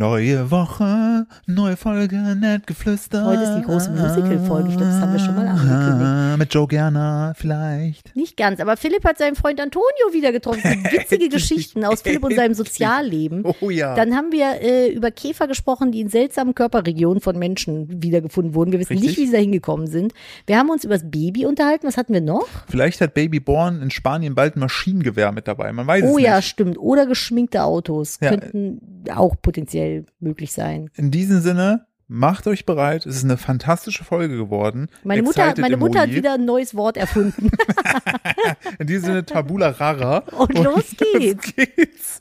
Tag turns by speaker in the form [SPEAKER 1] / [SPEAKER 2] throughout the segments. [SPEAKER 1] Neue Woche, neue Folge, nett geflüstert. Ah,
[SPEAKER 2] Heute ist die große Musical-Folge. Ich glaube, das haben wir schon mal angekündigt.
[SPEAKER 1] Mit Joe Gerner vielleicht.
[SPEAKER 2] Nicht ganz, aber Philipp hat seinen Freund Antonio wieder getroffen. Witzige Geschichten aus Philipp und seinem Sozialleben.
[SPEAKER 1] Oh ja.
[SPEAKER 2] Dann haben wir äh, über Käfer gesprochen, die in seltsamen Körperregionen von Menschen wiedergefunden wurden. Wir wissen
[SPEAKER 1] Richtig.
[SPEAKER 2] nicht, wie sie da hingekommen sind. Wir haben uns über das Baby unterhalten. Was hatten wir noch?
[SPEAKER 1] vielleicht hat Baby Born in Spanien bald ein Maschinengewehr mit dabei. Man weiß
[SPEAKER 2] oh
[SPEAKER 1] es
[SPEAKER 2] ja,
[SPEAKER 1] nicht.
[SPEAKER 2] stimmt. Oder geschminkte Autos
[SPEAKER 1] Ja.
[SPEAKER 2] könnten auch potenziell möglich sein.
[SPEAKER 1] In diesem Sinne, macht euch bereit. Es ist eine fantastische Folge geworden.
[SPEAKER 2] Meine Mutter,
[SPEAKER 1] Excited
[SPEAKER 2] meine Mutter hat
[SPEAKER 1] Emoji.
[SPEAKER 2] wieder ein neues Wort erfunden.
[SPEAKER 1] In diesem Sinne, Tabula Rara.
[SPEAKER 2] Und los geht's.
[SPEAKER 1] geht's.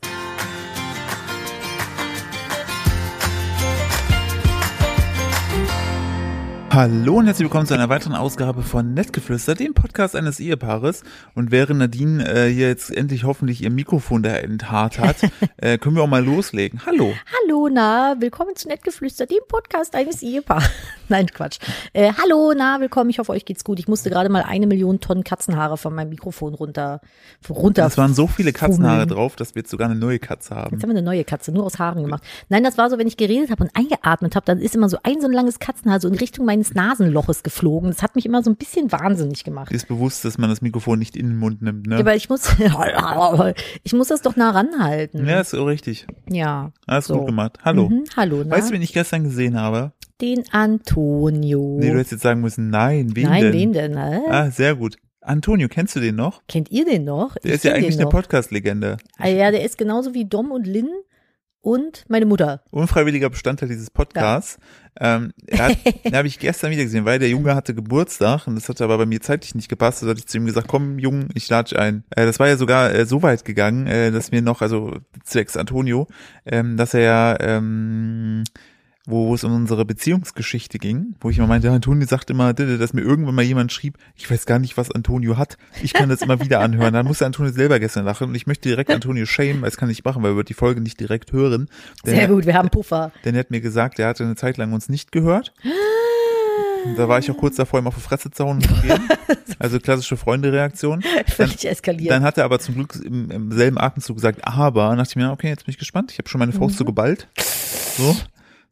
[SPEAKER 1] Hallo und herzlich willkommen zu einer weiteren Ausgabe von Nettgeflüster, dem Podcast eines Ehepaares. Und während Nadine äh, hier jetzt endlich hoffentlich ihr Mikrofon da enthaart hat, äh, können wir auch mal loslegen. Hallo.
[SPEAKER 2] Hallo, na, willkommen zu Nettgeflüster, dem Podcast eines Ehepaars. Nein, Quatsch. Äh, hallo, na, willkommen. Ich hoffe, euch geht's gut. Ich musste gerade mal eine Million Tonnen Katzenhaare von meinem Mikrofon runter, runter.
[SPEAKER 1] Es waren so viele Katzenhaare
[SPEAKER 2] fummeln.
[SPEAKER 1] drauf, dass wir jetzt sogar eine neue Katze haben.
[SPEAKER 2] Jetzt haben wir eine neue Katze, nur aus Haaren gemacht. Nein, das war so, wenn ich geredet habe und eingeatmet habe, dann ist immer so ein so ein langes Katzenhaar so in Richtung meines Nasenloches geflogen. Das hat mich immer so ein bisschen wahnsinnig gemacht.
[SPEAKER 1] Dir ist bewusst, dass man das Mikrofon nicht in den Mund nimmt, ne?
[SPEAKER 2] Aber ich muss, ich muss das doch nah ranhalten.
[SPEAKER 1] Ja, ist so richtig.
[SPEAKER 2] Ja.
[SPEAKER 1] Alles
[SPEAKER 2] So.
[SPEAKER 1] gut gemacht. Hallo.
[SPEAKER 2] Mhm, hallo, na?
[SPEAKER 1] Weißt du, wen ich gestern gesehen habe?
[SPEAKER 2] den Antonio.
[SPEAKER 1] Nee, du hättest jetzt sagen müssen, nein, wen
[SPEAKER 2] Nein,
[SPEAKER 1] denn?
[SPEAKER 2] wen denn? Hä?
[SPEAKER 1] Ah, sehr gut. Antonio, kennst du den noch?
[SPEAKER 2] Kennt ihr den noch?
[SPEAKER 1] Der
[SPEAKER 2] Ich
[SPEAKER 1] ist ja
[SPEAKER 2] kenn
[SPEAKER 1] eigentlich
[SPEAKER 2] den
[SPEAKER 1] eine
[SPEAKER 2] noch.
[SPEAKER 1] Podcast-Legende.
[SPEAKER 2] Ah, ja, der ist genauso wie Dom und Lynn und meine Mutter.
[SPEAKER 1] Unfreiwilliger Bestandteil dieses Podcasts. Ähm, er hat, den habe ich gestern wieder gesehen, weil der Junge hatte Geburtstag und das hat aber bei mir zeitlich nicht gepasst. Da hatte ich zu ihm gesagt, komm, Junge, ich lade dich ein. Äh, das war ja sogar äh, so weit gegangen, äh, dass mir noch, also zwecks Antonio, ähm, dass er ja, ähm, wo wo es um unsere Beziehungsgeschichte ging, wo ich immer meinte, Antonio sagt immer, dede, dass mir irgendwann mal jemand schrieb, ich weiß gar nicht, was Antonio hat. Ich kann das immer wieder anhören. Dann musste Antonio selber gestern lachen und ich möchte direkt Antonio shamen, weil das kann ich machen, weil er wird die Folge nicht direkt hören. Denn,
[SPEAKER 2] Sehr gut, wir haben Puffer.
[SPEAKER 1] Denn er hat mir gesagt, er hatte eine Zeit lang uns nicht gehört.
[SPEAKER 2] Ah.
[SPEAKER 1] Und Da war ich auch kurz davor, ihm auf die Fresse zu hauen. und zu gehen. Also klassische Freunde-Reaktion.
[SPEAKER 2] Völlig eskaliert.
[SPEAKER 1] Dann hat er aber zum Glück im, im selben Atemzug gesagt, aber, und dachte ich mir, okay, jetzt bin ich gespannt. Ich habe schon meine Faust
[SPEAKER 2] Mhm.
[SPEAKER 1] so geballt. So.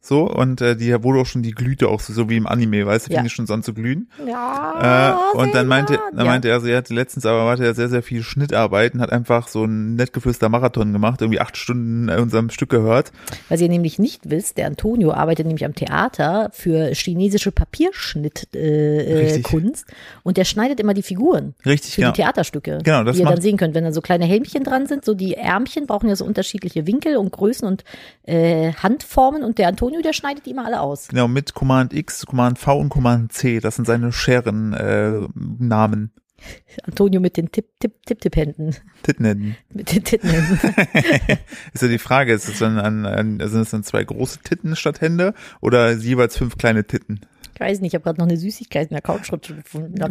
[SPEAKER 1] So, und äh, die wurde auch schon die Glühte auch so, so wie im Anime, weißt du,
[SPEAKER 2] Ja. Oh,
[SPEAKER 1] fing es schon so an zu glühen. Äh,
[SPEAKER 2] ja,
[SPEAKER 1] und dann meinte,
[SPEAKER 2] Senat.
[SPEAKER 1] dann meinte er, sie hatte letztens aber hatte er sehr, sehr viel Schnittarbeiten, hat einfach so einen nett geflüster Marathon gemacht, irgendwie acht Stunden äh, unserem Stück gehört.
[SPEAKER 2] ja. Was ihr nämlich nicht wisst, der Antonio arbeitet nämlich am Theater für chinesische Papierschnittkunst äh, äh,
[SPEAKER 1] Richtig.
[SPEAKER 2] Kunst. und der schneidet immer die Figuren.
[SPEAKER 1] Richtig,
[SPEAKER 2] Für
[SPEAKER 1] genau.
[SPEAKER 2] die Theaterstücke,
[SPEAKER 1] Genau, das
[SPEAKER 2] die ihr
[SPEAKER 1] macht-
[SPEAKER 2] dann sehen könnt, wenn da so kleine Helmchen dran sind, so die Ärmchen brauchen ja so unterschiedliche Winkel und Größen und äh, Handformen und der Antonio, der schneidet die immer alle aus.
[SPEAKER 1] Genau, mit Command X, Command V und Command C, das sind seine Scheren äh, Namen.
[SPEAKER 2] Antonio mit den Tipp-Tipp-Tipp-Tipp-Händen.
[SPEAKER 1] Titnennen.
[SPEAKER 2] Mit den Titten.
[SPEAKER 1] Ist ja die Frage, ist es dann an, an, sind es dann zwei große Titten statt Hände oder jeweils fünf kleine Titten?
[SPEAKER 2] Ich weiß nicht, ich habe gerade noch eine Süßigkeit in der Couchschrift gefunden.
[SPEAKER 1] Genau,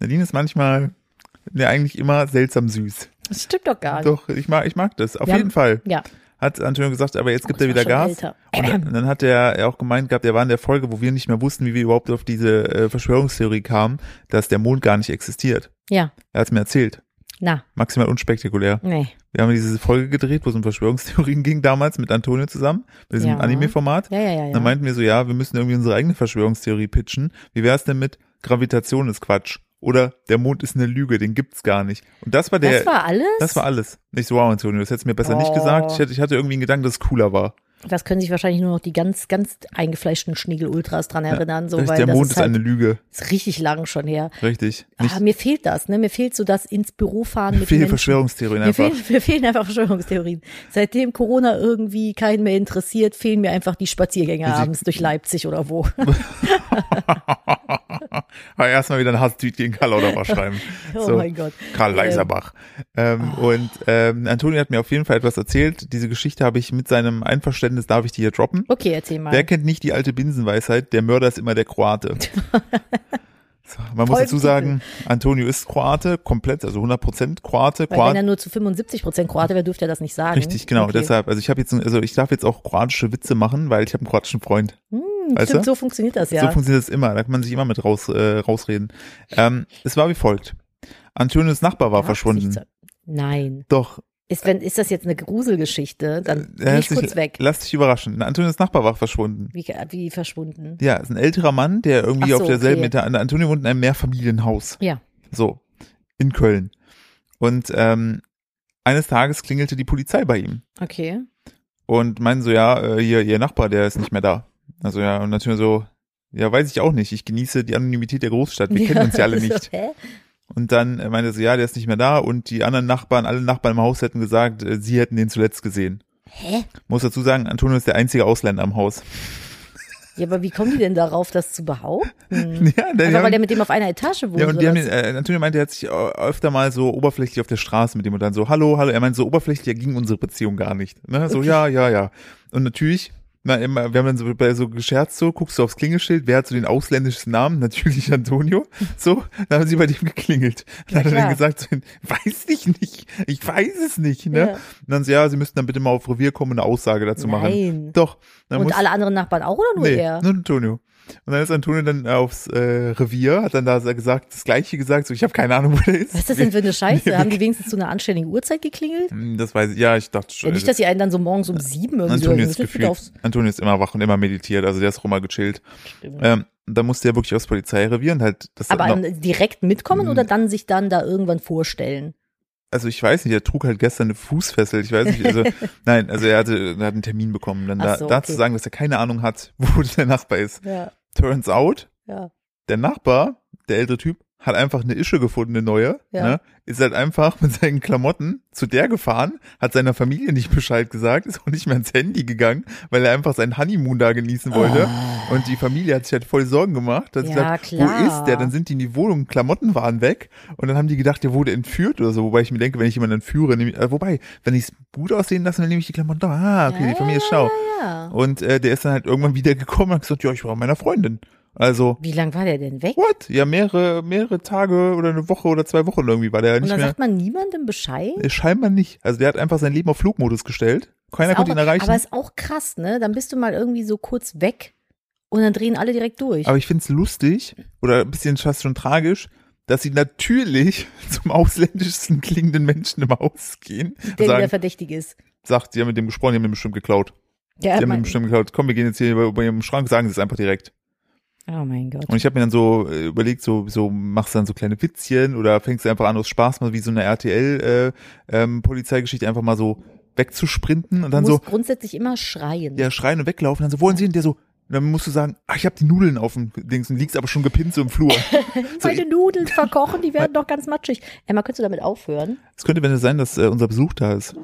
[SPEAKER 1] Nadine ist manchmal, ne, eigentlich immer seltsam süß.
[SPEAKER 2] Das stimmt doch gar nicht.
[SPEAKER 1] Doch, ich mag, ich mag das, auf
[SPEAKER 2] Ja.
[SPEAKER 1] jeden Fall.
[SPEAKER 2] Ja,
[SPEAKER 1] Hat Antonio gesagt, aber jetzt gibt
[SPEAKER 2] Oh,
[SPEAKER 1] er
[SPEAKER 2] ich
[SPEAKER 1] wieder
[SPEAKER 2] war
[SPEAKER 1] Gas.
[SPEAKER 2] schon älter.
[SPEAKER 1] Und dann- dann hat er ja auch gemeint gehabt, er war in der Folge, wo wir nicht mehr wussten, wie wir überhaupt auf diese äh, Verschwörungstheorie kamen, dass der Mond gar nicht existiert.
[SPEAKER 2] ja.
[SPEAKER 1] Er hat's mir erzählt.
[SPEAKER 2] Na,
[SPEAKER 1] Maximal unspektakulär.
[SPEAKER 2] nee.
[SPEAKER 1] Wir haben diese Folge gedreht, wo es um Verschwörungstheorien ging damals mit Antonio zusammen, mit diesem
[SPEAKER 2] Ja.
[SPEAKER 1] Anime-Format.
[SPEAKER 2] Ja, ja, ja.
[SPEAKER 1] Dann
[SPEAKER 2] ja.
[SPEAKER 1] meinten wir so, ja, wir müssen irgendwie unsere eigene Verschwörungstheorie pitchen. Wie wär's denn mit Gravitation ist Quatsch? Oder der Mond ist eine Lüge, den gibt's gar nicht. Und das war der,
[SPEAKER 2] das war alles?
[SPEAKER 1] das war alles. Nicht so, wow, Antonio, das hättest du mir besser nicht
[SPEAKER 2] Oh.
[SPEAKER 1] gesagt. Ich hatte, ich hatte irgendwie einen Gedanken, dass es cooler war.
[SPEAKER 2] Das können sich wahrscheinlich nur noch die ganz, ganz eingefleischten Schniegel-Ultras dran erinnern, so,
[SPEAKER 1] Dass
[SPEAKER 2] weil
[SPEAKER 1] der
[SPEAKER 2] das
[SPEAKER 1] Mond
[SPEAKER 2] ist,
[SPEAKER 1] ist,
[SPEAKER 2] halt,
[SPEAKER 1] eine Lüge.
[SPEAKER 2] ist richtig lang schon her.
[SPEAKER 1] Richtig. Nicht
[SPEAKER 2] Ah, mir fehlt das, ne? Mir fehlt so das ins Büro fahren mit
[SPEAKER 1] viele
[SPEAKER 2] Menschen.
[SPEAKER 1] Verschwörungstheorien
[SPEAKER 2] Mir
[SPEAKER 1] einfach.
[SPEAKER 2] fehlen, mir fehlen einfach Verschwörungstheorien. Seitdem Corona irgendwie keinen mehr interessiert, fehlen mir einfach die Spaziergänge
[SPEAKER 1] Sie-
[SPEAKER 2] abends durch Leipzig oder wo.
[SPEAKER 1] Aber erstmal wieder ein Hasstweet gegen Karl Lauterbach schreiben.
[SPEAKER 2] Oh
[SPEAKER 1] So,
[SPEAKER 2] mein Gott. oh.
[SPEAKER 1] Karl Leiserbach. Ähm, Und ähm, Antonio hat mir auf jeden Fall etwas erzählt. Diese Geschichte habe ich mit seinem Einverständnis, darf ich die hier droppen?
[SPEAKER 2] Okay, erzähl mal.
[SPEAKER 1] Wer kennt nicht die alte Binsenweisheit, der Mörder ist immer der Kroate? So, Man muss
[SPEAKER 2] Voll
[SPEAKER 1] dazu sagen, Antonio ist Kroate, komplett, also 100% Kroate.
[SPEAKER 2] Weil wenn er
[SPEAKER 1] Kroat
[SPEAKER 2] nur zu 75 Prozent Kroate wäre, dürfte er das nicht sagen.
[SPEAKER 1] richtig, genau,
[SPEAKER 2] Okay.
[SPEAKER 1] deshalb. Also ich habe jetzt, also ich darf jetzt auch kroatische Witze machen, weil ich habe einen kroatischen Freund.
[SPEAKER 2] Hm,
[SPEAKER 1] weißt
[SPEAKER 2] Stimmt,
[SPEAKER 1] du?
[SPEAKER 2] so funktioniert das ja.
[SPEAKER 1] So funktioniert das immer, da kann man sich immer mit raus, äh, rausreden. Ähm, es war wie folgt. Antonios Nachbar war
[SPEAKER 2] Darf
[SPEAKER 1] verschwunden.
[SPEAKER 2] sich zu- Nein.
[SPEAKER 1] Doch,
[SPEAKER 2] Ist, wenn, ist das jetzt eine Gruselgeschichte? Dann bin ich
[SPEAKER 1] lass
[SPEAKER 2] kurz
[SPEAKER 1] dich,
[SPEAKER 2] weg.
[SPEAKER 1] lass dich überraschen. Antonios Nachbar war verschwunden.
[SPEAKER 2] Wie, wie verschwunden?
[SPEAKER 1] Ja, ist ein älterer Mann, der irgendwie
[SPEAKER 2] Ach
[SPEAKER 1] auf
[SPEAKER 2] so,
[SPEAKER 1] derselben
[SPEAKER 2] okay.
[SPEAKER 1] Etage, Antonio wohnt in einem Mehrfamilienhaus.
[SPEAKER 2] Ja.
[SPEAKER 1] So, in Köln. Und ähm, eines Tages klingelte die Polizei bei ihm
[SPEAKER 2] Okay.
[SPEAKER 1] und meinen so, ja, äh, hier, ihr Nachbar, der ist nicht mehr da. Also ja, und natürlich so, ja, weiß ich auch nicht. Ich genieße die Anonymität der Großstadt. Wir kennen uns ja alle
[SPEAKER 2] so,
[SPEAKER 1] nicht.
[SPEAKER 2] hä?
[SPEAKER 1] Und dann äh, meinte er so, ja, der ist nicht mehr da. Und die anderen Nachbarn, alle Nachbarn im Haus hätten gesagt, äh, sie hätten den zuletzt gesehen.
[SPEAKER 2] Hä?
[SPEAKER 1] Muss dazu sagen, Antonio ist der einzige Ausländer im Haus.
[SPEAKER 2] Ja, aber wie kommen die denn darauf, das zu behaupten?
[SPEAKER 1] Ja, die
[SPEAKER 2] Einfach Hm. weil
[SPEAKER 1] haben-
[SPEAKER 2] der mit dem auf einer Etage wohnt.
[SPEAKER 1] Ja, und die
[SPEAKER 2] oder
[SPEAKER 1] haben
[SPEAKER 2] was?
[SPEAKER 1] den, äh, Antonio meinte, er hat sich äh, öfter mal so oberflächlich auf der Straße mit dem und dann so, hallo, hallo. Er meinte, so oberflächlich ja, ging unsere Beziehung gar nicht. Ne? So, ja, ja, ja. Und natürlich, na, immer, wir haben dann so, bei- so gescherzt, so, guckst du aufs Klingelschild, wer hat so den ausländischen Namen? Natürlich Antonio. So, dann haben sie bei dem geklingelt. Dann
[SPEAKER 2] Na
[SPEAKER 1] hat er
[SPEAKER 2] klar.
[SPEAKER 1] dann gesagt, so, weiß ich nicht, ich weiß es nicht. Ne?
[SPEAKER 2] Ja.
[SPEAKER 1] Und dann so, ja, sie müssten dann bitte mal auf Revier kommen und eine Aussage dazu machen.
[SPEAKER 2] Nein.
[SPEAKER 1] Doch. Dann
[SPEAKER 2] Und
[SPEAKER 1] muss-
[SPEAKER 2] alle anderen Nachbarn auch oder nur
[SPEAKER 1] Nee,
[SPEAKER 2] er?
[SPEAKER 1] nur Antonio. Und dann ist Antonio dann aufs äh, Revier, hat dann da gesagt, das gleiche gesagt, so ich habe keine Ahnung, wo der ist.
[SPEAKER 2] Was ist das denn für eine Scheiße?
[SPEAKER 1] Nee,
[SPEAKER 2] Haben die wenigstens zu einer anständigen Uhrzeit geklingelt?
[SPEAKER 1] Hm, Das weiß ich, ja, ich dachte
[SPEAKER 2] Ja,
[SPEAKER 1] schon. also
[SPEAKER 2] nicht, dass sie einen dann so morgens um sieben irgendwie so-
[SPEAKER 1] Antonio ist,
[SPEAKER 2] bitte
[SPEAKER 1] gefühlt,
[SPEAKER 2] aufs-
[SPEAKER 1] Antonio ist immer wach und immer meditiert, also der ist auch immer gechillt.
[SPEAKER 2] Stimmt.
[SPEAKER 1] Ähm, da musste er wirklich aufs Polizeirevier und halt das
[SPEAKER 2] Aber
[SPEAKER 1] noch-
[SPEAKER 2] an- direkt mitkommen
[SPEAKER 1] Mhm.
[SPEAKER 2] oder dann sich dann da irgendwann vorstellen?
[SPEAKER 1] also ich weiß nicht, er trug halt gestern eine Fußfessel, ich weiß nicht, also nein, also er hatte er hat einen Termin bekommen, dann da,
[SPEAKER 2] Ach so,
[SPEAKER 1] da
[SPEAKER 2] okay.
[SPEAKER 1] zu sagen, dass er keine Ahnung hat, wo der Nachbar ist.
[SPEAKER 2] Ja,
[SPEAKER 1] Turns out,
[SPEAKER 2] ja.
[SPEAKER 1] der Nachbar, der ältere Typ, hat einfach eine Ische gefunden, eine neue.
[SPEAKER 2] Ja.
[SPEAKER 1] Ne? Ist halt einfach mit seinen Klamotten zu der gefahren, hat seiner Familie nicht Bescheid gesagt, ist auch nicht mehr ans Handy gegangen, weil er einfach seinen Honeymoon da genießen wollte. Und die Familie hat sich halt voll Sorgen gemacht. Hat
[SPEAKER 2] Ah. Ja,
[SPEAKER 1] gesagt,
[SPEAKER 2] klar.
[SPEAKER 1] wo ist der? Dann sind die in die Wohnung, Klamotten waren weg. Und dann haben die gedacht, der wurde entführt oder so. Wobei ich mir denke, wenn ich jemanden entführe, nehme ich, äh, wobei, wenn ich es gut aussehen lasse, dann nehme ich die Klamotten. doch. Ah, okay, die Familie ist schlau.
[SPEAKER 2] Ja.
[SPEAKER 1] Und äh, der ist dann halt irgendwann wiedergekommen und hat gesagt, ja, ich war bei meiner Freundin. Also,
[SPEAKER 2] Wie lang war der denn weg?
[SPEAKER 1] What? Ja, mehrere, mehrere Tage oder eine Woche oder zwei Wochen irgendwie war der ja
[SPEAKER 2] Und
[SPEAKER 1] nicht
[SPEAKER 2] dann
[SPEAKER 1] mehr.
[SPEAKER 2] sagt man niemandem Bescheid?
[SPEAKER 1] Äh, Scheinbar nicht. Also der hat einfach sein Leben auf Flugmodus gestellt. Keiner
[SPEAKER 2] Ist
[SPEAKER 1] konnte
[SPEAKER 2] auch-
[SPEAKER 1] ihn erreichen.
[SPEAKER 2] Aber
[SPEAKER 1] Aber,
[SPEAKER 2] ist auch krass, ne? Dann bist du mal irgendwie so kurz weg und dann drehen alle direkt durch.
[SPEAKER 1] ich find's lustig oder ein bisschen fast schon tragisch, dass sie natürlich zum ausländischsten klingenden Menschen im Haus gehen.
[SPEAKER 2] der,
[SPEAKER 1] und
[SPEAKER 2] der
[SPEAKER 1] Sagen,
[SPEAKER 2] verdächtig ist.
[SPEAKER 1] sagt, sie haben mit dem gesprochen, die haben den bestimmt geklaut. die
[SPEAKER 2] Ja,
[SPEAKER 1] haben den
[SPEAKER 2] mein,
[SPEAKER 1] bestimmt geklaut. Komm, wir gehen jetzt hier über, über ihrem Schrank, sagen sie es einfach direkt.
[SPEAKER 2] oh mein Gott.
[SPEAKER 1] Und ich habe mir dann so äh, überlegt, so, so machst du dann so kleine Witzchen oder fängst du einfach an aus Spaß mal wie so eine RTL-Polizeigeschichte äh, ähm, einfach mal so wegzusprinten und
[SPEAKER 2] Du
[SPEAKER 1] dann so,
[SPEAKER 2] musst grundsätzlich immer schreien.
[SPEAKER 1] der schreien und weglaufen, dann so, wo wollen sie hin? Der so, und dann musst du sagen, ach, ich habe die Nudeln auf dem Dings und liegst aber schon gepinnt so im Flur. so,
[SPEAKER 2] Meine Nudeln verkochen, die werden doch ganz matschig. Emma, könntest du damit aufhören?
[SPEAKER 1] es könnte wenn es sein, dass äh, unser Besuch da ist.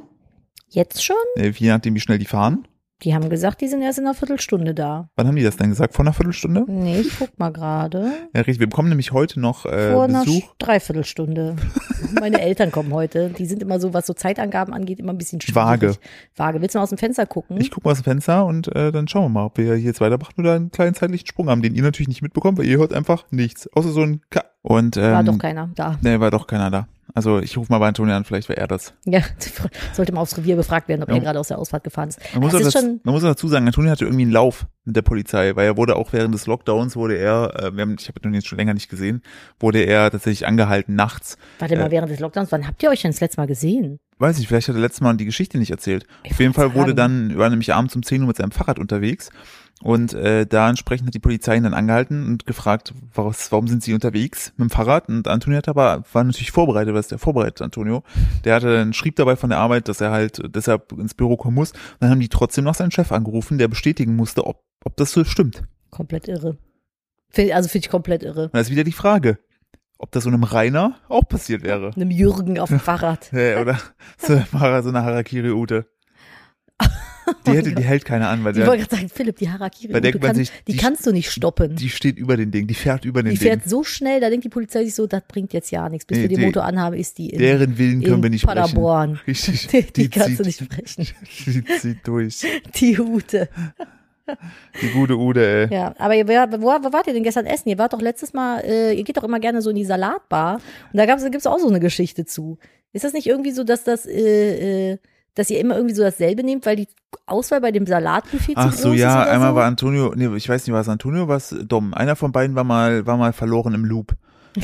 [SPEAKER 2] Jetzt schon?
[SPEAKER 1] Äh, je nachdem, wie schnell die fahren.
[SPEAKER 2] Die haben gesagt, die sind erst in einer Viertelstunde da.
[SPEAKER 1] Wann haben die das denn gesagt? Vor einer Viertelstunde?
[SPEAKER 2] Nee, ich guck mal gerade.
[SPEAKER 1] Ja, richtig. Wir bekommen nämlich heute noch äh,
[SPEAKER 2] Vor einer
[SPEAKER 1] Besuch.
[SPEAKER 2] Sch- Dreiviertelstunde. Meine Eltern kommen heute. Die sind immer so, was so Zeitangaben angeht, immer ein bisschen schwierig.
[SPEAKER 1] Vage.
[SPEAKER 2] Vage. Willst du mal aus dem Fenster gucken?
[SPEAKER 1] Ich gucke mal aus dem Fenster und äh, dann schauen wir mal, ob wir hier jetzt weitermachen oder einen kleinen zeitlichen Sprung haben, den ihr natürlich nicht mitbekommt, weil ihr hört einfach nichts. Außer so ein Ka Und ähm,
[SPEAKER 2] War doch keiner da.
[SPEAKER 1] Nee, war doch keiner da. Also ich rufe mal bei Antonio an, vielleicht war er das.
[SPEAKER 2] Ja, sollte mal aufs Revier befragt werden, ob
[SPEAKER 1] Ja.
[SPEAKER 2] er gerade aus der Ausfahrt gefahren ist.
[SPEAKER 1] Man muss,
[SPEAKER 2] Das
[SPEAKER 1] auch
[SPEAKER 2] ist
[SPEAKER 1] das,
[SPEAKER 2] schon-
[SPEAKER 1] man muss auch dazu sagen, Antonio hatte irgendwie einen Lauf mit der Polizei, weil er wurde auch während des Lockdowns, wurde er, äh, wir haben, ich habe ihn jetzt schon länger nicht gesehen, wurde er tatsächlich angehalten nachts.
[SPEAKER 2] Warte mal,
[SPEAKER 1] Äh.
[SPEAKER 2] während des Lockdowns, wann habt ihr euch denn das letzte Mal gesehen?
[SPEAKER 1] Weiß ich, vielleicht hat er letztes Mal die Geschichte nicht erzählt.
[SPEAKER 2] Ich
[SPEAKER 1] Auf jeden
[SPEAKER 2] wollte
[SPEAKER 1] Fall wurde
[SPEAKER 2] sagen.
[SPEAKER 1] dann, war nämlich abends um 10 Uhr mit seinem Fahrrad unterwegs und äh, da entsprechend hat die Polizei ihn dann angehalten und gefragt, was, warum sind sie unterwegs mit dem Fahrrad? Und Antonio hat aber, war natürlich vorbereitet, was der vorbereitet, Antonio. Der hatte dann, schrieb dabei von der Arbeit, dass er halt deshalb ins Büro kommen muss. Und dann haben die trotzdem noch seinen Chef angerufen, der bestätigen musste, ob, ob das so stimmt. Und
[SPEAKER 2] Komplett irre. Find- Also finde ich komplett irre.
[SPEAKER 1] da ist wieder die Frage, ob das so einem Rainer auch passiert wäre.
[SPEAKER 2] Einem Jürgen auf dem Fahrrad.
[SPEAKER 1] Hey, oder so eine Mara- so eine Harakiri-Ute. Die hätte, die hält keiner an, weil
[SPEAKER 2] Ich
[SPEAKER 1] der,
[SPEAKER 2] wollte gerade sagen, Philipp, die Harakiri,
[SPEAKER 1] Bei der
[SPEAKER 2] du
[SPEAKER 1] man
[SPEAKER 2] kannst,
[SPEAKER 1] sich-
[SPEAKER 2] die,
[SPEAKER 1] die-
[SPEAKER 2] kannst du nicht stoppen.
[SPEAKER 1] die steht über den Ding, die fährt über den
[SPEAKER 2] Die
[SPEAKER 1] Ding.
[SPEAKER 2] fährt so schnell, da denkt die Polizei sich so, das bringt jetzt ja nichts. Bis
[SPEAKER 1] Nee,
[SPEAKER 2] wir den
[SPEAKER 1] die-
[SPEAKER 2] Motor anhaben, ist die in,
[SPEAKER 1] Deren Willen können
[SPEAKER 2] in
[SPEAKER 1] wir nicht
[SPEAKER 2] Paderborn.
[SPEAKER 1] brechen. Richtig.
[SPEAKER 2] Die, kannst
[SPEAKER 1] zieht,
[SPEAKER 2] du nicht brechen.
[SPEAKER 1] Die zieht durch.
[SPEAKER 2] Die Hute.
[SPEAKER 1] Die gute Ude, ey.
[SPEAKER 2] Ja, aber ihr, wer- wo, wo wart ihr denn gestern essen? Ihr wart doch letztes Mal, äh, ihr geht doch immer gerne so in die Salatbar. Und da gab's, da gibt's auch so eine Geschichte zu. Ist das nicht irgendwie so, dass das, äh, äh, dass ihr immer irgendwie so dasselbe nehmt, weil die Auswahl bei dem Salatbuffet zu
[SPEAKER 1] Ach
[SPEAKER 2] groß
[SPEAKER 1] so,
[SPEAKER 2] ist
[SPEAKER 1] ja,
[SPEAKER 2] oder
[SPEAKER 1] einmal
[SPEAKER 2] so?
[SPEAKER 1] war Antonio, nee, ich weiß nicht, war es Antonio, war es Dom. Einer von beiden war mal, war mal verloren im Loop.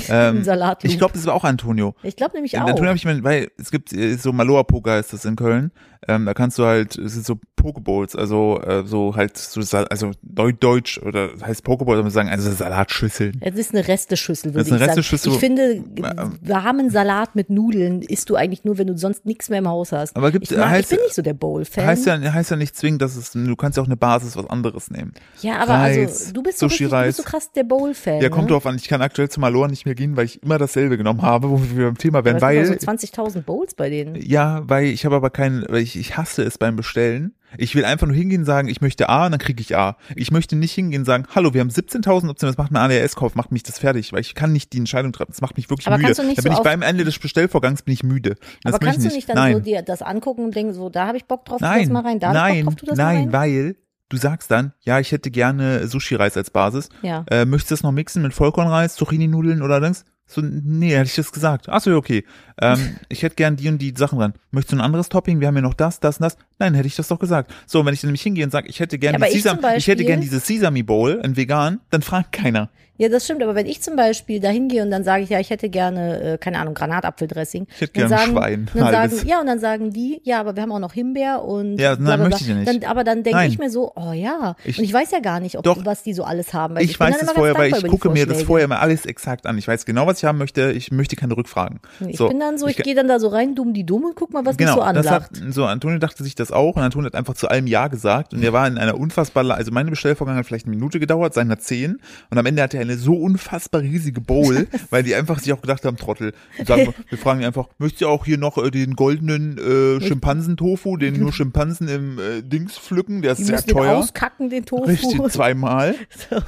[SPEAKER 1] Ähm,
[SPEAKER 2] Salat.
[SPEAKER 1] ich glaube, das war auch Antonio.
[SPEAKER 2] ich glaube nämlich
[SPEAKER 1] In
[SPEAKER 2] auch.
[SPEAKER 1] Antonio habe ich mir, weil es gibt äh, so Maloa Poker ist das in Köln. Ähm, da kannst du halt, es sind so Pokeballs, also äh, so halt so Sa- also Deu- deutsch oder heißt Pokeball, soll man sagen, also Salatschüsseln.
[SPEAKER 2] Es ist eine Resteschüssel, würde
[SPEAKER 1] Das ist eine
[SPEAKER 2] ich
[SPEAKER 1] Resteschüssel. ähm,
[SPEAKER 2] sagen. Ich finde, warmen Salat mit Nudeln isst du eigentlich nur, wenn du sonst nichts mehr im Haus hast.
[SPEAKER 1] Aber gibt's-
[SPEAKER 2] ich, mag,
[SPEAKER 1] heißt-
[SPEAKER 2] ich bin nicht so der Bowl-Fan.
[SPEAKER 1] Heißt ja, heißt ja nicht zwingend, dass es, du kannst ja auch eine Basis was anderes nehmen.
[SPEAKER 2] ja, aber
[SPEAKER 1] Reis,
[SPEAKER 2] also, du bist so, richtig, du
[SPEAKER 1] Sushi-Reis.
[SPEAKER 2] bist so krass der Bowl-Fan.
[SPEAKER 1] Ja, kommt
[SPEAKER 2] ne?
[SPEAKER 1] drauf an, ich kann aktuell zum Maloa nicht mehr gehen, weil ich immer dasselbe genommen habe, wo wir beim Thema
[SPEAKER 2] Aber
[SPEAKER 1] wären,
[SPEAKER 2] es gibt
[SPEAKER 1] weil,
[SPEAKER 2] auch So 20.000 Bowls bei denen.
[SPEAKER 1] ja, weil ich habe aber keinen, weil ich, ich hasse es beim Bestellen. Ich will einfach nur hingehen, sagen, ich möchte A und dann kriege ich A. Ich möchte nicht hingehen, sagen, hallo, wir haben 17.000 Optionen, das macht mir ADHS-Kauf, macht mich das fertig, weil ich kann nicht die Entscheidung treffen, das macht mich wirklich
[SPEAKER 2] Aber
[SPEAKER 1] müde.
[SPEAKER 2] kannst du nicht
[SPEAKER 1] dann bin
[SPEAKER 2] so
[SPEAKER 1] ich
[SPEAKER 2] auf-
[SPEAKER 1] beim Ende des Bestellvorgangs bin ich müde. Das möchte
[SPEAKER 2] Aber kannst
[SPEAKER 1] ich
[SPEAKER 2] du nicht dann
[SPEAKER 1] Nein.
[SPEAKER 2] so dir das angucken und denken, so, da habe ich Bock drauf, tu
[SPEAKER 1] Nein,
[SPEAKER 2] das mal rein, da habe ich
[SPEAKER 1] nein,
[SPEAKER 2] Bock drauf, tu das mal
[SPEAKER 1] nein,
[SPEAKER 2] rein.
[SPEAKER 1] weil du sagst dann, ja, ich hätte gerne Sushi-Reis als Basis.
[SPEAKER 2] Ja.
[SPEAKER 1] Äh, möchtest du das noch mixen mit Vollkornreis, Zucchini-Nudeln oder denkst? So, nee, hätte ich das gesagt. Ach so, okay. Ähm, ich hätte gern die und die Sachen dran. Möchtest du ein anderes Topping? Wir haben ja noch das, das und das. Nein, hätte ich das doch gesagt. So, und wenn ich dann nämlich hingehe und sage, ich hätte gern
[SPEAKER 2] Ja,
[SPEAKER 1] die
[SPEAKER 2] aber ich
[SPEAKER 1] Sesam,
[SPEAKER 2] zum
[SPEAKER 1] ich hätte
[SPEAKER 2] Beispiel-
[SPEAKER 1] gern diese Sesame Bowl in vegan, dann fragt keiner.
[SPEAKER 2] Ja, das stimmt, aber wenn ich zum Beispiel da hingehe und dann sage ich, ja, ich hätte gerne, äh, keine Ahnung, Granatapfeldressing.
[SPEAKER 1] Ich hätte
[SPEAKER 2] dann
[SPEAKER 1] gerne
[SPEAKER 2] sagen,
[SPEAKER 1] Schwein,
[SPEAKER 2] Dann
[SPEAKER 1] halbes.
[SPEAKER 2] sagen, ja, und dann sagen die, ja, aber wir haben auch noch Himbeer und
[SPEAKER 1] Ja, nein,
[SPEAKER 2] bla, bla, bla.
[SPEAKER 1] möchte ich ja nicht.
[SPEAKER 2] Dann, aber dann denke
[SPEAKER 1] Nein.
[SPEAKER 2] ich mir so, oh ja,
[SPEAKER 1] Ich-
[SPEAKER 2] und ich weiß ja gar nicht, ob,
[SPEAKER 1] Doch.
[SPEAKER 2] was die so alles haben. Weil
[SPEAKER 1] Ich,
[SPEAKER 2] bin
[SPEAKER 1] weiß
[SPEAKER 2] dann
[SPEAKER 1] das
[SPEAKER 2] immer
[SPEAKER 1] vorher,
[SPEAKER 2] ganz
[SPEAKER 1] weil ich
[SPEAKER 2] dankbar über die
[SPEAKER 1] gucke mir das
[SPEAKER 2] Vorschläge.
[SPEAKER 1] vorher mal alles exakt an. Ich weiß genau, was ich haben möchte. Ich möchte keine Rückfragen.
[SPEAKER 2] Ich
[SPEAKER 1] so,
[SPEAKER 2] bin dann so, ich,
[SPEAKER 1] ge-
[SPEAKER 2] gehe dann da so rein, dumm die dumm und guck mal, was mich so
[SPEAKER 1] Genau, das hat,
[SPEAKER 2] anlacht.
[SPEAKER 1] so Antonio dachte sich das auch und Antonio hat einfach zu allem Ja gesagt und er war in einer unfassbar, also meine Bestellvorgang hat vielleicht eine Minute gedauert, seiner zehn und am Ende hatte er eine so unfassbar riesige Bowl, weil die einfach sich auch gedacht haben, Trottel, Und sagen, wir fragen ihn einfach, möchtest du auch hier noch äh, den goldenen äh, Schimpansentofu, den nur Schimpansen im äh, Dings pflücken, der ist
[SPEAKER 2] die
[SPEAKER 1] sehr
[SPEAKER 2] müssen den
[SPEAKER 1] teuer.
[SPEAKER 2] auskacken, den Tofu.
[SPEAKER 1] Richtig, zweimal.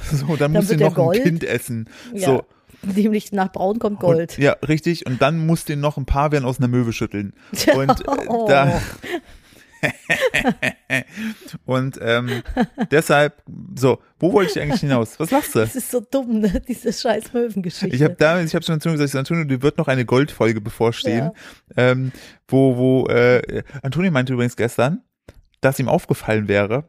[SPEAKER 1] So, dann,
[SPEAKER 2] Dann
[SPEAKER 1] muss
[SPEAKER 2] wird
[SPEAKER 1] den
[SPEAKER 2] der
[SPEAKER 1] noch ein
[SPEAKER 2] Gold.
[SPEAKER 1] Kind essen.
[SPEAKER 2] ja.
[SPEAKER 1] So,
[SPEAKER 2] Nämlich nach Braun kommt
[SPEAKER 1] und,
[SPEAKER 2] Gold.
[SPEAKER 1] ja, richtig. Und dann muss den noch ein paar werden aus einer Möwe schütteln. Und äh,
[SPEAKER 2] Oh.
[SPEAKER 1] da. und ähm, deshalb, so, wo wollte ich eigentlich hinaus? Was lachst du?
[SPEAKER 2] Das ist so dumm, ne? diese scheiß Möwengeschichte.
[SPEAKER 1] Ich habe da, ich habe schon Antonio gesagt, ich so, Antonio, dir wird noch eine Goldfolge bevorstehen, ähm, wo, wo, äh, Antonio meinte übrigens gestern, dass ihm aufgefallen wäre,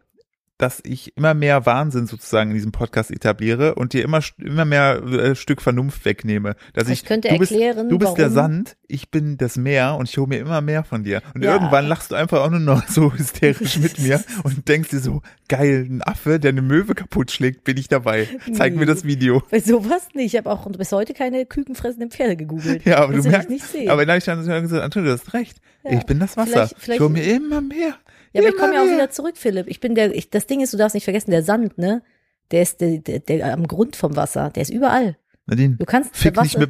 [SPEAKER 1] dass ich immer mehr Wahnsinn sozusagen in diesem Podcast etabliere und dir immer, st- immer mehr äh, Stück Vernunft wegnehme. Dass
[SPEAKER 2] Ich
[SPEAKER 1] ich,
[SPEAKER 2] könnte
[SPEAKER 1] du bist,
[SPEAKER 2] erklären,
[SPEAKER 1] du bist der
[SPEAKER 2] warum.
[SPEAKER 1] Sand, ich bin das Meer und ich hole mir immer mehr von dir. Und
[SPEAKER 2] Ja.
[SPEAKER 1] irgendwann lachst du einfach auch nur noch so hysterisch mit mir und denkst dir so, geil, ein Affe, der eine Möwe kaputt schlägt, bin ich dabei. Zeig mir das Video.
[SPEAKER 2] Bei sowas nicht. Ich habe auch bis heute keine kükenfressenden Pferde gegoogelt.
[SPEAKER 1] Ja, aber du
[SPEAKER 2] Kannst
[SPEAKER 1] merkst,
[SPEAKER 2] nicht sehen.
[SPEAKER 1] aber dann habe ich dann gesagt, Antonio, du hast recht.
[SPEAKER 2] Ja.
[SPEAKER 1] Ich bin das Wasser.
[SPEAKER 2] Vielleicht- vielleicht-
[SPEAKER 1] ich hole mir immer mehr.
[SPEAKER 2] ja, aber ich
[SPEAKER 1] immer
[SPEAKER 2] komme ja auch
[SPEAKER 1] mehr.
[SPEAKER 2] wieder zurück, Philipp. Ich bin der, ich, das Ding ist, du darfst nicht vergessen, der Sand, ne? Der ist der, der, der am Grund vom Wasser. Der ist überall.
[SPEAKER 1] Nadine,
[SPEAKER 2] Du kannst der
[SPEAKER 1] fick nicht
[SPEAKER 2] Wasser-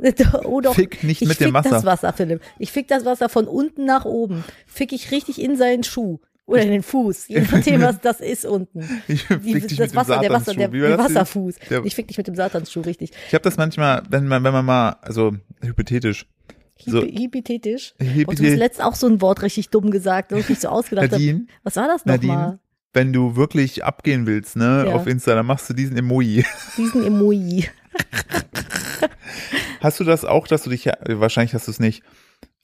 [SPEAKER 1] mit dem Wasser.
[SPEAKER 2] oh doch.
[SPEAKER 1] Fick nicht
[SPEAKER 2] ich
[SPEAKER 1] mit
[SPEAKER 2] fick
[SPEAKER 1] dem
[SPEAKER 2] das
[SPEAKER 1] Wasser.
[SPEAKER 2] Wasser, Philipp. Ich fick das Wasser von unten nach oben. Fick ich richtig in seinen Schuh. Oder in den Fuß. Je nachdem, was das ist unten.
[SPEAKER 1] Ich fick
[SPEAKER 2] Die,
[SPEAKER 1] dich
[SPEAKER 2] das
[SPEAKER 1] mit
[SPEAKER 2] Wasser,
[SPEAKER 1] dem
[SPEAKER 2] der Wasser,
[SPEAKER 1] Satansschuh.
[SPEAKER 2] der,
[SPEAKER 1] Wie war
[SPEAKER 2] der
[SPEAKER 1] das denn?
[SPEAKER 2] Wasserfuß.
[SPEAKER 1] Der-
[SPEAKER 2] ich fick dich mit dem Satansschuh, richtig.
[SPEAKER 1] Ich habe das manchmal, wenn man, wenn man mal, also hypothetisch, So.
[SPEAKER 2] Hyp- Hypothetisch.
[SPEAKER 1] Hypothet-
[SPEAKER 2] Und du hast letzt auch so ein Wort richtig dumm gesagt, wo ich mich so ausgedacht habe.
[SPEAKER 1] Nadine,
[SPEAKER 2] Was war das nochmal?
[SPEAKER 1] Nadine, wenn du wirklich abgehen willst, ne,
[SPEAKER 2] Ja.
[SPEAKER 1] auf Insta, dann machst du diesen Emoji.
[SPEAKER 2] Diesen Emoji.
[SPEAKER 1] Hast du das auch, dass du dich, ja- wahrscheinlich hast du es nicht.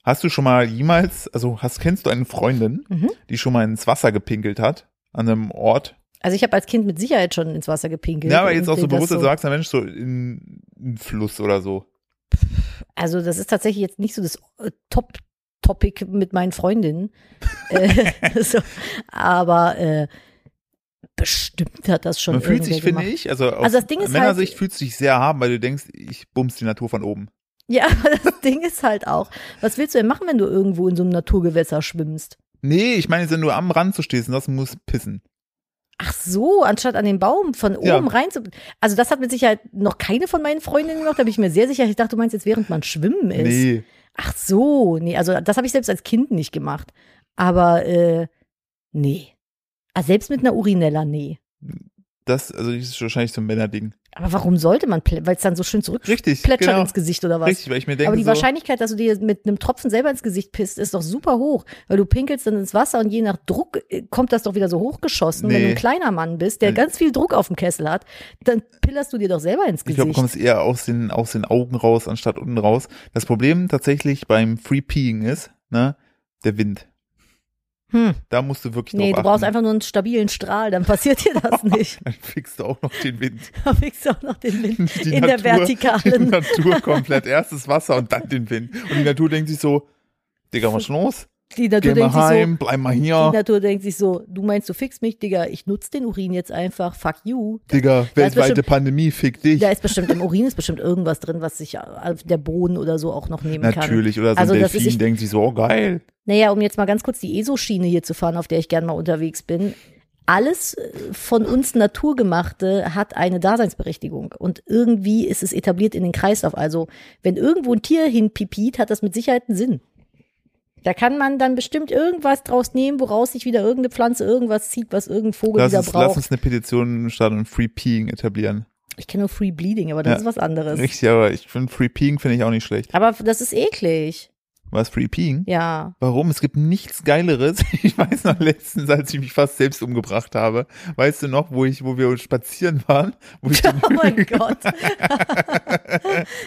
[SPEAKER 1] Hast du schon mal jemals, also hast, kennst du eine Freundin,
[SPEAKER 2] Mhm.
[SPEAKER 1] die schon mal ins Wasser gepinkelt hat, an einem Ort?
[SPEAKER 2] Also ich habe als Kind mit Sicherheit schon ins Wasser gepinkelt.
[SPEAKER 1] Ja, aber jetzt
[SPEAKER 2] und
[SPEAKER 1] auch so
[SPEAKER 2] das
[SPEAKER 1] bewusst, dass du sagst, na Mensch, so in, in Fluss oder so.
[SPEAKER 2] Also das ist tatsächlich jetzt nicht so das äh, Top. Topic mit meinen Freundinnen. äh, so, aber äh, bestimmt hat das schon
[SPEAKER 1] Man fühlt
[SPEAKER 2] irgendwer
[SPEAKER 1] sich, finde
[SPEAKER 2] gemacht.
[SPEAKER 1] ich, also aus
[SPEAKER 2] Also das Ding ist
[SPEAKER 1] Männersicht
[SPEAKER 2] halt-
[SPEAKER 1] fühlst du dich sehr haben, weil du denkst, ich bums die Natur von oben.
[SPEAKER 2] Ja, aber das Ding ist halt auch, was willst du denn machen, wenn du irgendwo in so einem Naturgewässer schwimmst?
[SPEAKER 1] Nee, ich meine, wenn du am Rand zu stehst und das muss pissen.
[SPEAKER 2] Ach so, anstatt an den Baum von oben
[SPEAKER 1] Ja.
[SPEAKER 2] rein zu. Also das hat mit Sicherheit noch keine von meinen Freundinnen gemacht, da bin ich mir sehr sicher. Ich dachte, du meinst jetzt, während man schwimmen ist.
[SPEAKER 1] Nee.
[SPEAKER 2] Ach so, nee, also das habe ich selbst als Kind nicht gemacht. Aber äh, nee. Ah, selbst mit einer Urinella, nee.
[SPEAKER 1] Das, also das ist wahrscheinlich so ein Männerding.
[SPEAKER 2] Aber warum sollte man, weil es dann so schön zurück
[SPEAKER 1] Richtig,
[SPEAKER 2] plätschert
[SPEAKER 1] genau.
[SPEAKER 2] ins Gesicht oder was?
[SPEAKER 1] Richtig, weil ich mir denke,
[SPEAKER 2] Aber die
[SPEAKER 1] so,
[SPEAKER 2] Wahrscheinlichkeit, dass du dir mit einem Tropfen selber ins Gesicht pisst, ist doch super hoch, weil du pinkelst dann ins Wasser und je nach Druck äh, kommt das doch wieder so hochgeschossen. Wenn
[SPEAKER 1] Nee. Äh.
[SPEAKER 2] du ein kleiner Mann bist, der
[SPEAKER 1] Nee.
[SPEAKER 2] ganz viel Druck auf dem Kessel hat, dann pillerst du dir doch selber ins
[SPEAKER 1] ich glaube, du
[SPEAKER 2] Gesicht.
[SPEAKER 1] kommst eher aus den, aus den Augen raus, anstatt unten raus. Das Problem tatsächlich beim Free Peeing ist, ne, der Wind.
[SPEAKER 2] Hm.
[SPEAKER 1] Da musst du wirklich
[SPEAKER 2] Nee,
[SPEAKER 1] drauf
[SPEAKER 2] du brauchst
[SPEAKER 1] achten.
[SPEAKER 2] einfach nur einen stabilen Strahl, dann passiert dir das nicht.
[SPEAKER 1] Dann fickst du auch noch den Wind.
[SPEAKER 2] Da fängst du auch noch den Wind
[SPEAKER 1] Die
[SPEAKER 2] in der
[SPEAKER 1] Natur- Die
[SPEAKER 2] vertikalen.
[SPEAKER 1] Natur komplett. Erst das Wasser und dann den Wind. Und die Natur denkt sich so, Digga, was ist los?
[SPEAKER 2] Die Natur
[SPEAKER 1] Geh mal
[SPEAKER 2] denkt sich so,
[SPEAKER 1] heim, bleib mal
[SPEAKER 2] die
[SPEAKER 1] hier.
[SPEAKER 2] Natur denkt sich so, du meinst, du fixst mich, Digga, ich nutze den Urin jetzt einfach, fuck you.
[SPEAKER 1] Digga,
[SPEAKER 2] Da ist
[SPEAKER 1] weltweite
[SPEAKER 2] bestimmt-
[SPEAKER 1] Pandemie, fick dich.
[SPEAKER 2] Da ist bestimmt, im Urin ist bestimmt irgendwas drin, was sich auf der Boden oder so auch noch nehmen kann.
[SPEAKER 1] Natürlich. Oder so ein
[SPEAKER 2] Also das ist
[SPEAKER 1] Delfin
[SPEAKER 2] ich-
[SPEAKER 1] denkt sich so, oh geil.
[SPEAKER 2] Naja, um jetzt mal ganz kurz die ESO-Schiene hier zu fahren, auf der ich gerne mal unterwegs bin. Alles äh, von uns Naturgemachte hat eine Daseinsberechtigung und irgendwie ist es etabliert in den Kreislauf. Also wenn irgendwo ein Tier hinpipiert, hat das mit Sicherheit einen Sinn. Da kann man dann bestimmt irgendwas draus nehmen, woraus sich wieder irgendeine Pflanze irgendwas zieht, was irgendein Vogel
[SPEAKER 1] Lass
[SPEAKER 2] wieder
[SPEAKER 1] uns, lass
[SPEAKER 2] braucht.
[SPEAKER 1] uns eine Petition starten und Free Peeing etablieren.
[SPEAKER 2] Ich kenne nur Free Bleeding, aber das
[SPEAKER 1] Ja,
[SPEAKER 2] ist was anderes.
[SPEAKER 1] Richtig, aber ich finde Free Peeing finde ich auch nicht schlecht.
[SPEAKER 2] Aber das ist eklig.
[SPEAKER 1] Was Free Peeing?
[SPEAKER 2] Ja.
[SPEAKER 1] Warum? Es gibt nichts Geileres. Ich weiß noch letztens, als ich mich fast selbst umgebracht habe. Weißt du noch, wo ich, wo wir spazieren waren, wo ich den
[SPEAKER 2] Oh mein Gott.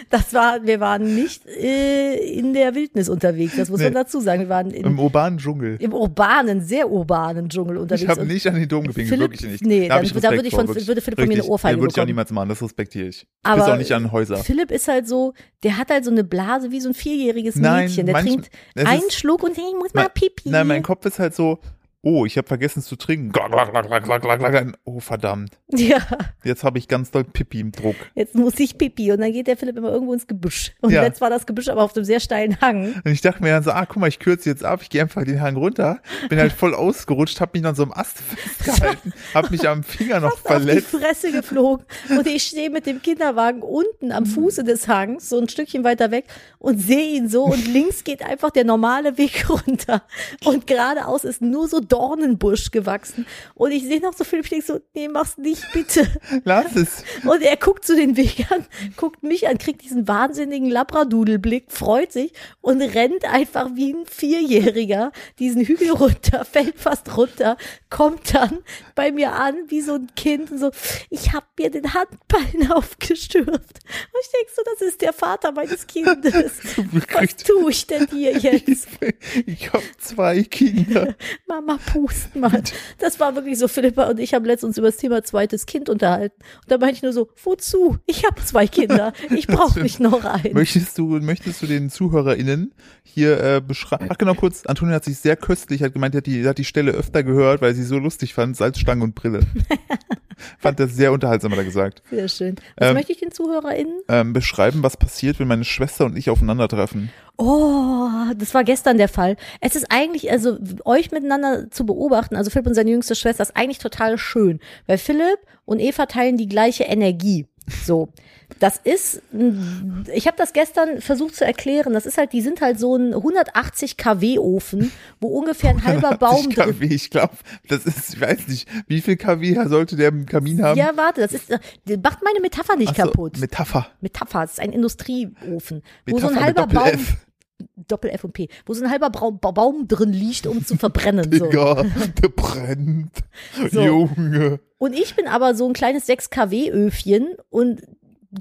[SPEAKER 2] Das war, wir waren nicht äh, in der Wildnis unterwegs, das muss man
[SPEAKER 1] Nee.
[SPEAKER 2] dazu sagen. Wir waren in,
[SPEAKER 1] im urbanen Dschungel.
[SPEAKER 2] im urbanen, sehr urbanen Dschungel unterwegs.
[SPEAKER 1] Ich habe
[SPEAKER 2] und
[SPEAKER 1] nicht an den Dom gepinkelt,
[SPEAKER 2] Philipp-
[SPEAKER 1] wirklich nicht.
[SPEAKER 2] nee,
[SPEAKER 1] hab
[SPEAKER 2] dann- da
[SPEAKER 1] Respekt
[SPEAKER 2] würde ich
[SPEAKER 1] vor,
[SPEAKER 2] von-
[SPEAKER 1] wirklich.
[SPEAKER 2] würde Philipp von mir eine
[SPEAKER 1] Richtig.
[SPEAKER 2] Ohrfeige
[SPEAKER 1] Den würde ich auch
[SPEAKER 2] bekommen.
[SPEAKER 1] niemals machen, das respektiere ich. Du bist
[SPEAKER 2] Aber
[SPEAKER 1] auch nicht an Häuser.
[SPEAKER 2] Philipp ist halt so, der hat halt so eine Blase wie so ein vierjähriges
[SPEAKER 1] Nein,
[SPEAKER 2] Mädchen. Der
[SPEAKER 1] manchmal-
[SPEAKER 2] trinkt
[SPEAKER 1] es ist-
[SPEAKER 2] einen Schluck und ich muss mal
[SPEAKER 1] Mein-
[SPEAKER 2] pipi.
[SPEAKER 1] Nein, mein Kopf ist halt so, oh, ich habe vergessen zu trinken. Glack, glack, glack, glack, glack, glack, glack. Oh, verdammt.
[SPEAKER 2] ja,
[SPEAKER 1] Jetzt habe ich ganz doll Pipi im Druck.
[SPEAKER 2] jetzt muss ich pipi. Und dann geht der Philipp immer irgendwo ins Gebüsch. Und
[SPEAKER 1] Ja.
[SPEAKER 2] jetzt war das Gebüsch aber auf dem sehr steilen Hang.
[SPEAKER 1] Und ich dachte mir dann so, ah, guck mal, ich kürze jetzt ab, ich gehe einfach den Hang runter. Bin halt voll ausgerutscht, hab mich an so einem Ast festgehalten, hab mich am Finger noch verletzt.
[SPEAKER 2] auf die Fresse geflogen und ich stehe mit dem Kinderwagen unten am Fuße des Hangs, so ein Stückchen weiter weg und sehe ihn so und links geht einfach der normale Weg runter und geradeaus ist nur so Dornenbusch gewachsen und ich sehe noch so Philipp Schlick so, nee, mach's nicht, bitte.
[SPEAKER 1] Lass es.
[SPEAKER 2] Und er guckt zu den Weg an, guckt mich an, kriegt diesen wahnsinnigen Labradudelblick, freut sich und rennt einfach wie ein Vierjähriger diesen Hügel runter, fällt fast runter, kommt dann bei mir an wie so ein Kind und so, ich hab mir den Handballen aufgestürft. Und ich denk so, das ist der Vater meines Kindes. Was tue ich denn hier jetzt?
[SPEAKER 1] Ich hab zwei Kinder.
[SPEAKER 2] Mama, pust mal. Das war wirklich so, Philippa und ich haben letztens über das Thema zweites Kind unterhalten. Und da meinte ich nur so, wozu? Ich habe zwei Kinder. Ich brauche nicht noch einen.
[SPEAKER 1] Möchtest du, möchtest du den ZuhörerInnen hier äh, beschreiben? Ach genau, kurz, Antonia hat sich sehr köstlich, hat gemeint, die hat die, die hat die Stelle öfter gehört, weil sie so lustig fand, Salzstangen und Brille. fand das sehr unterhaltsam, hat er gesagt.
[SPEAKER 2] Sehr schön. Was
[SPEAKER 1] Ähm,
[SPEAKER 2] möchte ich den ZuhörerInnen?
[SPEAKER 1] Ähm, beschreiben, was passiert, wenn meine Schwester und ich aufeinandertreffen.
[SPEAKER 2] Oh, das war gestern der Fall. Es ist eigentlich, also euch miteinander zu beobachten, also Philipp und seine jüngste Schwester, ist eigentlich total schön, weil Philipp und Eva teilen die gleiche Energie. So, das ist, ein- ich habe das gestern versucht zu erklären, das ist halt, die sind halt so ein 180 kW Ofen, wo ungefähr ein halber Baum
[SPEAKER 1] 80
[SPEAKER 2] drin
[SPEAKER 1] kW, ich glaube, das ist, ich weiß nicht, wie viel kW sollte der im Kamin haben?
[SPEAKER 2] Ja, warte, das ist, äh, macht meine Metapher nicht
[SPEAKER 1] Ach so,
[SPEAKER 2] kaputt.
[SPEAKER 1] Metapher.
[SPEAKER 2] Metapher, es ist ein Industrieofen, wo
[SPEAKER 1] Metapher
[SPEAKER 2] so ein
[SPEAKER 1] mit
[SPEAKER 2] halber Baum,
[SPEAKER 1] Doppel-F.
[SPEAKER 2] Doppel F und P, wo so ein halber Brau- Baum drin liegt, um zu verbrennen. So.
[SPEAKER 1] Digga, der brennt.
[SPEAKER 2] So.
[SPEAKER 1] Junge.
[SPEAKER 2] Und ich bin aber so ein kleines 6 kW-Öfchen und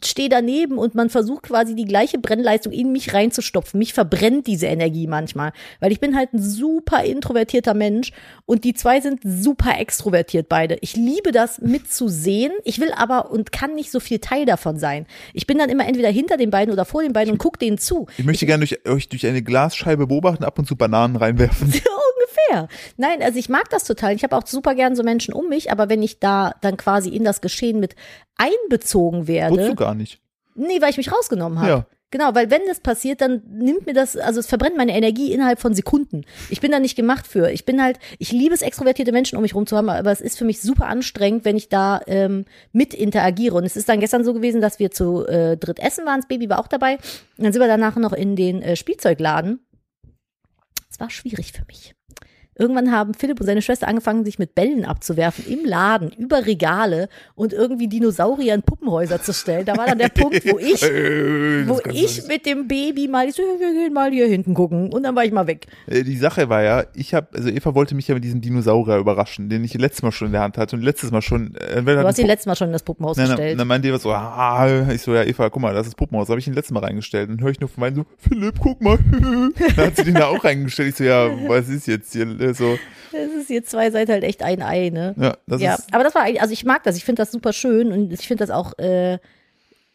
[SPEAKER 2] stehe daneben und man versucht quasi die gleiche Brennleistung in mich reinzustopfen. Mich verbrennt diese Energie manchmal, weil ich bin halt ein super introvertierter Mensch und die zwei sind super extrovertiert beide. Ich liebe das mitzusehen, ich will aber und kann nicht so viel Teil davon sein. Ich bin dann immer entweder hinter den beiden oder vor den beiden und guck denen zu.
[SPEAKER 1] Ich möchte gerne durch, euch durch eine Glasscheibe beobachten, ab und zu Bananen reinwerfen.
[SPEAKER 2] ungefähr. Nein, also ich mag das total. Ich habe auch super gern so Menschen um mich, aber wenn ich da dann quasi in das Geschehen mit einbezogen werde.
[SPEAKER 1] Wozu gar nicht?
[SPEAKER 2] Nee, weil ich mich rausgenommen habe.
[SPEAKER 1] Ja.
[SPEAKER 2] Genau, weil wenn das passiert, dann nimmt mir das, also es verbrennt meine Energie innerhalb von Sekunden. Ich bin da nicht gemacht für. Ich bin halt, ich liebe es, extrovertierte Menschen um mich rum zu haben, aber es ist für mich super anstrengend, wenn ich da ähm, mit interagiere. Und es ist dann gestern so gewesen, dass wir zu äh, dritt essen waren, das Baby war auch dabei. Und dann sind wir danach noch in den äh, Spielzeugladen. Es war schwierig für mich. Irgendwann haben Philipp und seine Schwester angefangen, sich mit Bällen abzuwerfen im Laden, über Regale und irgendwie Dinosaurier in Puppenhäuser zu stellen. Da war dann der Punkt, wo ich
[SPEAKER 1] Äh, das
[SPEAKER 2] wo
[SPEAKER 1] kannst du
[SPEAKER 2] ich mit dem Baby mal, ich so, ja, wir gehen mal hier hinten gucken. Und dann war ich mal weg.
[SPEAKER 1] nicht. Äh, Die Sache war ja, ich habe, also Eva wollte mich ja mit diesem Dinosaurier überraschen, den ich letztes Mal schon in der Hand hatte und letztes Mal schon. Äh,
[SPEAKER 2] Du hast ihn letztes Mal schon in das Puppenhaus
[SPEAKER 1] Nein, dann,
[SPEAKER 2] gestellt.
[SPEAKER 1] dann meinte Eva so, ah, ich so, ja, Eva, guck mal, das ist Puppenhaus, habe ich ihn letztes Mal reingestellt. Dann höre ich nur von meinen so, Philipp, guck mal. dann hat sie den da auch reingestellt. Ich so, ja, was ist jetzt hier? Gefühl, so.
[SPEAKER 2] Das ist, ihr zwei seid halt echt ein Ei, ne?
[SPEAKER 1] Ja, das
[SPEAKER 2] ja,
[SPEAKER 1] ist.
[SPEAKER 2] aber das war eigentlich, also ich mag das, ich finde das super schön und ich finde das auch äh,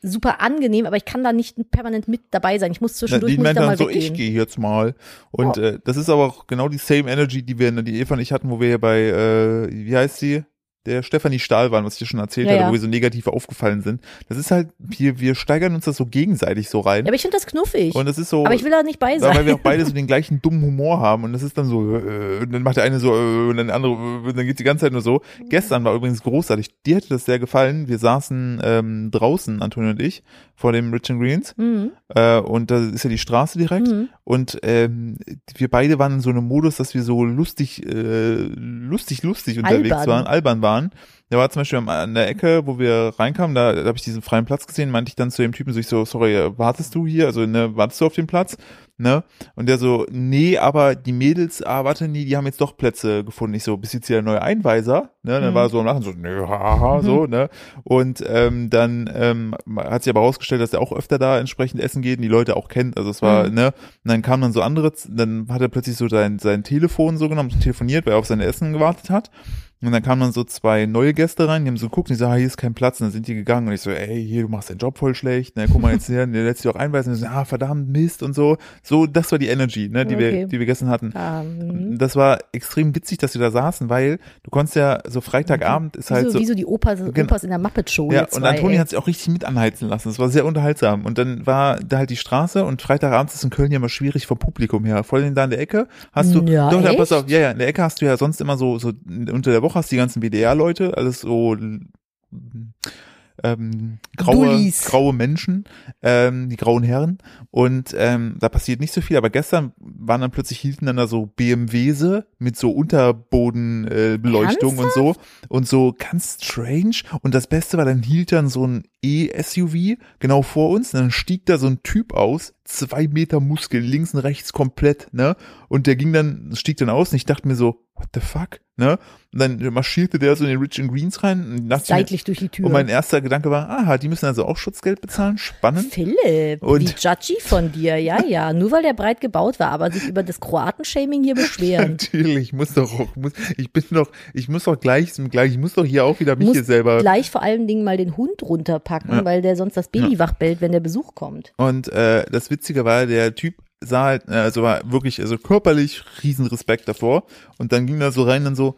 [SPEAKER 2] super angenehm, aber ich kann da nicht permanent mit dabei sein. Ich muss zwischendurch
[SPEAKER 1] Die
[SPEAKER 2] muss ich
[SPEAKER 1] meinte
[SPEAKER 2] da
[SPEAKER 1] dann
[SPEAKER 2] mal
[SPEAKER 1] so, ich
[SPEAKER 2] weggehen.
[SPEAKER 1] gehe jetzt mal. Und
[SPEAKER 2] Oh.
[SPEAKER 1] äh, das ist aber auch genau die same Energy, die wir, die Eva und ich hatten, wo wir hier bei, äh, wie heißt sie? Der Stefanie Stahl waren, was ich dir schon erzählt
[SPEAKER 2] Ja,
[SPEAKER 1] habe,
[SPEAKER 2] ja.
[SPEAKER 1] wo wir so negativ aufgefallen sind. Das ist halt, wir, wir steigern uns das so gegenseitig so rein.
[SPEAKER 2] ja, aber ich finde das knuffig.
[SPEAKER 1] und das ist so.
[SPEAKER 2] aber ich will da nicht bei
[SPEAKER 1] Ja,
[SPEAKER 2] sein.
[SPEAKER 1] weil wir auch beide so den gleichen dummen Humor haben und das ist dann so, äh, und dann macht der eine so, äh, und dann der andere, äh, und dann geht's die ganze Zeit nur so. Gestern war übrigens großartig, dir hätte das sehr gefallen. Wir saßen ähm, draußen, Antonio und ich, vor dem Rich and Greens
[SPEAKER 2] Mhm,
[SPEAKER 1] äh, und da ist ja die Straße direkt
[SPEAKER 2] mhm.
[SPEAKER 1] und ähm, wir beide waren in so einem Modus, dass wir so lustig, äh, lustig, lustig unterwegs
[SPEAKER 2] Albern.
[SPEAKER 1] waren, albern waren. Da war zum Beispiel am- an der Ecke, wo wir reinkamen, da, da habe ich diesen freien Platz gesehen, meinte ich dann zu dem Typen so, ich so, sorry, äh, wartest du hier? Also, ne, wartest du auf den Platz? Ne? Und der so, nee, aber die Mädels, ah, warte, nee, die haben jetzt doch Plätze gefunden. Ich so, bist jetzt hier der neue Einweiser? Ne? Dann
[SPEAKER 2] Mhm.
[SPEAKER 1] war er so am Lachen, so, nö, haha, so, ne? Und ähm, dann ähm, hat sich aber herausgestellt, dass er auch öfter da entsprechend essen geht und die Leute auch kennt. Also es war,
[SPEAKER 2] Mhm.
[SPEAKER 1] ne? Und dann kamen dann so andere, Z- dann hat er plötzlich so sein, sein Telefon so genommen, telefoniert, weil er auf sein Essen gewartet hat. Und dann kamen dann so zwei neue Gäste rein, die haben so geguckt und die sagen, ah, hier ist kein Platz. Und dann sind die gegangen und ich so, ey, hier, du machst deinen Job voll schlecht. Ne, guck mal jetzt her, der lässt sich auch einweisen. Und die so, ah, verdammt, Mist und so. So, das war die Energy, ne, die, wir,
[SPEAKER 2] Okay.
[SPEAKER 1] die wir gestern hatten.
[SPEAKER 2] Ah, mhm.
[SPEAKER 1] Das war extrem witzig, dass wir da saßen, weil du konntest ja so Freitagabend ist
[SPEAKER 2] Mhm. Wieso,
[SPEAKER 1] halt so.
[SPEAKER 2] wieso die Opas,
[SPEAKER 1] Genau.
[SPEAKER 2] Opas in der Muppet-Show?
[SPEAKER 1] Ja,
[SPEAKER 2] ihr
[SPEAKER 1] und
[SPEAKER 2] zwei, äh,
[SPEAKER 1] Antoni
[SPEAKER 2] ey.
[SPEAKER 1] hat sich auch richtig mit anheizen lassen. Es war sehr unterhaltsam. Und dann war da halt die Straße und Freitagabends ist in Köln ja immer schwierig vom Publikum her. Vor allem da in der Ecke hast du,
[SPEAKER 2] Mm, Ja,
[SPEAKER 1] doch, da, pass
[SPEAKER 2] echt?
[SPEAKER 1] auf, ja, ja, in der Ecke hast du ja sonst immer so, so, unter der Woche hast du die ganzen WDR-Leute, alles so, ähm, graue,
[SPEAKER 2] Dullis.
[SPEAKER 1] graue Menschen, ähm, die grauen Herren. Und ähm, da passiert nicht so viel, aber gestern waren dann plötzlich hielten dann da so BMWse mit so Unterbodenbeleuchtung äh, Beleuchtung und so und so ganz strange. Und das Beste war, dann hielt dann so ein E E-SUV genau vor uns und dann stieg da so ein Typ aus, zwei Meter Muskel, links und rechts komplett, ne? Und der ging dann, stieg dann aus und ich dachte mir so, what the fuck, ne? Und dann marschierte der so in den Rich and Greens rein und dachte ich mir,
[SPEAKER 2] seitlich durch die Tür.
[SPEAKER 1] und mein erster Gedanke war, aha, die müssen also auch Schutzgeld bezahlen, spannend.
[SPEAKER 2] Philipp,
[SPEAKER 1] Hm? Und-
[SPEAKER 2] wie judgy von dir, ja, ja. Nur weil der breit gebaut war, aber sich über das Kroatenshaming hier beschweren.
[SPEAKER 1] Natürlich, muss doch auch, muss, ich bin doch, ich muss doch gleich, gleich, ich muss doch hier auch wieder mich
[SPEAKER 2] Muss
[SPEAKER 1] hier selber.
[SPEAKER 2] gleich vor allen Dingen mal den Hund runterpacken,
[SPEAKER 1] Ja.
[SPEAKER 2] weil der sonst das Baby wachbellt, wenn der Besuch kommt.
[SPEAKER 1] Und äh, das Witzige war, der Typ sah halt, äh, also war wirklich, also körperlich riesen Respekt davor. Und dann ging er so rein, dann so,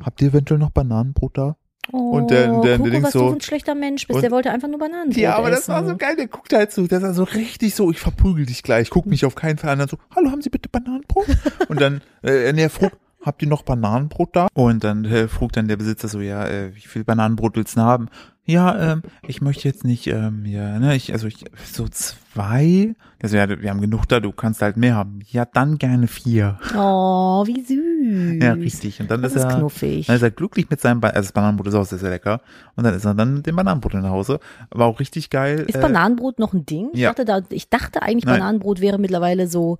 [SPEAKER 1] habt ihr eventuell noch Bananenbrot da?
[SPEAKER 2] Oh,
[SPEAKER 1] Und der- der- der
[SPEAKER 2] guck, mal,
[SPEAKER 1] denkt
[SPEAKER 2] was
[SPEAKER 1] so-
[SPEAKER 2] du für ein schlechter Mensch bist,
[SPEAKER 1] Und-
[SPEAKER 2] der wollte einfach nur Bananen
[SPEAKER 1] Ja, aber das war so geil, der guckt halt so, der sah so richtig so, ich verprügel dich gleich,
[SPEAKER 2] Hm.
[SPEAKER 1] guck mich auf keinen Fall an, dann so, hallo, haben Sie bitte Bananenbrot? Und dann, äh, nee, er frug, habt ihr noch Bananenbrot da? Und dann äh, frug dann der Besitzer so, ja, äh, wie viel Bananenbrot willst du denn haben? Ja, ähm, ich möchte jetzt nicht, ähm, ja, ne, ich, also ich, so zwei. Also ja, wir haben genug da, du kannst halt mehr haben. Ja, dann gerne vier.
[SPEAKER 2] Oh, wie süß.
[SPEAKER 1] Ja, richtig. Und dann
[SPEAKER 2] Das
[SPEAKER 1] ist
[SPEAKER 2] ist
[SPEAKER 1] er,
[SPEAKER 2] knuffig.
[SPEAKER 1] dann ist er glücklich mit seinem, ba also das Bananenbrot ist auch sehr, sehr lecker. Und dann ist er dann mit dem Bananenbrot nach Hause. War auch richtig geil.
[SPEAKER 2] Ist
[SPEAKER 1] äh,
[SPEAKER 2] Bananenbrot noch ein Ding? Ich,
[SPEAKER 1] ja.
[SPEAKER 2] dachte, da, ich dachte eigentlich,
[SPEAKER 1] Nein.
[SPEAKER 2] Bananenbrot wäre mittlerweile so,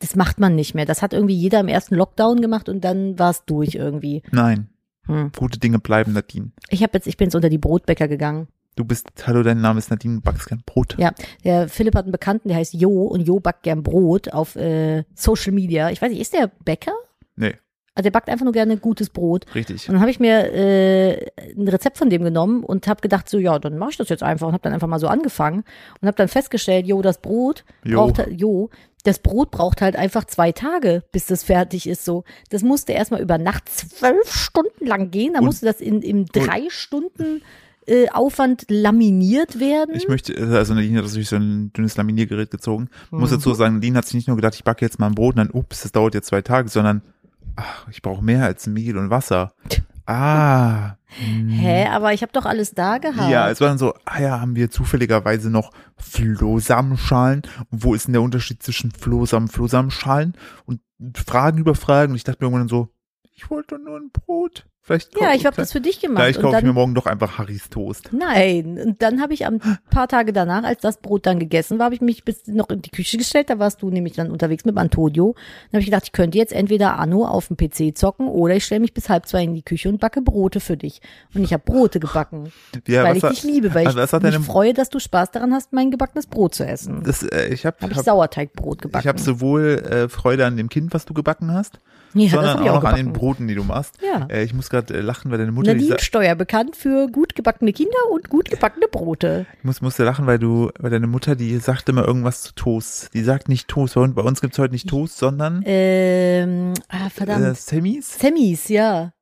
[SPEAKER 2] das macht man nicht mehr. Das hat irgendwie jeder im ersten Lockdown gemacht und dann war es durch irgendwie.
[SPEAKER 1] Nein.
[SPEAKER 2] Hm.
[SPEAKER 1] Gute Dinge bleiben, Nadine.
[SPEAKER 2] Ich habe jetzt, ich bin jetzt unter die Brotbäcker gegangen.
[SPEAKER 1] Du bist, hallo, dein Name ist Nadine, du backst gern Brot.
[SPEAKER 2] Ja, der Philipp hat einen Bekannten, der heißt Jo und Jo backt gern Brot auf äh, Social Media. Ich weiß nicht, ist der Bäcker?
[SPEAKER 1] Nee,
[SPEAKER 2] Also der backt einfach nur gerne gutes Brot.
[SPEAKER 1] richtig.
[SPEAKER 2] Und dann habe ich mir äh, ein Rezept von dem genommen und habe gedacht so, ja, dann mache ich das jetzt einfach und habe dann einfach mal so angefangen und habe dann festgestellt, jo, das Brot
[SPEAKER 1] Jo.
[SPEAKER 2] braucht halt- jo, das Brot braucht halt einfach zwei Tage, bis das fertig ist. So, das musste erstmal über Nacht zwölf Stunden lang gehen. Da
[SPEAKER 1] Und-
[SPEAKER 2] musste das in, in drei Stunden äh, Aufwand laminiert werden.
[SPEAKER 1] Ich möchte, also Nadine hat natürlich so ein dünnes Laminiergerät gezogen. Muss
[SPEAKER 2] Mhm.
[SPEAKER 1] dazu sagen, Nadine hat sich nicht nur gedacht, ich backe jetzt mal ein Brot und dann, ups, das dauert jetzt zwei Tage, sondern, ach, ich brauche mehr als Mehl und Wasser. Ah.
[SPEAKER 2] Hä, aber ich habe doch alles da gehabt.
[SPEAKER 1] Ja, es war dann so, ah ja, haben wir zufälligerweise noch Flohsamenschalen. Und wo ist denn der Unterschied zwischen Flohsamen und Flohsamenschalen? Und Fragen über Fragen. Und ich dachte mir irgendwann so, ich wollte nur ein Brot. Vielleicht
[SPEAKER 2] ja,
[SPEAKER 1] kauf-
[SPEAKER 2] ich habe das für dich gemacht.
[SPEAKER 1] Vielleicht
[SPEAKER 2] und
[SPEAKER 1] kaufe ich mir
[SPEAKER 2] dann,
[SPEAKER 1] morgen doch einfach Harrys Toast.
[SPEAKER 2] nein, und dann habe ich am paar Tage danach, als das Brot dann gegessen war, habe ich mich bis noch in die Küche gestellt. Da warst du nämlich dann unterwegs mit Antonio. Dann habe ich gedacht, ich könnte jetzt entweder Anno auf dem PC zocken oder ich stelle mich bis halb zwei in die Küche und backe Brote für dich. Und ich habe Brote gebacken,
[SPEAKER 1] Ja,
[SPEAKER 2] weil
[SPEAKER 1] was
[SPEAKER 2] ich
[SPEAKER 1] hat-
[SPEAKER 2] dich liebe, weil
[SPEAKER 1] also was
[SPEAKER 2] ich
[SPEAKER 1] hat
[SPEAKER 2] mich
[SPEAKER 1] deine-
[SPEAKER 2] freue, dass du Spaß daran hast, mein gebackenes Brot zu essen.
[SPEAKER 1] Das, äh, ich habe
[SPEAKER 2] Habe
[SPEAKER 1] hab,
[SPEAKER 2] ich
[SPEAKER 1] hab,
[SPEAKER 2] Sauerteigbrot gebacken.
[SPEAKER 1] ich hab sowohl äh, Freude an dem Kind, was du gebacken hast,
[SPEAKER 2] Ja, das
[SPEAKER 1] sondern
[SPEAKER 2] hab ich
[SPEAKER 1] auch
[SPEAKER 2] auch
[SPEAKER 1] noch an den
[SPEAKER 2] gebacken.
[SPEAKER 1] Broten, die du machst.
[SPEAKER 2] Ja.
[SPEAKER 1] Äh, ich muss gerade äh, lachen, weil deine Mutter, die
[SPEAKER 2] Nadine
[SPEAKER 1] sagt,
[SPEAKER 2] Steuer, bekannt für gut gebackene Kinder und gut gebackene Brote.
[SPEAKER 1] ich muss, musste lachen, weil du, weil deine Mutter, die sagt immer irgendwas zu Toast. Die sagt nicht Toast. Bei uns- bei uns gibt's heute nicht Toast, sondern
[SPEAKER 2] Ähm, ah, Äh, verdammt.
[SPEAKER 1] äh, Semis.
[SPEAKER 2] Semis, ja.
[SPEAKER 1] Ja,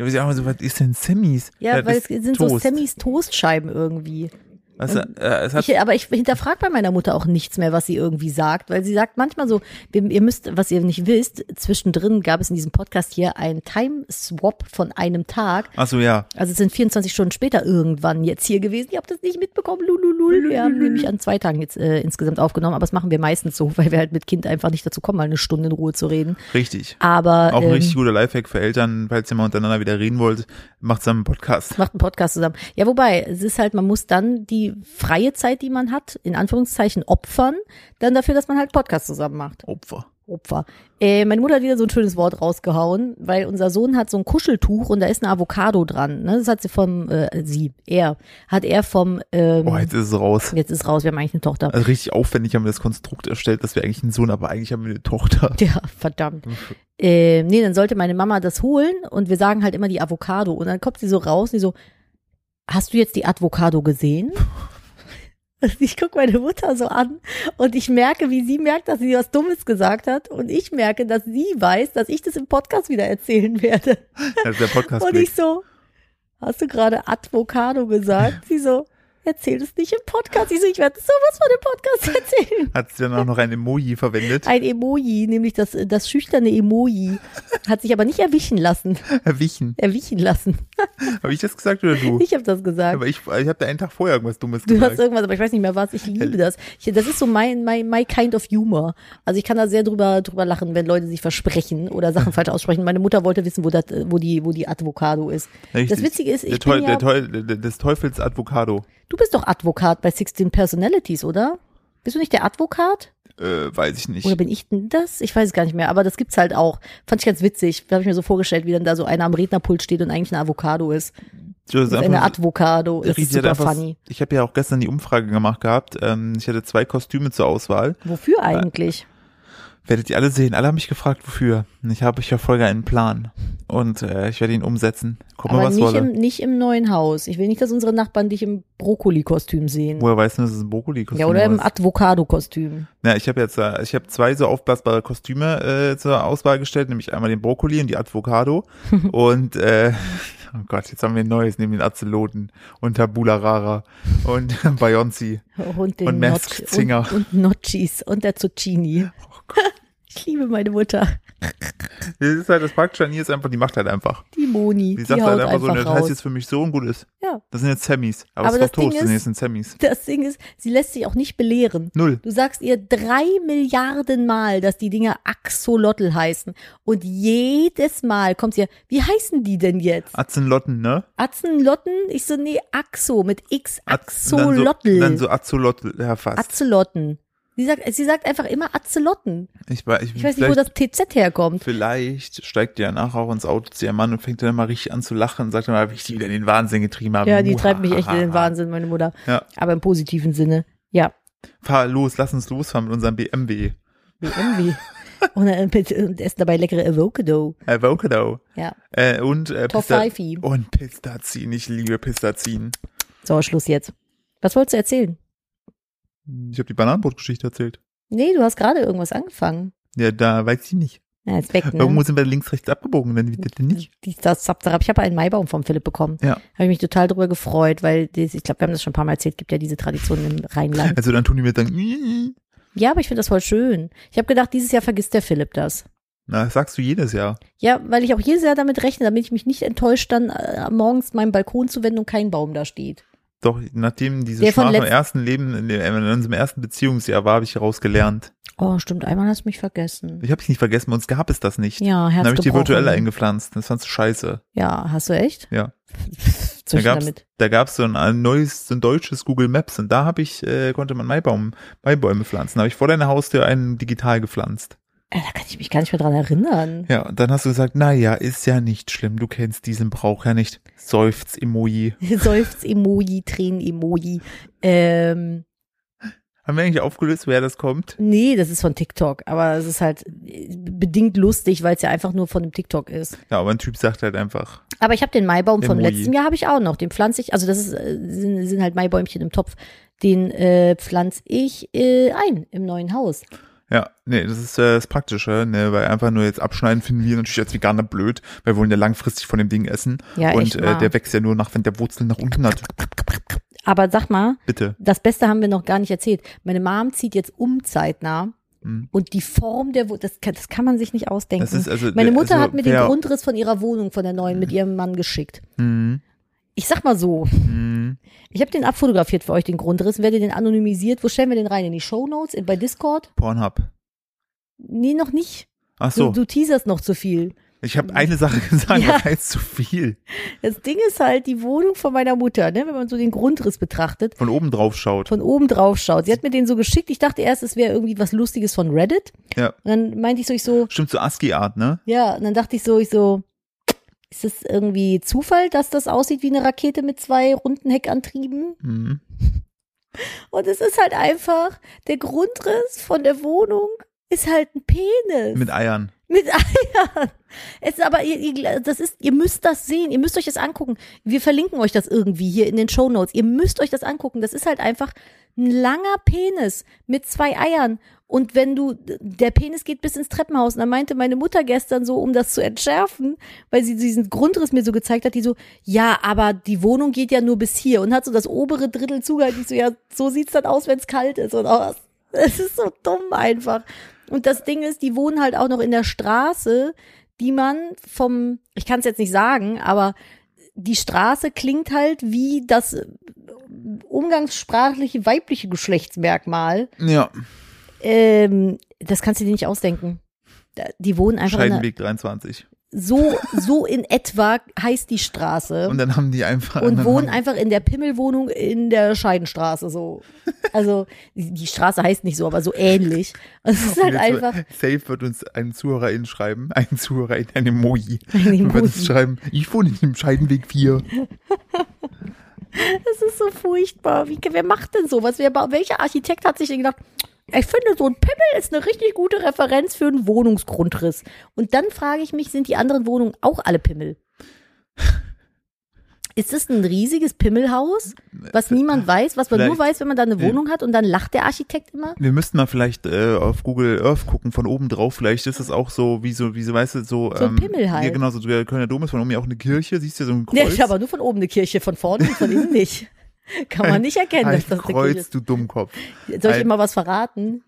[SPEAKER 1] aber sie sagen immer so, was ist denn Semis?
[SPEAKER 2] Ja, weil
[SPEAKER 1] das
[SPEAKER 2] es sind so
[SPEAKER 1] Toast.
[SPEAKER 2] Semis Toastscheiben irgendwie.
[SPEAKER 1] Also, äh, es hat,
[SPEAKER 2] Ich, aber ich hinterfrage bei meiner Mutter auch nichts mehr, was sie irgendwie sagt, weil sie sagt manchmal so, wir- ihr müsst, was ihr nicht wisst, zwischendrin gab es in diesem Podcast hier einen Time-Swap von einem Tag.
[SPEAKER 1] ach so, ja.
[SPEAKER 2] Also es sind 24 Stunden später irgendwann jetzt hier gewesen. Ihr habt das nicht mitbekommen, lululul. Wir haben nämlich an zwei Tagen jetzt äh, insgesamt aufgenommen, aber das machen wir meistens so, weil wir halt mit Kind einfach nicht dazu kommen, mal eine Stunde in Ruhe zu reden.
[SPEAKER 1] Richtig.
[SPEAKER 2] Aber
[SPEAKER 1] Auch ein
[SPEAKER 2] ähm,
[SPEAKER 1] richtig guter Lifehack für Eltern, falls ihr mal untereinander wieder reden wollt, macht's dann einen Podcast.
[SPEAKER 2] macht einen Podcast zusammen. Ja, wobei, es ist halt, man muss dann die freie Zeit, die man hat, in Anführungszeichen opfern, dann dafür, dass man halt Podcast zusammen macht.
[SPEAKER 1] Opfer.
[SPEAKER 2] Opfer. Äh, meine Mutter hat wieder so ein schönes Wort rausgehauen, weil unser Sohn hat so ein Kuscheltuch und da ist eine Avocado dran. Ne? Das hat sie vom, äh, sie, er, hat er vom, ähm,
[SPEAKER 1] Boah, jetzt ist es raus.
[SPEAKER 2] jetzt ist raus, wir haben eigentlich eine Tochter.
[SPEAKER 1] Also richtig aufwendig haben wir das Konstrukt erstellt, dass wir eigentlich einen Sohn, aber eigentlich haben wir eine Tochter.
[SPEAKER 2] Ja, verdammt. Äh, nee, dann sollte meine Mama das holen und wir sagen halt immer die Avocado. Und dann kommt sie so raus und die so, hast du jetzt die Avocado gesehen? Und ich gucke meine Mutter so an und ich merke, wie sie merkt, dass sie was Dummes gesagt hat. Und ich merke, dass sie weiß, dass ich das im Podcast wieder erzählen werde.
[SPEAKER 1] Also der Podcast
[SPEAKER 2] Und ich so, hast du gerade Avocado gesagt? Sie so, erzähl es nicht im Podcast. Ich so, ich werde sowas von dem Podcast erzählen.
[SPEAKER 1] hat sie dann auch noch ein Emoji verwendet,
[SPEAKER 2] Ein Emoji, nämlich das, das schüchterne Emoji. Hat sich aber nicht erwischen lassen.
[SPEAKER 1] erwichen.
[SPEAKER 2] Erwischen lassen.
[SPEAKER 1] Habe ich das gesagt oder du?
[SPEAKER 2] Ich habe das gesagt.
[SPEAKER 1] Aber ich, ich habe da einen Tag vorher irgendwas Dummes
[SPEAKER 2] Du hast
[SPEAKER 1] gesagt.
[SPEAKER 2] irgendwas, aber ich weiß nicht mehr was. Ich liebe das. Ich, das ist so mein, my, my kind of humor. Also ich kann da sehr drüber, drüber lachen, wenn Leute sich versprechen oder Sachen falsch aussprechen. Meine Mutter wollte wissen, wo, das, wo, die, wo die Advocado ist.
[SPEAKER 1] Richtig.
[SPEAKER 2] Das Witzige ist,
[SPEAKER 1] der
[SPEAKER 2] ich
[SPEAKER 1] Teufel,
[SPEAKER 2] bin ja,
[SPEAKER 1] der Teufel, der- des Teufels Advocado.
[SPEAKER 2] du bist doch Advokat bei 16 Personalities, oder? Bist du nicht der Advokat?
[SPEAKER 1] Äh, weiß ich nicht.
[SPEAKER 2] Oder bin ich denn das? Ich weiß es gar nicht mehr, aber das gibt's halt auch. Fand ich ganz witzig. Habe ich mir so vorgestellt, wie dann da so einer am Rednerpult steht und eigentlich ein Avocado ist.
[SPEAKER 1] Das ist
[SPEAKER 2] Das ist
[SPEAKER 1] einfach
[SPEAKER 2] eine
[SPEAKER 1] so-
[SPEAKER 2] Advocado. Das
[SPEAKER 1] Richtig,
[SPEAKER 2] ist
[SPEAKER 1] sie hat
[SPEAKER 2] super
[SPEAKER 1] einfach-
[SPEAKER 2] funny.
[SPEAKER 1] Ich habe ja auch gestern die Umfrage gemacht gehabt. Ähm, ich hatte zwei Kostüme zur Auswahl.
[SPEAKER 2] Wofür eigentlich?
[SPEAKER 1] Werdet ihr alle sehen. Alle haben mich gefragt, wofür. Und Ich habe, ich verfolge einen Plan. Und äh, ich werde ihn umsetzen. Kommt mal
[SPEAKER 2] Aber
[SPEAKER 1] was
[SPEAKER 2] nicht im,
[SPEAKER 1] wolle.
[SPEAKER 2] nicht im neuen Haus. Ich will nicht, dass unsere Nachbarn dich im Brokkoli-Kostüm sehen.
[SPEAKER 1] Woher weißt du, dass es ein Brokkoli-Kostüm
[SPEAKER 2] Hm. Ja, oder im
[SPEAKER 1] ist?
[SPEAKER 2] Advocado-Kostüm.
[SPEAKER 1] Na, ich habe jetzt, äh, ich habe zwei so aufblasbare Kostüme äh, zur Auswahl gestellt, nämlich einmal den Brokkoli und die Avocado und äh, oh Gott, jetzt haben wir ein neues, neben den Azeloten und Tabula Rara und Bayonzi.
[SPEAKER 2] Und den
[SPEAKER 1] Und Masked
[SPEAKER 2] Notch-
[SPEAKER 1] Singer.
[SPEAKER 2] Und, und Nocchis und der Zucchini.
[SPEAKER 1] Oh
[SPEAKER 2] ich liebe meine Mutter.
[SPEAKER 1] Das ist halt das Praktische an ihr ist einfach, die macht halt einfach.
[SPEAKER 2] Die
[SPEAKER 1] Die
[SPEAKER 2] Moni. Die,
[SPEAKER 1] sagt
[SPEAKER 2] haut
[SPEAKER 1] halt einfach so, ne, das heißt
[SPEAKER 2] raus.
[SPEAKER 1] jetzt für mich so und gut ist.
[SPEAKER 2] ja.
[SPEAKER 1] Das sind jetzt Semis. Aber,
[SPEAKER 2] Aber
[SPEAKER 1] es ist
[SPEAKER 2] das
[SPEAKER 1] doch Toast,
[SPEAKER 2] Ding
[SPEAKER 1] das sind
[SPEAKER 2] ist-
[SPEAKER 1] jetzt sind Semis.
[SPEAKER 2] Das Ding ist, sie lässt sich auch nicht belehren.
[SPEAKER 1] Null.
[SPEAKER 2] Du sagst ihr drei Milliarden Mal, dass die Dinger Axolotl heißen. Und jedes Mal kommt sie, wie heißen die denn jetzt?
[SPEAKER 1] Atzenlotten, ne?
[SPEAKER 2] Atzenlotten? Ich so, nee, Axo mit X,
[SPEAKER 1] Atz- und Dann so, dann
[SPEAKER 2] Axolotl.
[SPEAKER 1] so Azolotl, ja fast.
[SPEAKER 2] Atzelotten. Sie sagt, sie sagt einfach immer Atzelotten.
[SPEAKER 1] ich, war- ich,
[SPEAKER 2] Ich weiß nicht, wo das TZ herkommt.
[SPEAKER 1] Vielleicht steigt ihr danach auch ins Auto zu ihrem Mann und fängt dann mal richtig an zu lachen und sagt dann mal, wie ich die wieder in den Wahnsinn getrieben habe.
[SPEAKER 2] Ja, die treibt mich echt in den Wahnsinn, meine Mutter.
[SPEAKER 1] Ja.
[SPEAKER 2] Aber im positiven Sinne. Ja,
[SPEAKER 1] Fahr los, lass uns losfahren mit unserem BMW.
[SPEAKER 2] BMW. und, dann mit- äh, und essen dabei leckere Avocado.
[SPEAKER 1] Avocado.
[SPEAKER 2] Ja,
[SPEAKER 1] Äh, und äh, Pista
[SPEAKER 2] Toffifee.
[SPEAKER 1] und Pistazin. Ich liebe Pistazin.
[SPEAKER 2] So, Schluss jetzt. Was wolltest du erzählen?
[SPEAKER 1] Ich habe die Bananenbrotgeschichte erzählt.
[SPEAKER 2] Nee, du hast gerade irgendwas angefangen.
[SPEAKER 1] Ja, da weiß ich nicht.
[SPEAKER 2] Ja, jetzt weg, ne?
[SPEAKER 1] Irgendwo sind wir links, rechts abgebogen, wenn wir das nicht.
[SPEAKER 2] Dies, Also das, zap, zap. Ich habe einen Maibaum vom Philipp bekommen.
[SPEAKER 1] Ja.
[SPEAKER 2] Habe ich mich total drüber gefreut, weil das, ich glaube, wir haben das schon ein paar Mal erzählt, gibt ja diese Tradition im Rheinland.
[SPEAKER 1] Also dann tun die mir dann, "Mm."
[SPEAKER 2] Ja, aber ich finde das voll schön. Ich habe gedacht, dieses Jahr vergisst der Philipp das.
[SPEAKER 1] na, das sagst du jedes Jahr.
[SPEAKER 2] Ja, weil ich auch jedes Jahr damit rechne, damit ich mich nicht enttäuscht dann äh, morgens meinem Balkon zuwende und kein Baum da steht.
[SPEAKER 1] Doch, nachdem diese
[SPEAKER 2] Der von
[SPEAKER 1] Schmach im
[SPEAKER 2] letzt-
[SPEAKER 1] ersten Leben, in, dem, in unserem ersten Beziehungsjahr war, habe ich herausgelernt.
[SPEAKER 2] Oh, stimmt, einmal hast du mich vergessen.
[SPEAKER 1] Ich habe es nicht virtuell vergessen, uns gab es das nicht.
[SPEAKER 2] Ja, Herz
[SPEAKER 1] Dann habe ich dir
[SPEAKER 2] gebrochen.
[SPEAKER 1] virtuell eingepflanzt. Das fandst du scheiße.
[SPEAKER 2] Ja, hast du echt?
[SPEAKER 1] Ja. Da
[SPEAKER 2] Zwischen
[SPEAKER 1] gab's,
[SPEAKER 2] damit.
[SPEAKER 1] da gab's so ein, ein neues, so ein deutsches Google Maps und da habe ich, äh, konnte man Maibaum, Maibäume pflanzen. Da habe ich vor deiner Haustür einen digital gepflanzt.
[SPEAKER 2] Äh, da kann ich mich gar nicht mehr dran erinnern.
[SPEAKER 1] Ja, und dann hast du gesagt, na ja, ist ja nicht schlimm, du kennst diesen Brauch ja nicht. Seufz-Emoji.
[SPEAKER 2] Seufz-Emoji, Tränen-Emoji. Ähm,
[SPEAKER 1] Haben wir eigentlich aufgelöst, woher das kommt?
[SPEAKER 2] Nee, das ist von TikTok, aber es ist halt bedingt lustig, weil es ja einfach nur von dem TikTok ist.
[SPEAKER 1] Ja, aber ein Typ sagt halt einfach.
[SPEAKER 2] Aber ich habe den Maibaum vom
[SPEAKER 1] Emoji.
[SPEAKER 2] letzten Jahr habe ich auch noch. Den pflanze ich, also das ist, äh, sind, sind halt Maibäumchen im Topf. Den äh, pflanze ich äh, ein im neuen Haus.
[SPEAKER 1] Ja, nee, das ist äh, das Praktische, ne, weil einfach nur jetzt abschneiden finden wir natürlich als Veganer blöd, weil wir wollen ja langfristig von dem Ding essen.
[SPEAKER 2] Ja,
[SPEAKER 1] Und
[SPEAKER 2] echt
[SPEAKER 1] äh,
[SPEAKER 2] wahr.
[SPEAKER 1] der wächst ja nur nach, wenn der Wurzel nach unten hat.
[SPEAKER 2] Aber sag mal,
[SPEAKER 1] Bitte.
[SPEAKER 2] das Beste haben wir noch gar nicht erzählt. Meine Mom zieht jetzt um zeitnah.
[SPEAKER 1] Mhm.
[SPEAKER 2] Und die Form der Wohnung, das, kann- das kann man sich nicht ausdenken.
[SPEAKER 1] Das ist also-
[SPEAKER 2] Meine Mutter
[SPEAKER 1] also
[SPEAKER 2] hat mir den
[SPEAKER 1] wer-
[SPEAKER 2] Grundriss von ihrer Wohnung, von der neuen, mit ihrem Mann geschickt.
[SPEAKER 1] Mhm.
[SPEAKER 2] Ich sag mal so,
[SPEAKER 1] Mhm.
[SPEAKER 2] ich habe den abfotografiert für euch, den Grundriss, werde den anonymisiert. Wo stellen wir den rein? In die Shownotes? In- Bei Discord?
[SPEAKER 1] Pornhub.
[SPEAKER 2] Nee, noch nicht.
[SPEAKER 1] Ach so,
[SPEAKER 2] Du, du teaserst noch zu viel.
[SPEAKER 1] ich habe eine Sache gesagt,
[SPEAKER 2] Ja.
[SPEAKER 1] das heißt zu viel.
[SPEAKER 2] Das Ding ist halt die Wohnung von meiner Mutter, ne? wenn man so den Grundriss betrachtet,
[SPEAKER 1] Von oben drauf schaut.
[SPEAKER 2] von oben drauf schaut. Sie hat mir den so geschickt. Ich dachte erst, es wäre irgendwie was Lustiges von Reddit.
[SPEAKER 1] Ja.
[SPEAKER 2] Und dann meinte ich so, ich so,
[SPEAKER 1] Stimmt zu ASCII-Art, ne?
[SPEAKER 2] ja, und dann dachte ich so, ich so, ist das irgendwie Zufall, dass das aussieht wie eine Rakete mit zwei runden Heckantrieben?
[SPEAKER 1] Mhm.
[SPEAKER 2] Und es ist halt einfach, der Grundriss von der Wohnung ist halt ein Penis.
[SPEAKER 1] Mit Eiern.
[SPEAKER 2] Mit Eiern. Es ist aber, ihr, ihr, das ist, ihr müsst das sehen, ihr müsst euch das angucken. Wir verlinken euch das irgendwie hier in den Show Notes. Ihr müsst euch das angucken. Das ist halt einfach ein langer Penis mit zwei Eiern. Und wenn du, der Penis geht bis ins Treppenhaus. Und dann meinte meine Mutter gestern so, um das zu entschärfen, weil sie diesen Grundriss mir so gezeigt hat, die so, ja, aber die Wohnung geht ja nur bis hier. Und hat so das obere Drittel zugehalten. Ich so, ja, so sieht's dann aus, wenn's kalt ist. Und auch, es ist so dumm einfach. Und das Ding ist, die wohnen halt auch noch in der Straße, die man vom, ich kann es jetzt nicht sagen, aber die Straße klingt halt wie das äh, umgangssprachliche weibliche Geschlechtsmerkmal.
[SPEAKER 1] Ja,
[SPEAKER 2] Ähm, das kannst du dir nicht ausdenken. Da- Die wohnen einfach in einer,
[SPEAKER 1] Scheidenweg 23.
[SPEAKER 2] so, so in etwa heißt die Straße
[SPEAKER 1] Und dann haben die einfach.
[SPEAKER 2] und
[SPEAKER 1] dann
[SPEAKER 2] wohnen
[SPEAKER 1] haben,
[SPEAKER 2] einfach in der Pimmelwohnung in der Scheidenstraße so. Also die die Straße heißt nicht so, aber so ähnlich. Es ist halt
[SPEAKER 1] jetzt-
[SPEAKER 2] einfach
[SPEAKER 1] Safe wird uns ein Zuhörerin schreiben, ein Zuhörerin, ein Emoji.
[SPEAKER 2] Ein
[SPEAKER 1] Und wird uns
[SPEAKER 2] Emoji.
[SPEAKER 1] schreiben, ich wohne in dem Scheidenweg 4.
[SPEAKER 2] Das ist so furchtbar. Wie, wer macht denn sowas? Wer, ba- welcher Architekt hat sich denn gedacht, ich finde, so ein Pimmel ist eine richtig gute Referenz für einen Wohnungsgrundriss. Und dann frage ich mich, sind die anderen Wohnungen auch alle Pimmel? Ist das ein riesiges Pimmelhaus, was niemand weiß, was man nur
[SPEAKER 1] Äh, Vielleicht.
[SPEAKER 2] weiß, wenn man da eine Wohnung hat und dann lacht der Architekt immer?
[SPEAKER 1] Wir müssten mal vielleicht äh, auf Google Earth gucken, von oben drauf. Vielleicht ist es auch so, wie so, wie so, weißt du, so.
[SPEAKER 2] So ein Pimmel halt.
[SPEAKER 1] Ja, genau, so der Kölner Dom ist von oben ja auch eine Kirche, siehst du ja so ein
[SPEAKER 2] Ja,
[SPEAKER 1] Kreuz.
[SPEAKER 2] ich habe aber nur von oben eine Kirche, von vorne und von innen nicht. Kann man nicht erkennen,
[SPEAKER 1] ein
[SPEAKER 2] dass das eine Kirche
[SPEAKER 1] Kreuz,
[SPEAKER 2] ist.
[SPEAKER 1] du Dummkopf.
[SPEAKER 2] Soll ich
[SPEAKER 1] Ein-
[SPEAKER 2] dir mal was verraten?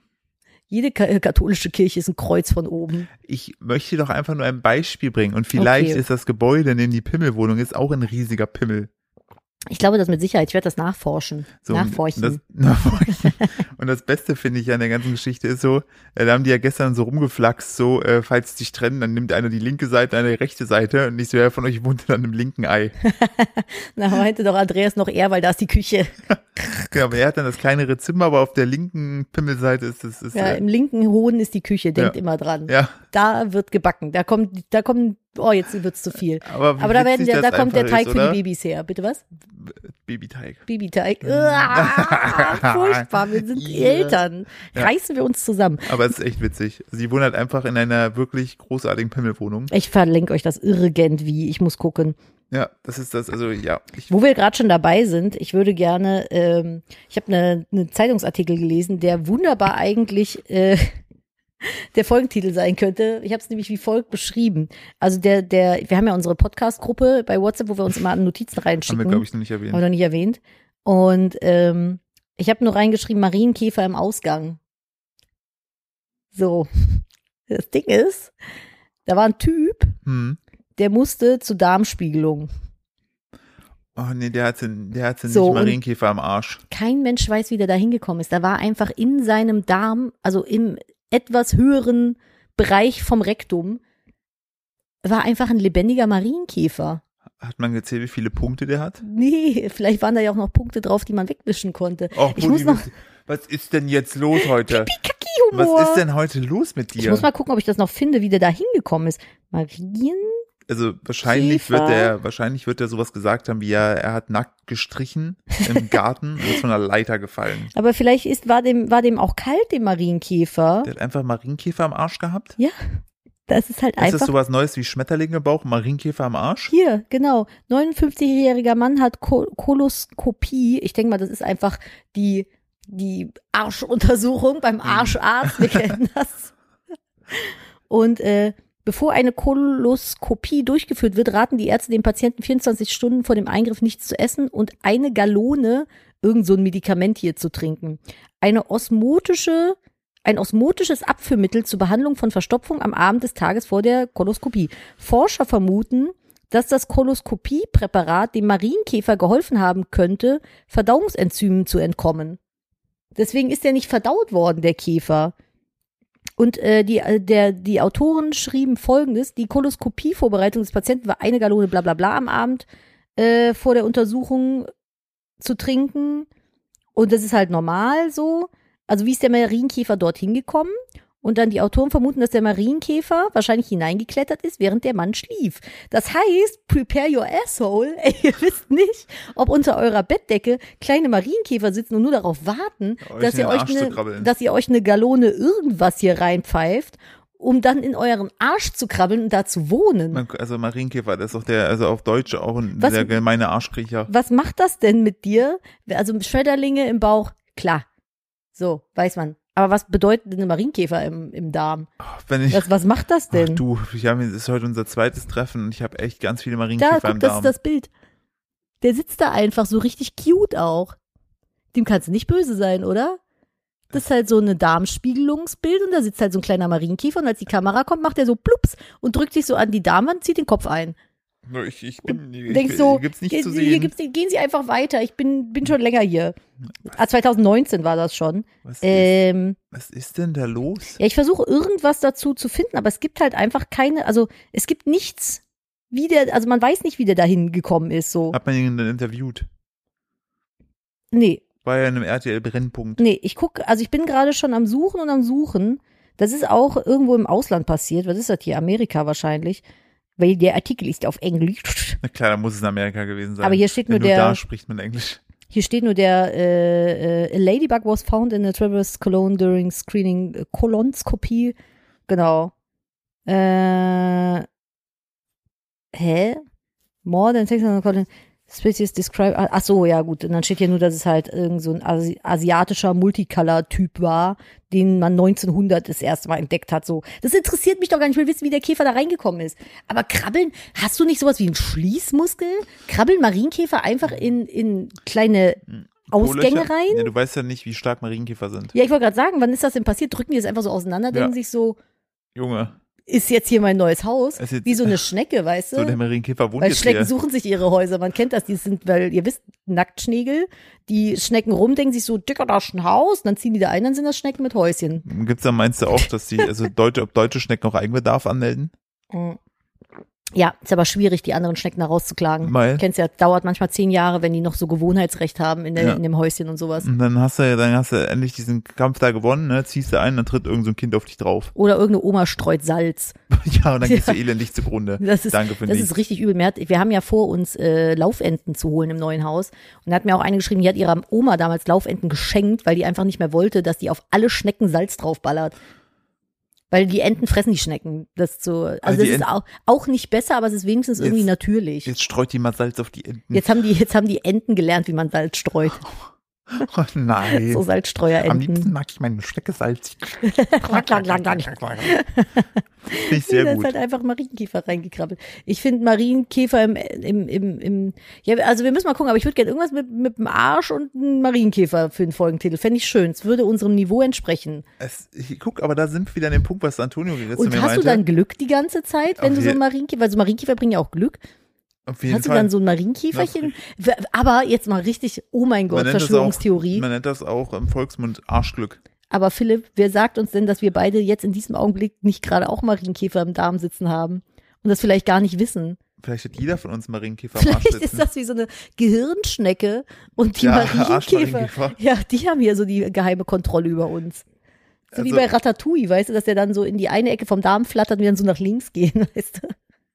[SPEAKER 2] Jede ka- äh, katholische Kirche ist ein Kreuz von oben.
[SPEAKER 1] Ich möchte doch einfach nur ein Beispiel bringen. Und vielleicht
[SPEAKER 2] Okay.
[SPEAKER 1] ist das Gebäude, in dem die Pimmelwohnung ist, auch ein riesiger Pimmel.
[SPEAKER 2] Ich glaube das mit Sicherheit. Ich werde das nachforschen.
[SPEAKER 1] So, und
[SPEAKER 2] nachforschen.
[SPEAKER 1] Das, nachforchen. und das Beste finde ich an der ganzen Geschichte ist so, äh, da haben die ja gestern so rumgeflaxt, so, äh, falls sie sich trennen, dann nimmt einer die linke Seite, einer die rechte Seite und nicht so, wer von euch wohnt dann im linken Ei.
[SPEAKER 2] Na, meinte doch Andreas noch eher, weil da ist die Küche.
[SPEAKER 1] ja, aber er hat dann das kleinere Zimmer, aber auf der linken Pimmelseite ist es, ist,
[SPEAKER 2] Ja,
[SPEAKER 1] äh,
[SPEAKER 2] Im linken Hohen ist die Küche. Denkt
[SPEAKER 1] Ja.
[SPEAKER 2] immer dran.
[SPEAKER 1] ja,
[SPEAKER 2] Da wird gebacken. Da kommt, da kommen, oh, jetzt wird's zu viel.
[SPEAKER 1] aber, wie
[SPEAKER 2] Aber da werden,
[SPEAKER 1] witzig
[SPEAKER 2] der, da
[SPEAKER 1] das
[SPEAKER 2] kommt der
[SPEAKER 1] einfach
[SPEAKER 2] Teig
[SPEAKER 1] ist,
[SPEAKER 2] für
[SPEAKER 1] oder?
[SPEAKER 2] die Babys her. Bitte was?
[SPEAKER 1] Babyteig.
[SPEAKER 2] Babyteig. Uah, Furchtbar. Wir sind
[SPEAKER 1] Ja.
[SPEAKER 2] Eltern.
[SPEAKER 1] Ja.
[SPEAKER 2] Reißen wir uns zusammen.
[SPEAKER 1] Aber es ist echt witzig. Sie wohnt halt einfach in einer wirklich großartigen Pimmelwohnung.
[SPEAKER 2] Ich verlinke euch das irgendwie. Ich muss gucken.
[SPEAKER 1] Ja, das ist das, also ja. Ich,
[SPEAKER 2] Wo wir gerade schon dabei sind, ich würde gerne, ähm, ich habe einen ne Zeitungsartikel gelesen, der wunderbar eigentlich äh, der Folgentitel sein könnte. Ich habe es nämlich wie folgt beschrieben. Also der, der, wir haben ja unsere Podcast-Gruppe bei WhatsApp, wo wir uns immer Notizen
[SPEAKER 1] haben
[SPEAKER 2] reinschicken.
[SPEAKER 1] wir, glaube ich, noch nicht
[SPEAKER 2] Haben wir
[SPEAKER 1] erwähnt.
[SPEAKER 2] noch nicht erwähnt. Und ähm, ich habe nur reingeschrieben, Marienkäfer im Ausgang. So. Das Ding ist, da war ein Typ,
[SPEAKER 1] Hm.
[SPEAKER 2] der musste zur Darmspiegelung.
[SPEAKER 1] Oh nee, der hat den, der hat den
[SPEAKER 2] So,
[SPEAKER 1] nicht
[SPEAKER 2] und-
[SPEAKER 1] Marienkäfer am Arsch.
[SPEAKER 2] kein Mensch weiß, wie der da hingekommen ist. Da war einfach in seinem Darm, also im etwas höheren Bereich vom Rektum, war einfach ein lebendiger Marienkäfer.
[SPEAKER 1] Hat man gezählt, wie viele Punkte der hat?
[SPEAKER 2] Nee, vielleicht waren da ja auch noch Punkte drauf, die man wegwischen konnte.
[SPEAKER 1] Och,
[SPEAKER 2] ich muss
[SPEAKER 1] Mutti,
[SPEAKER 2] noch.
[SPEAKER 1] Oh, was ist denn jetzt los heute?
[SPEAKER 2] Kaki-Humor.
[SPEAKER 1] Was ist denn heute los mit
[SPEAKER 2] Ich
[SPEAKER 1] dir?
[SPEAKER 2] muss mal gucken, ob ich das noch finde, wie der da hingekommen ist. Marien
[SPEAKER 1] also wahrscheinlich
[SPEAKER 2] Tiefer.
[SPEAKER 1] wird er, wahrscheinlich wird er sowas gesagt haben wie ja, er hat nackt gestrichen im Garten und ist von einer Leiter gefallen.
[SPEAKER 2] Aber vielleicht ist, war, dem, war dem auch kalt, dem Marienkäfer.
[SPEAKER 1] Der hat einfach Marienkäfer am Arsch gehabt.
[SPEAKER 2] Ja, das ist halt
[SPEAKER 1] Ist das
[SPEAKER 2] einfach.
[SPEAKER 1] sowas Neues wie Schmetterlinge im Bauch, Marienkäfer am Arsch?
[SPEAKER 2] Hier, genau. 59-jähriger Mann hat Ko Koloskopie. Ich denke mal, das ist einfach die, die Arschuntersuchung beim Arscharzt. Wir kennen das. Und äh, bevor eine Koloskopie durchgeführt wird, raten die Ärzte dem Patienten 24 Stunden vor dem Eingriff nichts zu essen und eine Gallone irgend so ein Medikament hier zu trinken. Eine osmotische ein osmotisches Abführmittel zur Behandlung von Verstopfung am Abend des Tages vor der Koloskopie. Forscher vermuten, dass das Koloskopiepräparat dem Marienkäfer geholfen haben könnte, Verdauungsenzymen zu entkommen. Deswegen ist er nicht verdaut worden, der Käfer. Und äh, die, äh, der, die Autoren schrieben folgendes: Die Koloskopievorbereitung des Patienten war eine Gallone bla bla bla am Abend äh, vor der Untersuchung zu trinken. Und das ist halt normal so. Also wie ist der Marienkäfer dorthin gekommen? Und dann die Autoren vermuten, dass der Marienkäfer wahrscheinlich hineingeklettert ist, während der Mann schlief. Das heißt, prepare your asshole. Ey, ihr wisst nicht, ob unter eurer Bettdecke kleine Marienkäfer sitzen und nur darauf warten,
[SPEAKER 1] Euch
[SPEAKER 2] dass
[SPEAKER 1] in den
[SPEAKER 2] ihr, euch
[SPEAKER 1] Arsch zu krabbeln.
[SPEAKER 2] eine, dass ihr euch eine Gallone irgendwas hier reinpfeift, um dann in euren Arsch zu krabbeln und da zu wohnen.
[SPEAKER 1] Man, also Marienkäfer, das ist doch der, also auf Deutsch auch ein
[SPEAKER 2] Was-
[SPEAKER 1] sehr gemeiner Arschkriecher.
[SPEAKER 2] Was macht das denn mit dir? Also Schmetterlinge im Bauch, klar. So, weiß man. Aber was bedeutet denn ein Marienkäfer im, im Darm?
[SPEAKER 1] Wenn ich,
[SPEAKER 2] Was, was macht das
[SPEAKER 1] ach
[SPEAKER 2] denn?
[SPEAKER 1] du, ich hab, das ist heute unser zweites Treffen und ich habe echt ganz viele
[SPEAKER 2] da,
[SPEAKER 1] Marienkäfer im
[SPEAKER 2] guck, das
[SPEAKER 1] Darm.
[SPEAKER 2] ist das Bild. Der sitzt da einfach so richtig cute auch. Dem kannst du nicht böse sein, oder? Das ist halt so eine Darmspiegelungsbild und da sitzt halt so ein kleiner Marienkäfer und als die Kamera kommt, macht er so plups und drückt sich so an die Darmwand, zieht den Kopf ein.
[SPEAKER 1] Nö, ich, ich bin, ich,
[SPEAKER 2] Denkst
[SPEAKER 1] ich,
[SPEAKER 2] so,
[SPEAKER 1] gibt's nicht
[SPEAKER 2] hier,
[SPEAKER 1] zu
[SPEAKER 2] Hier
[SPEAKER 1] sehen.
[SPEAKER 2] gibt's, nicht- gehen Sie einfach weiter, ich bin, bin schon länger hier. Ah, 2019 war das schon.
[SPEAKER 1] was, ist,
[SPEAKER 2] Ähm,
[SPEAKER 1] was ist denn da los?
[SPEAKER 2] ja, ich versuche irgendwas dazu zu finden, aber es gibt halt einfach keine, also es gibt nichts, wie der, also man weiß nicht, wie der dahin gekommen ist, so.
[SPEAKER 1] Hat man ihn denn interviewt?
[SPEAKER 2] Nee,
[SPEAKER 1] War ja in einem RTL-Brennpunkt.
[SPEAKER 2] nee, ich guck, also ich bin gerade schon am Suchen und am Suchen. Das ist auch irgendwo im Ausland passiert. Was ist das hier? Amerika wahrscheinlich. Weil der Artikel ist auf Englisch.
[SPEAKER 1] Na klar, da muss es in Amerika gewesen sein.
[SPEAKER 2] Aber hier steht
[SPEAKER 1] Wenn
[SPEAKER 2] nur
[SPEAKER 1] du da
[SPEAKER 2] der,
[SPEAKER 1] spricht man Englisch.
[SPEAKER 2] hier steht nur der, äh, äh, a Ladybug was found in a Traverse Cologne during screening äh, Kolonskopie. Genau. Äh, hä? More than 600 Colon Species described. ah, Ach so, ja gut. Und dann steht hier nur, dass es halt irgend so ein Asi asiatischer Multicolor-Typ war, den man 1900 das erste Mal entdeckt hat. So, das interessiert mich doch gar nicht. Ich will wissen, wie der Käfer da reingekommen ist. Aber krabbeln, hast du nicht sowas wie einen Schließmuskel? Krabbeln Marienkäfer einfach in in kleine Ausgänge
[SPEAKER 1] Polöcher?
[SPEAKER 2] rein?
[SPEAKER 1] Hm, Ja, du weißt ja nicht, wie stark Marienkäfer sind.
[SPEAKER 2] Ja, ich wollte gerade sagen, wann ist das denn passiert? Drücken die das einfach so auseinander, denken
[SPEAKER 1] Ja.
[SPEAKER 2] sich so,
[SPEAKER 1] Junge,
[SPEAKER 2] ist jetzt hier mein neues Haus?
[SPEAKER 1] Ist jetzt-
[SPEAKER 2] Wie so eine Schnecke, weißt du?
[SPEAKER 1] so der Marienkäfer wohnt
[SPEAKER 2] Äh, Weil
[SPEAKER 1] jetzt
[SPEAKER 2] Schnecken
[SPEAKER 1] hier.
[SPEAKER 2] suchen sich ihre Häuser. Man kennt das, die sind, weil ihr wisst, Nacktschnägel, die Schnecken rumdenken sich so, dicker, da ist ein Haus, und dann ziehen die da ein, dann sind das Schnecken mit Häuschen.
[SPEAKER 1] Gibt's da meinst du auch, dass die, also deutsche, ob deutsche Schnecken auch Eigenbedarf anmelden?
[SPEAKER 2] Ja, ist aber schwierig, die anderen Schnecken da rauszuklagen.
[SPEAKER 1] Weil?
[SPEAKER 2] Kennst ja, dauert manchmal zehn Jahre, wenn die noch so Gewohnheitsrecht haben in, der,
[SPEAKER 1] Ja. Mhm.
[SPEAKER 2] in dem Häuschen und sowas.
[SPEAKER 1] Und dann hast du ja, dann hast du endlich diesen Kampf da gewonnen, ne? Ziehst du ein, dann tritt irgend so ein Kind auf dich drauf.
[SPEAKER 2] Oder irgendeine Oma streut Salz.
[SPEAKER 1] ja, und dann gehst du
[SPEAKER 2] Ja.
[SPEAKER 1] elendig zugrunde.
[SPEAKER 2] Das ist,
[SPEAKER 1] Danke für
[SPEAKER 2] das
[SPEAKER 1] die-
[SPEAKER 2] ist richtig übel. Mir hat, wir haben ja vor uns äh, Laufenten zu holen im neuen Haus. Und da hat mir auch eine geschrieben, die hat ihrer Oma damals Laufenten geschenkt, weil die einfach nicht mehr wollte, dass die auf alle Schnecken Salz draufballert. Weil die Enten fressen die Schnecken. Das zu, also,
[SPEAKER 1] Also
[SPEAKER 2] das
[SPEAKER 1] die
[SPEAKER 2] ist
[SPEAKER 1] Enten-
[SPEAKER 2] auch, auch nicht besser, aber es ist wenigstens irgendwie
[SPEAKER 1] Jetzt-
[SPEAKER 2] natürlich. Jetzt,
[SPEAKER 1] Jetzt streut die mal Salz auf die Enten.
[SPEAKER 2] haben die, jetzt haben die Enten gelernt, wie man Salz streut.
[SPEAKER 1] Oh, nein.
[SPEAKER 2] So
[SPEAKER 1] Am
[SPEAKER 2] Salzstreuerenten.
[SPEAKER 1] liebsten mag ich meine Schnecke salzig.
[SPEAKER 2] Klack, klack, klack, klack.
[SPEAKER 1] Finde ich
[SPEAKER 2] da
[SPEAKER 1] sehr
[SPEAKER 2] ist
[SPEAKER 1] gut.
[SPEAKER 2] halt einfach Marienkäfer reingekrabbelt. Ich finde Marienkäfer im, im, im, im, ja, also wir müssen mal gucken, aber ich würde gerne irgendwas mit, mit dem Arsch und einem Marienkäfer für den Folgentitel. Fände ich schön. Es würde unserem Niveau entsprechen.
[SPEAKER 1] Es, ich, guck, aber da sind wir wieder an dem Punkt, was Antonio jetzt zu
[SPEAKER 2] und
[SPEAKER 1] mir
[SPEAKER 2] hast
[SPEAKER 1] meinte.
[SPEAKER 2] du dann Glück die ganze Zeit, wenn
[SPEAKER 1] Auf
[SPEAKER 2] du so
[SPEAKER 1] je-
[SPEAKER 2] einen Marienkäfer, weil so Marienkäfer bringen ja auch Glück.
[SPEAKER 1] Auf jeden
[SPEAKER 2] hast
[SPEAKER 1] Fall.
[SPEAKER 2] du dann so ein Marienkäferchen? Aber jetzt mal richtig, oh mein
[SPEAKER 1] das
[SPEAKER 2] Gott,
[SPEAKER 1] Auch,
[SPEAKER 2] Verschwörungstheorie.
[SPEAKER 1] man nennt das auch im Volksmund Arschglück.
[SPEAKER 2] Aber Philipp, wer sagt uns denn, dass wir beide jetzt in diesem Augenblick nicht gerade auch Marienkäfer im Darm sitzen haben? Und das vielleicht gar nicht wissen.
[SPEAKER 1] Vielleicht hat jeder von uns einen Marienkäfer am Arsch
[SPEAKER 2] Vielleicht ist
[SPEAKER 1] sitzen.
[SPEAKER 2] das wie so eine Gehirnschnecke und die
[SPEAKER 1] Ja,
[SPEAKER 2] Marienkäfer.
[SPEAKER 1] Arschmarienkäfer.
[SPEAKER 2] Ja, die haben hier so die geheime Kontrolle über uns. So wie
[SPEAKER 1] Also-
[SPEAKER 2] bei Ratatouille, weißt du, dass der dann so in die eine Ecke vom Darm flattert und wir dann so nach links gehen, weißt du?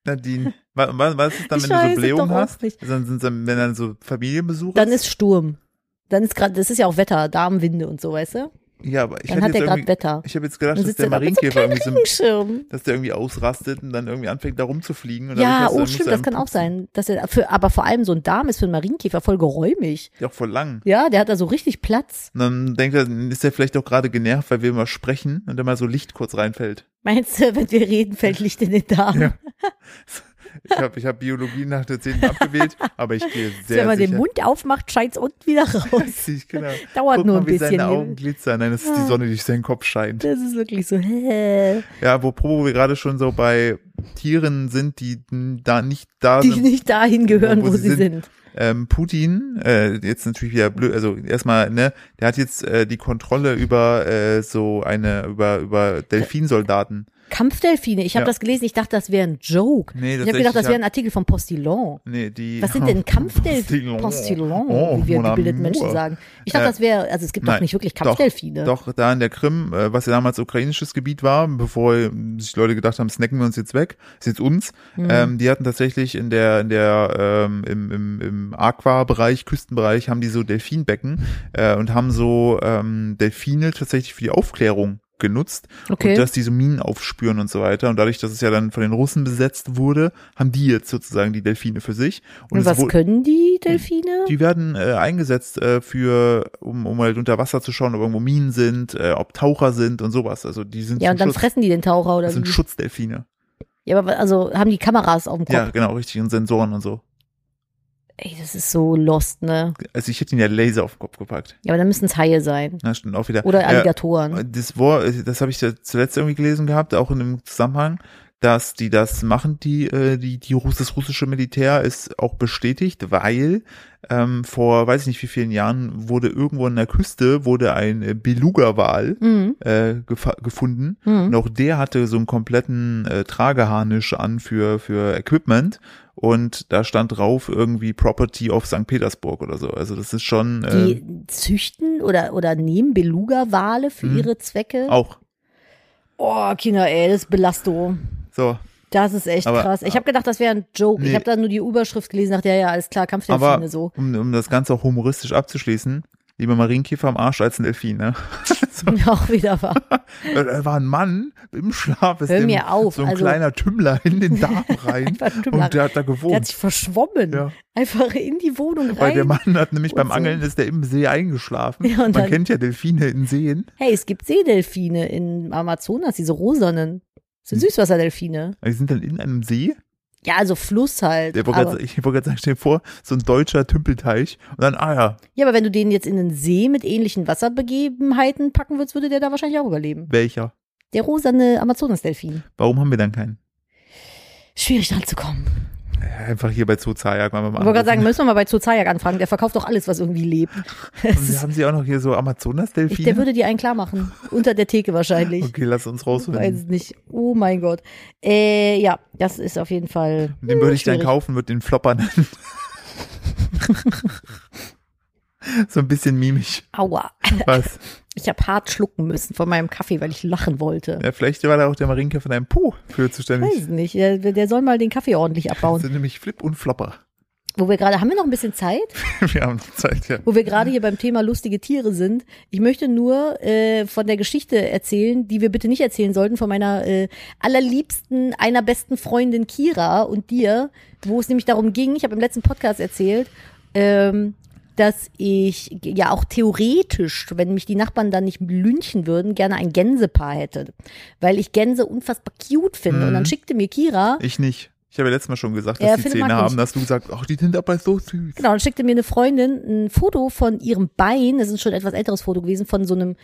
[SPEAKER 1] Nadine, wa- wa- was ist dann, wenn
[SPEAKER 2] Ich
[SPEAKER 1] du
[SPEAKER 2] weiß
[SPEAKER 1] so
[SPEAKER 2] es
[SPEAKER 1] Blähung
[SPEAKER 2] doch auch
[SPEAKER 1] hast?
[SPEAKER 2] nicht.
[SPEAKER 1] Dann sind dann, wenn dann so Familienbesuch
[SPEAKER 2] Dann ist Sturm. Dann ist gerade, das ist ja auch Wetter, Darmwinde und so, weißt du?
[SPEAKER 1] Ja, aber ich
[SPEAKER 2] Dann
[SPEAKER 1] hätte
[SPEAKER 2] hat
[SPEAKER 1] jetzt
[SPEAKER 2] der gerade
[SPEAKER 1] irgendwie,
[SPEAKER 2] Wetter.
[SPEAKER 1] ich habe jetzt gedacht,
[SPEAKER 2] Dann
[SPEAKER 1] dass
[SPEAKER 2] sitzt
[SPEAKER 1] der
[SPEAKER 2] er da mit so
[SPEAKER 1] Marienkäfer irgendwie so,
[SPEAKER 2] Schirm.
[SPEAKER 1] dass der irgendwie ausrastet und dann irgendwie anfängt da rumzufliegen. Und
[SPEAKER 2] Ja,
[SPEAKER 1] dadurch, dass er-
[SPEAKER 2] oh
[SPEAKER 1] muss
[SPEAKER 2] stimmt,
[SPEAKER 1] er
[SPEAKER 2] das kann auch sein. Dass er für, aber vor allem so ein Darm ist für einen Marienkäfer voll geräumig.
[SPEAKER 1] Ja, auch voll lang.
[SPEAKER 2] Ja, der hat da so richtig Platz.
[SPEAKER 1] Und dann denkt er, dann ist er vielleicht auch gerade genervt, weil wir immer sprechen und immer so Licht kurz reinfällt.
[SPEAKER 2] Meinst du, wenn wir reden, fällt Licht in den Darm?
[SPEAKER 1] Ja, Ich habe ich hab Biologie nach der 10. abgewählt, aber ich gehe sehr
[SPEAKER 2] wenn man
[SPEAKER 1] sicher.
[SPEAKER 2] den Mund aufmacht, scheint es unten wieder raus.
[SPEAKER 1] Richtig, genau.
[SPEAKER 2] Dauert
[SPEAKER 1] Guck
[SPEAKER 2] nur
[SPEAKER 1] mal,
[SPEAKER 2] ein
[SPEAKER 1] wie seine
[SPEAKER 2] bisschen. ne? Ah.
[SPEAKER 1] Augen glitzern. Nein, das ist die Sonne, die durch seinen Kopf scheint.
[SPEAKER 2] Das ist wirklich so. hä?
[SPEAKER 1] Ja, wo wo wir gerade schon so bei Tieren sind, die n- da nicht da
[SPEAKER 2] Die
[SPEAKER 1] sind.
[SPEAKER 2] nicht dahin gehören,
[SPEAKER 1] Wo
[SPEAKER 2] wo,
[SPEAKER 1] sie
[SPEAKER 2] sie sind.
[SPEAKER 1] Ähm, Putin, äh, jetzt natürlich wieder blöd, also erstmal, ne, der hat jetzt äh, die Kontrolle über äh, so eine, über, über Delfinsoldaten.
[SPEAKER 2] Kampfdelfine, ich habe
[SPEAKER 1] Ja.
[SPEAKER 2] das gelesen, ich dachte, das wäre ein Joke.
[SPEAKER 1] Nee,
[SPEAKER 2] ich
[SPEAKER 1] tatsächlich,
[SPEAKER 2] habe gedacht, das
[SPEAKER 1] ich
[SPEAKER 2] wäre
[SPEAKER 1] hab-
[SPEAKER 2] ein Artikel von Postillon.
[SPEAKER 1] Nee, die.
[SPEAKER 2] Was sind denn Kampfdelfine?
[SPEAKER 1] Postillon.
[SPEAKER 2] Postillon,
[SPEAKER 1] Oh,
[SPEAKER 2] wie wir
[SPEAKER 1] mon
[SPEAKER 2] gebildeten
[SPEAKER 1] amour.
[SPEAKER 2] Menschen sagen. Ich dachte,
[SPEAKER 1] Äh,
[SPEAKER 2] das wäre, also es gibt
[SPEAKER 1] nein,
[SPEAKER 2] doch nicht wirklich
[SPEAKER 1] doch,
[SPEAKER 2] Kampfdelfine.
[SPEAKER 1] Doch, da in der Krim, äh, was ja damals ukrainisches Gebiet war, bevor ähm, sich Leute gedacht haben, snacken wir uns jetzt weg, ist jetzt uns,
[SPEAKER 2] Mhm.
[SPEAKER 1] ähm, die hatten tatsächlich in der, in der, ähm, im, im, im Aqua-Bereich, Küstenbereich, haben die so Delfinbecken äh, und haben so ähm, Delfine tatsächlich für die Aufklärung genutzt
[SPEAKER 2] Okay.
[SPEAKER 1] und dass die so Minen aufspüren und so weiter und dadurch, dass es ja dann von den Russen besetzt wurde, haben die jetzt sozusagen die Delfine für sich
[SPEAKER 2] Und,
[SPEAKER 1] es
[SPEAKER 2] was
[SPEAKER 1] wo-
[SPEAKER 2] können die Delfine?
[SPEAKER 1] die werden äh, eingesetzt äh, für, um, um halt unter Wasser zu schauen, ob irgendwo Minen sind, äh, ob Taucher sind und sowas. Also die sind
[SPEAKER 2] ja,
[SPEAKER 1] zum
[SPEAKER 2] und dann
[SPEAKER 1] Schutz,
[SPEAKER 2] fressen die den Taucher
[SPEAKER 1] das
[SPEAKER 2] oder
[SPEAKER 1] sind
[SPEAKER 2] wie?
[SPEAKER 1] Schutzdelfine.
[SPEAKER 2] Ja, aber also haben die Kameras auf dem Kopf.
[SPEAKER 1] Ja, genau, richtig. Und Sensoren und so.
[SPEAKER 2] Ey, das ist so lost, ne?
[SPEAKER 1] Also ich hätte ihnen ja Laser auf den Kopf gepackt.
[SPEAKER 2] Ja, aber dann müssen es Haie sein.
[SPEAKER 1] Na, stimmt auch wieder.
[SPEAKER 2] Oder
[SPEAKER 1] Äh,
[SPEAKER 2] Alligatoren.
[SPEAKER 1] das Wort, das habe ich ja zuletzt irgendwie gelesen gehabt, auch in dem Zusammenhang, dass die das machen, die, äh, die, die Russ, das russische Militär ist auch bestätigt, weil ähm, vor weiß ich nicht wie vielen Jahren wurde irgendwo an der Küste wurde ein äh, Beluga-Wal
[SPEAKER 2] mhm.
[SPEAKER 1] äh, gefa- gefunden. Und
[SPEAKER 2] Mhm.
[SPEAKER 1] auch der hatte so einen kompletten äh, Trageharnisch an für, für Equipment. Und da stand drauf irgendwie Property of St. Petersburg oder so. Also das ist schon äh,
[SPEAKER 2] Die züchten oder, oder nehmen Beluga-Wale für
[SPEAKER 1] Mhm.
[SPEAKER 2] ihre Zwecke.
[SPEAKER 1] auch.
[SPEAKER 2] Oh, Kinder, ey, das ist Belasto.
[SPEAKER 1] So.
[SPEAKER 2] Das ist echt
[SPEAKER 1] Aber-
[SPEAKER 2] krass. Ich habe gedacht, das wäre ein Joke.
[SPEAKER 1] Nee.
[SPEAKER 2] Ich habe da nur die Überschrift gelesen, dachte, ja, ja, alles klar, Kampfdelfine
[SPEAKER 1] Aber
[SPEAKER 2] so.
[SPEAKER 1] um, um das Ganze auch humoristisch abzuschließen, lieber Marienkäfer am Arsch als ein Delfin, ne?
[SPEAKER 2] Auch wieder wahr.
[SPEAKER 1] Äh, Da war ein Mann im Schlaf, ist
[SPEAKER 2] Hör
[SPEAKER 1] dem
[SPEAKER 2] mir auf,
[SPEAKER 1] so ein
[SPEAKER 2] also-
[SPEAKER 1] kleiner Tümmler in den Darm rein.
[SPEAKER 2] Einfach ein Tümmler.
[SPEAKER 1] und der hat da
[SPEAKER 2] Der hat
[SPEAKER 1] gewohnt.
[SPEAKER 2] sich verschwommen.
[SPEAKER 1] Ja.
[SPEAKER 2] Einfach in die Wohnung
[SPEAKER 1] Weil
[SPEAKER 2] rein.
[SPEAKER 1] der Mann hat nämlich beim
[SPEAKER 2] Und so.
[SPEAKER 1] Angeln ist der im See eingeschlafen.
[SPEAKER 2] Ja, und
[SPEAKER 1] Man
[SPEAKER 2] dann-
[SPEAKER 1] kennt ja Delfine in Seen.
[SPEAKER 2] hey, es gibt Seedelfine in Amazonas, diese rosanen. Das
[SPEAKER 1] Hm.
[SPEAKER 2] sind Süßwasserdelfine.
[SPEAKER 1] Aber Die sind dann in einem See.
[SPEAKER 2] Ja, also Fluss halt.
[SPEAKER 1] Der wollte grad-
[SPEAKER 2] aber,
[SPEAKER 1] ich wollte gerade sagen, stell dir vor, so ein deutscher Tümpelteich. Und dann, ah ja,
[SPEAKER 2] ja, aber wenn du den jetzt in einen See mit ähnlichen Wasserbegebenheiten packen würdest, würde der da wahrscheinlich auch überleben.
[SPEAKER 1] welcher?
[SPEAKER 2] Der rosane Amazonas-Delfin.
[SPEAKER 1] Warum haben wir dann keinen?
[SPEAKER 2] Schwierig dran zu kommen.
[SPEAKER 1] Äh, Einfach hier bei Zozajak mal
[SPEAKER 2] Ich
[SPEAKER 1] mal
[SPEAKER 2] wollte gerade sagen,
[SPEAKER 1] anrufen.
[SPEAKER 2] müssen wir mal bei Zozajak anfragen. Der verkauft doch alles, was irgendwie lebt.
[SPEAKER 1] Und wir haben sie auch noch hier so
[SPEAKER 2] Ich, der
[SPEAKER 1] Amazonas-Delfine?
[SPEAKER 2] würde dir einen klar machen. Unter der Theke wahrscheinlich.
[SPEAKER 1] Okay, lass uns
[SPEAKER 2] Ich weiß
[SPEAKER 1] rausfinden.
[SPEAKER 2] es nicht. Oh mein Gott. Äh, ja, das ist auf jeden Fall.
[SPEAKER 1] Den würde ich dann
[SPEAKER 2] schwierig.
[SPEAKER 1] kaufen, würde den Flopper nennen. so ein bisschen mimisch.
[SPEAKER 2] Aua.
[SPEAKER 1] Was?
[SPEAKER 2] Ich habe hart schlucken müssen von meinem Kaffee, weil ich lachen wollte.
[SPEAKER 1] Ja, vielleicht war da auch der Marienke von einem Po für
[SPEAKER 2] Ich
[SPEAKER 1] zuständig.
[SPEAKER 2] weiß nicht. Der, der soll mal den Kaffee ordentlich
[SPEAKER 1] Das
[SPEAKER 2] abbauen.
[SPEAKER 1] sind nämlich Flip und Flopper.
[SPEAKER 2] Wo wir gerade, haben wir noch ein bisschen Zeit?
[SPEAKER 1] Wir haben noch Zeit, ja.
[SPEAKER 2] Wo wir gerade hier beim Thema lustige Tiere sind. Ich möchte nur äh, von der Geschichte erzählen, die wir bitte nicht erzählen sollten, von meiner äh, allerliebsten, einer besten Freundin Kira und dir, wo es nämlich darum ging, ich habe im letzten Podcast erzählt, ähm, dass ich ja auch theoretisch, wenn mich die Nachbarn dann nicht lynchen würden, gerne ein Gänsepaar hätte. Weil ich Gänse unfassbar cute finde. Und dann schickte mir Kira
[SPEAKER 1] Ich nicht. Ich habe ja letztes Mal schon gesagt, dass
[SPEAKER 2] Ja,
[SPEAKER 1] die
[SPEAKER 2] Philipp
[SPEAKER 1] Zähne
[SPEAKER 2] mag
[SPEAKER 1] haben,
[SPEAKER 2] nicht.
[SPEAKER 1] dass du gesagt, ach, die sind aber so süß.
[SPEAKER 2] Genau, dann schickte mir eine Freundin ein Foto von ihrem Bein, das ist schon ein etwas älteres Foto gewesen, von so einem,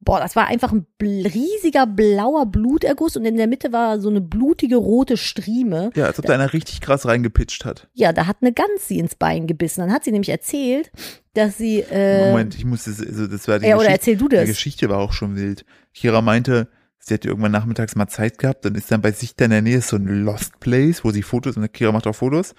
[SPEAKER 2] boah, das war einfach ein bl- riesiger blauer Bluterguss und in der Mitte war so eine blutige rote Strieme.
[SPEAKER 1] Ja, als ob da einer richtig krass reingepitcht hat.
[SPEAKER 2] Ja, da hat eine Gans sie ins Bein gebissen. Dann hat sie nämlich erzählt, dass sie, äh,
[SPEAKER 1] Moment, ich musste, also das war die
[SPEAKER 2] ja, oder
[SPEAKER 1] Geschichte.
[SPEAKER 2] erzähl du
[SPEAKER 1] Die
[SPEAKER 2] das.
[SPEAKER 1] Geschichte war auch schon wild. Kira meinte, sie hätte irgendwann nachmittags mal Zeit gehabt und ist dann bei sich da in der Nähe so ein Lost Place, wo sie Fotos, und Kira macht auch Fotos,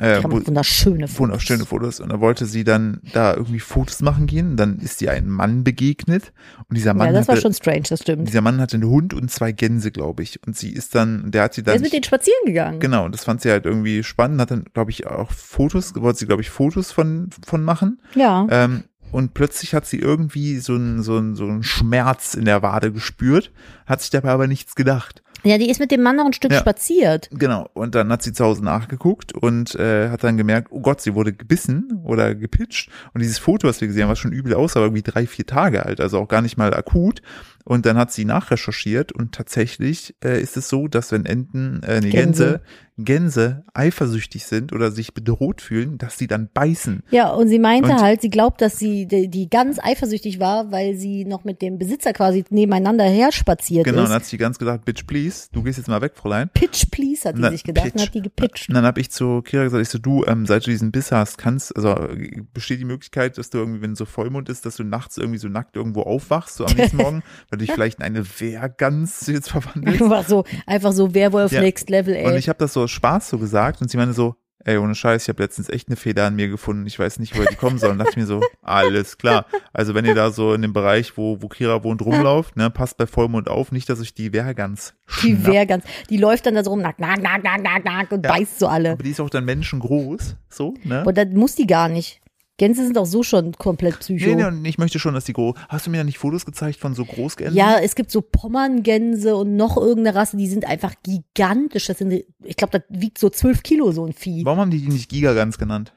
[SPEAKER 1] Äh,
[SPEAKER 2] Ich
[SPEAKER 1] wo-
[SPEAKER 2] habe wunderschöne Fotos.
[SPEAKER 1] wunderschöne Fotos und da wollte sie dann da irgendwie Fotos machen gehen. Dann ist ihr ein Mann begegnet und dieser
[SPEAKER 2] Ja,
[SPEAKER 1] Mann
[SPEAKER 2] das war
[SPEAKER 1] hatte,
[SPEAKER 2] schon strange, das stimmt.
[SPEAKER 1] dieser Mann hatte einen Hund und zwei Gänse, glaube ich. Und sie ist dann, der hat sie
[SPEAKER 2] Der
[SPEAKER 1] dann
[SPEAKER 2] ist mit denen spazieren gegangen.
[SPEAKER 1] Genau, das fand sie halt irgendwie spannend, hat dann, glaube ich, auch Fotos, wollte sie, glaube ich, Fotos von, von machen.
[SPEAKER 2] Ja.
[SPEAKER 1] Ähm, und plötzlich hat sie irgendwie so einen so einen- so einen Schmerz in der Wade gespürt, hat sich dabei aber nichts gedacht.
[SPEAKER 2] ja, die ist mit dem Mann noch ein Stück
[SPEAKER 1] Ja.
[SPEAKER 2] spaziert.
[SPEAKER 1] Genau, und dann hat sie zu Hause nachgeguckt und äh, hat dann gemerkt, oh Gott, sie wurde gebissen oder gepitcht. Und dieses Foto, was wir gesehen haben, war schon übel aus, aber irgendwie drei, vier Tage alt, also auch gar nicht mal akut. Und dann hat sie nachrecherchiert und tatsächlich äh, ist es so, dass wenn Enten, äh, nee, Gänse.
[SPEAKER 2] Gänse.
[SPEAKER 1] Gänse eifersüchtig sind oder sich bedroht fühlen, dass sie dann beißen.
[SPEAKER 2] Ja, und sie meinte
[SPEAKER 1] Und-
[SPEAKER 2] halt, sie glaubt, dass sie die, die ganz eifersüchtig war, weil sie noch mit dem Besitzer quasi nebeneinander her spaziert
[SPEAKER 1] Genau, dann
[SPEAKER 2] ist.
[SPEAKER 1] hat sie ganz gedacht, Bitch, please, du gehst jetzt mal weg, Fräulein.
[SPEAKER 2] Pitch please hat sie
[SPEAKER 1] Na,
[SPEAKER 2] sich gedacht und
[SPEAKER 1] pitch.
[SPEAKER 2] hat die gepitcht.
[SPEAKER 1] Und dann habe ich zu Kira gesagt, ich so, du, ähm, seit du diesen Biss hast, kannst, also äh, besteht die Möglichkeit, dass du irgendwie, wenn so Vollmond ist, dass du nachts irgendwie so nackt irgendwo aufwachst, so am nächsten Morgen, weil du dich vielleicht in eine Wehrgans jetzt verwandelst.
[SPEAKER 2] Einfach so, einfach so Werwolf
[SPEAKER 1] Ja.
[SPEAKER 2] Next Level, ey.
[SPEAKER 1] Und ich habe das so aus Spaß so gesagt und sie meinte so, ey, ohne Scheiß, ich habe letztens echt eine Feder an mir gefunden, ich weiß nicht, woher die kommen soll. Und dachte ich mir so, alles klar. Also wenn ihr da so in dem Bereich, wo, wo Kira wohnt, rumlauft, ne, passt bei Vollmond auf, nicht, dass euch die Wehrgans
[SPEAKER 2] die
[SPEAKER 1] schnapp.
[SPEAKER 2] wäre ganz, die läuft dann da so rum, nack, nack, nack, nack, nack, nack und
[SPEAKER 1] Ja.
[SPEAKER 2] beißt so alle.
[SPEAKER 1] Aber die ist auch dann menschengroß, so, ne?
[SPEAKER 2] Und das muss die gar nicht. Gänse sind auch so schon komplett psycho.
[SPEAKER 1] Nee, nee, und ich möchte schon, dass die groß. Hast du mir da nicht Fotos gezeigt von so Großgänsen?
[SPEAKER 2] Ja, es gibt so Pommerngänse und noch irgendeine Rasse, die sind einfach gigantisch. Das sind, ich glaube, das wiegt so 12 Kilo, so ein Vieh.
[SPEAKER 1] Warum haben die die nicht Gigagans genannt?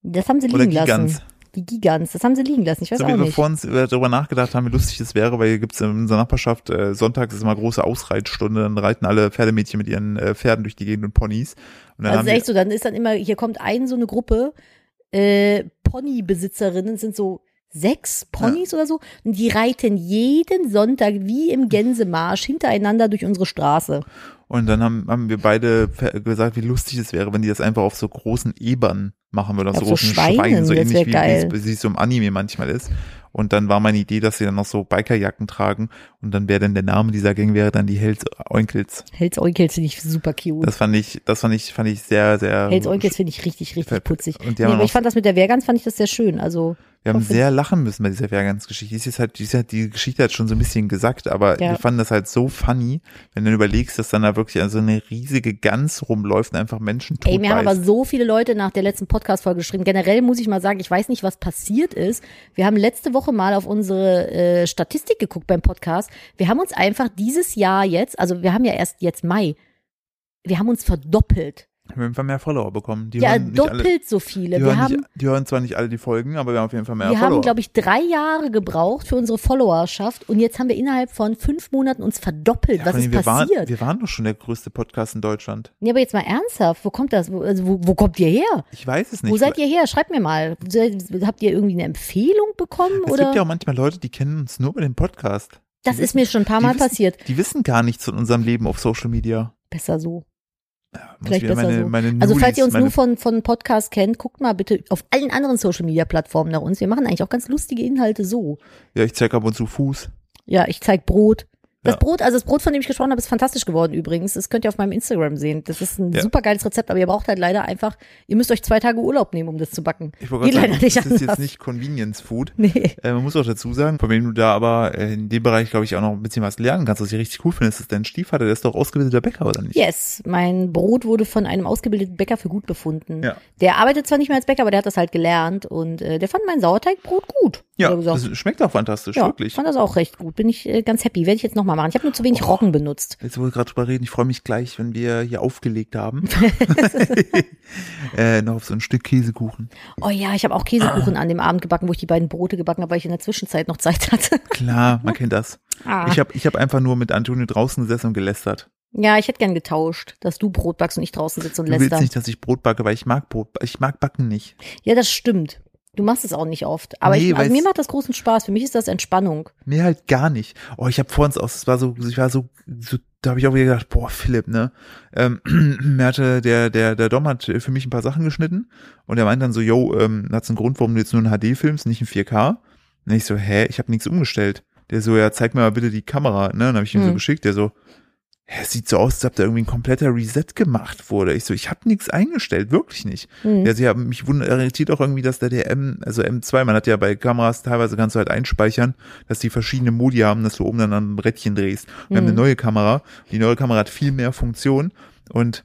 [SPEAKER 2] Das haben sie
[SPEAKER 1] Oder
[SPEAKER 2] liegen lassen.
[SPEAKER 1] Gigans?
[SPEAKER 2] Die Gigants, das haben sie liegen lassen. Ich weiß
[SPEAKER 1] So,
[SPEAKER 2] auch
[SPEAKER 1] wie wir
[SPEAKER 2] nicht.
[SPEAKER 1] vor uns äh, darüber nachgedacht haben, wie lustig das wäre, weil hier gibt's in unserer Nachbarschaft, äh, sonntags ist immer große Ausreitstunde, dann reiten alle Pferdemädchen mit ihren äh, Pferden durch die Gegend und Ponys. Und dann
[SPEAKER 2] Also
[SPEAKER 1] haben
[SPEAKER 2] ist echt so, dann ist dann immer, hier kommt ein so eine Gruppe äh, Ponybesitzerinnen, es sind so sechs Ponys oder so, und die reiten jeden Sonntag wie im Gänsemarsch hintereinander durch unsere Straße.
[SPEAKER 1] wir, und dann haben, haben wir beide ver- gesagt, wie lustig es wäre, wenn die das einfach auf so großen Ebern machen würden, auf
[SPEAKER 2] Ja,
[SPEAKER 1] so
[SPEAKER 2] auf so
[SPEAKER 1] großen
[SPEAKER 2] Schweinen,
[SPEAKER 1] Schweinen, so
[SPEAKER 2] das wär
[SPEAKER 1] ähnlich wie wie
[SPEAKER 2] geil.
[SPEAKER 1] es- wie es so im Anime manchmal ist. Und dann war meine Idee, dass sie dann noch so Bikerjacken tragen und dann wäre dann der Name dieser Gang wäre dann die Hells Onkels.
[SPEAKER 2] Hells Onkels finde ich super cute.
[SPEAKER 1] Das ähm, fand ich, das fand ich, fand ich sehr, sehr.
[SPEAKER 2] Hells Onkels finde ich richtig, richtig putzig.
[SPEAKER 1] Und die
[SPEAKER 2] Nee,
[SPEAKER 1] haben
[SPEAKER 2] aber
[SPEAKER 1] auch-
[SPEAKER 2] ich fand das mit der Wehrgans, fand ich das sehr schön. Also
[SPEAKER 1] wir haben
[SPEAKER 2] hoffe-
[SPEAKER 1] sehr lachen müssen bei dieser Wehrgans-Geschichte. Die ist jetzt halt, die ist halt, die Geschichte hat schon so ein bisschen gesagt, aber
[SPEAKER 2] Ja.
[SPEAKER 1] wir fanden das halt so funny, wenn du dann überlegst, dass dann da wirklich so eine riesige Gans rumläuft und einfach Menschen tot
[SPEAKER 2] Ey, mir haben aber
[SPEAKER 1] beißt.
[SPEAKER 2] so viele Leute nach der letzten Podcast-Folge geschrieben. Generell muss ich mal sagen, ich weiß nicht, was passiert ist. Wir haben letzte Woche mal auf unsere äh, Statistik geguckt beim Podcast. Wir haben uns einfach dieses Jahr jetzt, also wir haben ja erst jetzt Mai, wir haben uns verdoppelt.
[SPEAKER 1] Wir haben auf jeden Fall mehr Follower bekommen. Die
[SPEAKER 2] ja,
[SPEAKER 1] hören nicht alle,
[SPEAKER 2] doppelt so
[SPEAKER 1] die
[SPEAKER 2] viele. Wir
[SPEAKER 1] hören,
[SPEAKER 2] haben,
[SPEAKER 1] nicht, die hören zwar nicht alle die Folgen, aber wir haben auf jeden Fall mehr
[SPEAKER 2] wir
[SPEAKER 1] Follower.
[SPEAKER 2] haben glaube ich, drei Jahre gebraucht für unsere Followerschaft und jetzt haben wir innerhalb von fünf Monaten uns verdoppelt.
[SPEAKER 1] Ja,
[SPEAKER 2] was
[SPEAKER 1] vor allem,
[SPEAKER 2] ist
[SPEAKER 1] wir waren,
[SPEAKER 2] passiert?
[SPEAKER 1] wir waren doch schon der größte Podcast in Deutschland.
[SPEAKER 2] nee, aber jetzt mal ernsthaft, wo kommt das? Wo, also wo, wo kommt ihr her?
[SPEAKER 1] Ich weiß es nicht.
[SPEAKER 2] Wo seid ihr her? Schreibt mir mal. Seid- Habt ihr irgendwie eine Empfehlung bekommen?
[SPEAKER 1] es
[SPEAKER 2] oder?
[SPEAKER 1] gibt ja auch manchmal Leute, die kennen uns nur über den Podcast.
[SPEAKER 2] Das ist mir schon ein paar
[SPEAKER 1] die
[SPEAKER 2] Mal
[SPEAKER 1] wissen-
[SPEAKER 2] passiert.
[SPEAKER 1] Die wissen gar nichts von unserem Leben auf Social Media.
[SPEAKER 2] Besser so.
[SPEAKER 1] Muss
[SPEAKER 2] Vielleicht
[SPEAKER 1] wieder
[SPEAKER 2] besser
[SPEAKER 1] meine,
[SPEAKER 2] so.
[SPEAKER 1] meine
[SPEAKER 2] Also falls
[SPEAKER 1] Nulis,
[SPEAKER 2] ihr uns
[SPEAKER 1] meine,
[SPEAKER 2] nur von, von Podcast kennt, guckt mal bitte auf allen anderen Social Media Plattformen nach uns. Wir machen eigentlich auch ganz lustige Inhalte so.
[SPEAKER 1] Ja, ich zeig ab und zu Fuß.
[SPEAKER 2] Ja, ich zeig Brot. Das
[SPEAKER 1] Ja.
[SPEAKER 2] Brot, also das Brot, von dem ich gesprochen habe, ist fantastisch geworden übrigens. Das könnt ihr auf meinem Instagram sehen. Das ist ein
[SPEAKER 1] Ja.
[SPEAKER 2] super geiles Rezept, aber ihr braucht halt leider einfach, ihr müsst euch zwei Tage Urlaub nehmen, um das zu backen.
[SPEAKER 1] Ich wollte
[SPEAKER 2] Geht
[SPEAKER 1] gerade
[SPEAKER 2] leider
[SPEAKER 1] sagen,
[SPEAKER 2] nicht
[SPEAKER 1] das ist jetzt
[SPEAKER 2] anders.
[SPEAKER 1] nicht Convenience Food.
[SPEAKER 2] Nee.
[SPEAKER 1] Äh, man muss auch dazu sagen, von wem du da aber äh, in dem Bereich, glaube ich, auch noch ein bisschen was lernen kannst, was ich richtig cool finde, ist, dass dein Stiefvater, der ist doch ausgebildeter Bäcker, oder nicht?
[SPEAKER 2] Yes, mein Brot wurde von einem ausgebildeten Bäcker für gut befunden.
[SPEAKER 1] Ja.
[SPEAKER 2] Der arbeitet zwar nicht mehr als Bäcker, aber der hat das halt gelernt und äh, der fand mein Sauerteigbrot gut. Hat
[SPEAKER 1] Ja,
[SPEAKER 2] er gesagt.
[SPEAKER 1] das schmeckt auch fantastisch,
[SPEAKER 2] Ja,
[SPEAKER 1] wirklich. Oh.
[SPEAKER 2] fand das auch recht gut. Bin ich äh, ganz happy. Werde ich jetzt nochmal machen. Ich habe nur zu wenig Roggen benutzt.
[SPEAKER 1] Jetzt wollte ich gerade drüber reden, ich freue mich gleich, wenn wir hier aufgelegt haben. äh, noch auf so ein Stück Käsekuchen.
[SPEAKER 2] Oh ja, ich habe auch Käsekuchen an dem Abend gebacken, wo ich die beiden Brote gebacken habe, weil ich in der Zwischenzeit noch Zeit hatte.
[SPEAKER 1] Klar, man kennt das.
[SPEAKER 2] Ah.
[SPEAKER 1] Ich habe ich hab einfach nur mit Antonio draußen gesessen und gelästert.
[SPEAKER 2] ja, ich hätte gern getauscht, dass du Brot backst und ich draußen sitze und
[SPEAKER 1] Du willst
[SPEAKER 2] läster.
[SPEAKER 1] nicht, dass ich Brot backe, weil ich mag Brot, ich mag Backen nicht.
[SPEAKER 2] Ja, das stimmt. Du machst es auch nicht oft. Aber
[SPEAKER 1] Nee,
[SPEAKER 2] ich, also
[SPEAKER 1] weil's-
[SPEAKER 2] mir macht das großen Spaß. Für mich ist das Entspannung.
[SPEAKER 1] Mir halt gar nicht. Oh, ich habe vor uns aus, es war so, ich war so, so da habe ich auch wieder gedacht, boah, Philipp, ne? Ähm, mir hatte der, der, der Dom hat für mich ein paar Sachen geschnitten und er meint dann so, yo, ähm, hat's einen Grund, warum du jetzt nur ein HD filmst, nicht ein 4K? Und ich so, hä, ich habe nichts umgestellt. Der so, ja, zeig mir mal bitte die Kamera, ne? Und dann habe ich ihm so
[SPEAKER 2] Hm.
[SPEAKER 1] geschickt, der so, "Hä, es sieht so aus, als ob da irgendwie ein kompletter Reset gemacht wurde. Ich so, ich habe nichts eingestellt, wirklich nicht.
[SPEAKER 2] Hm.
[SPEAKER 1] Ja, sie haben mich wund- irritiert auch irgendwie, dass da der M, also M2, man hat ja bei Kameras teilweise kannst du halt einspeichern, dass die verschiedene Modi haben, dass du oben dann an ein Rädchen drehst. Wir haben eine neue Kamera. Die neue Kamera hat viel mehr Funktion und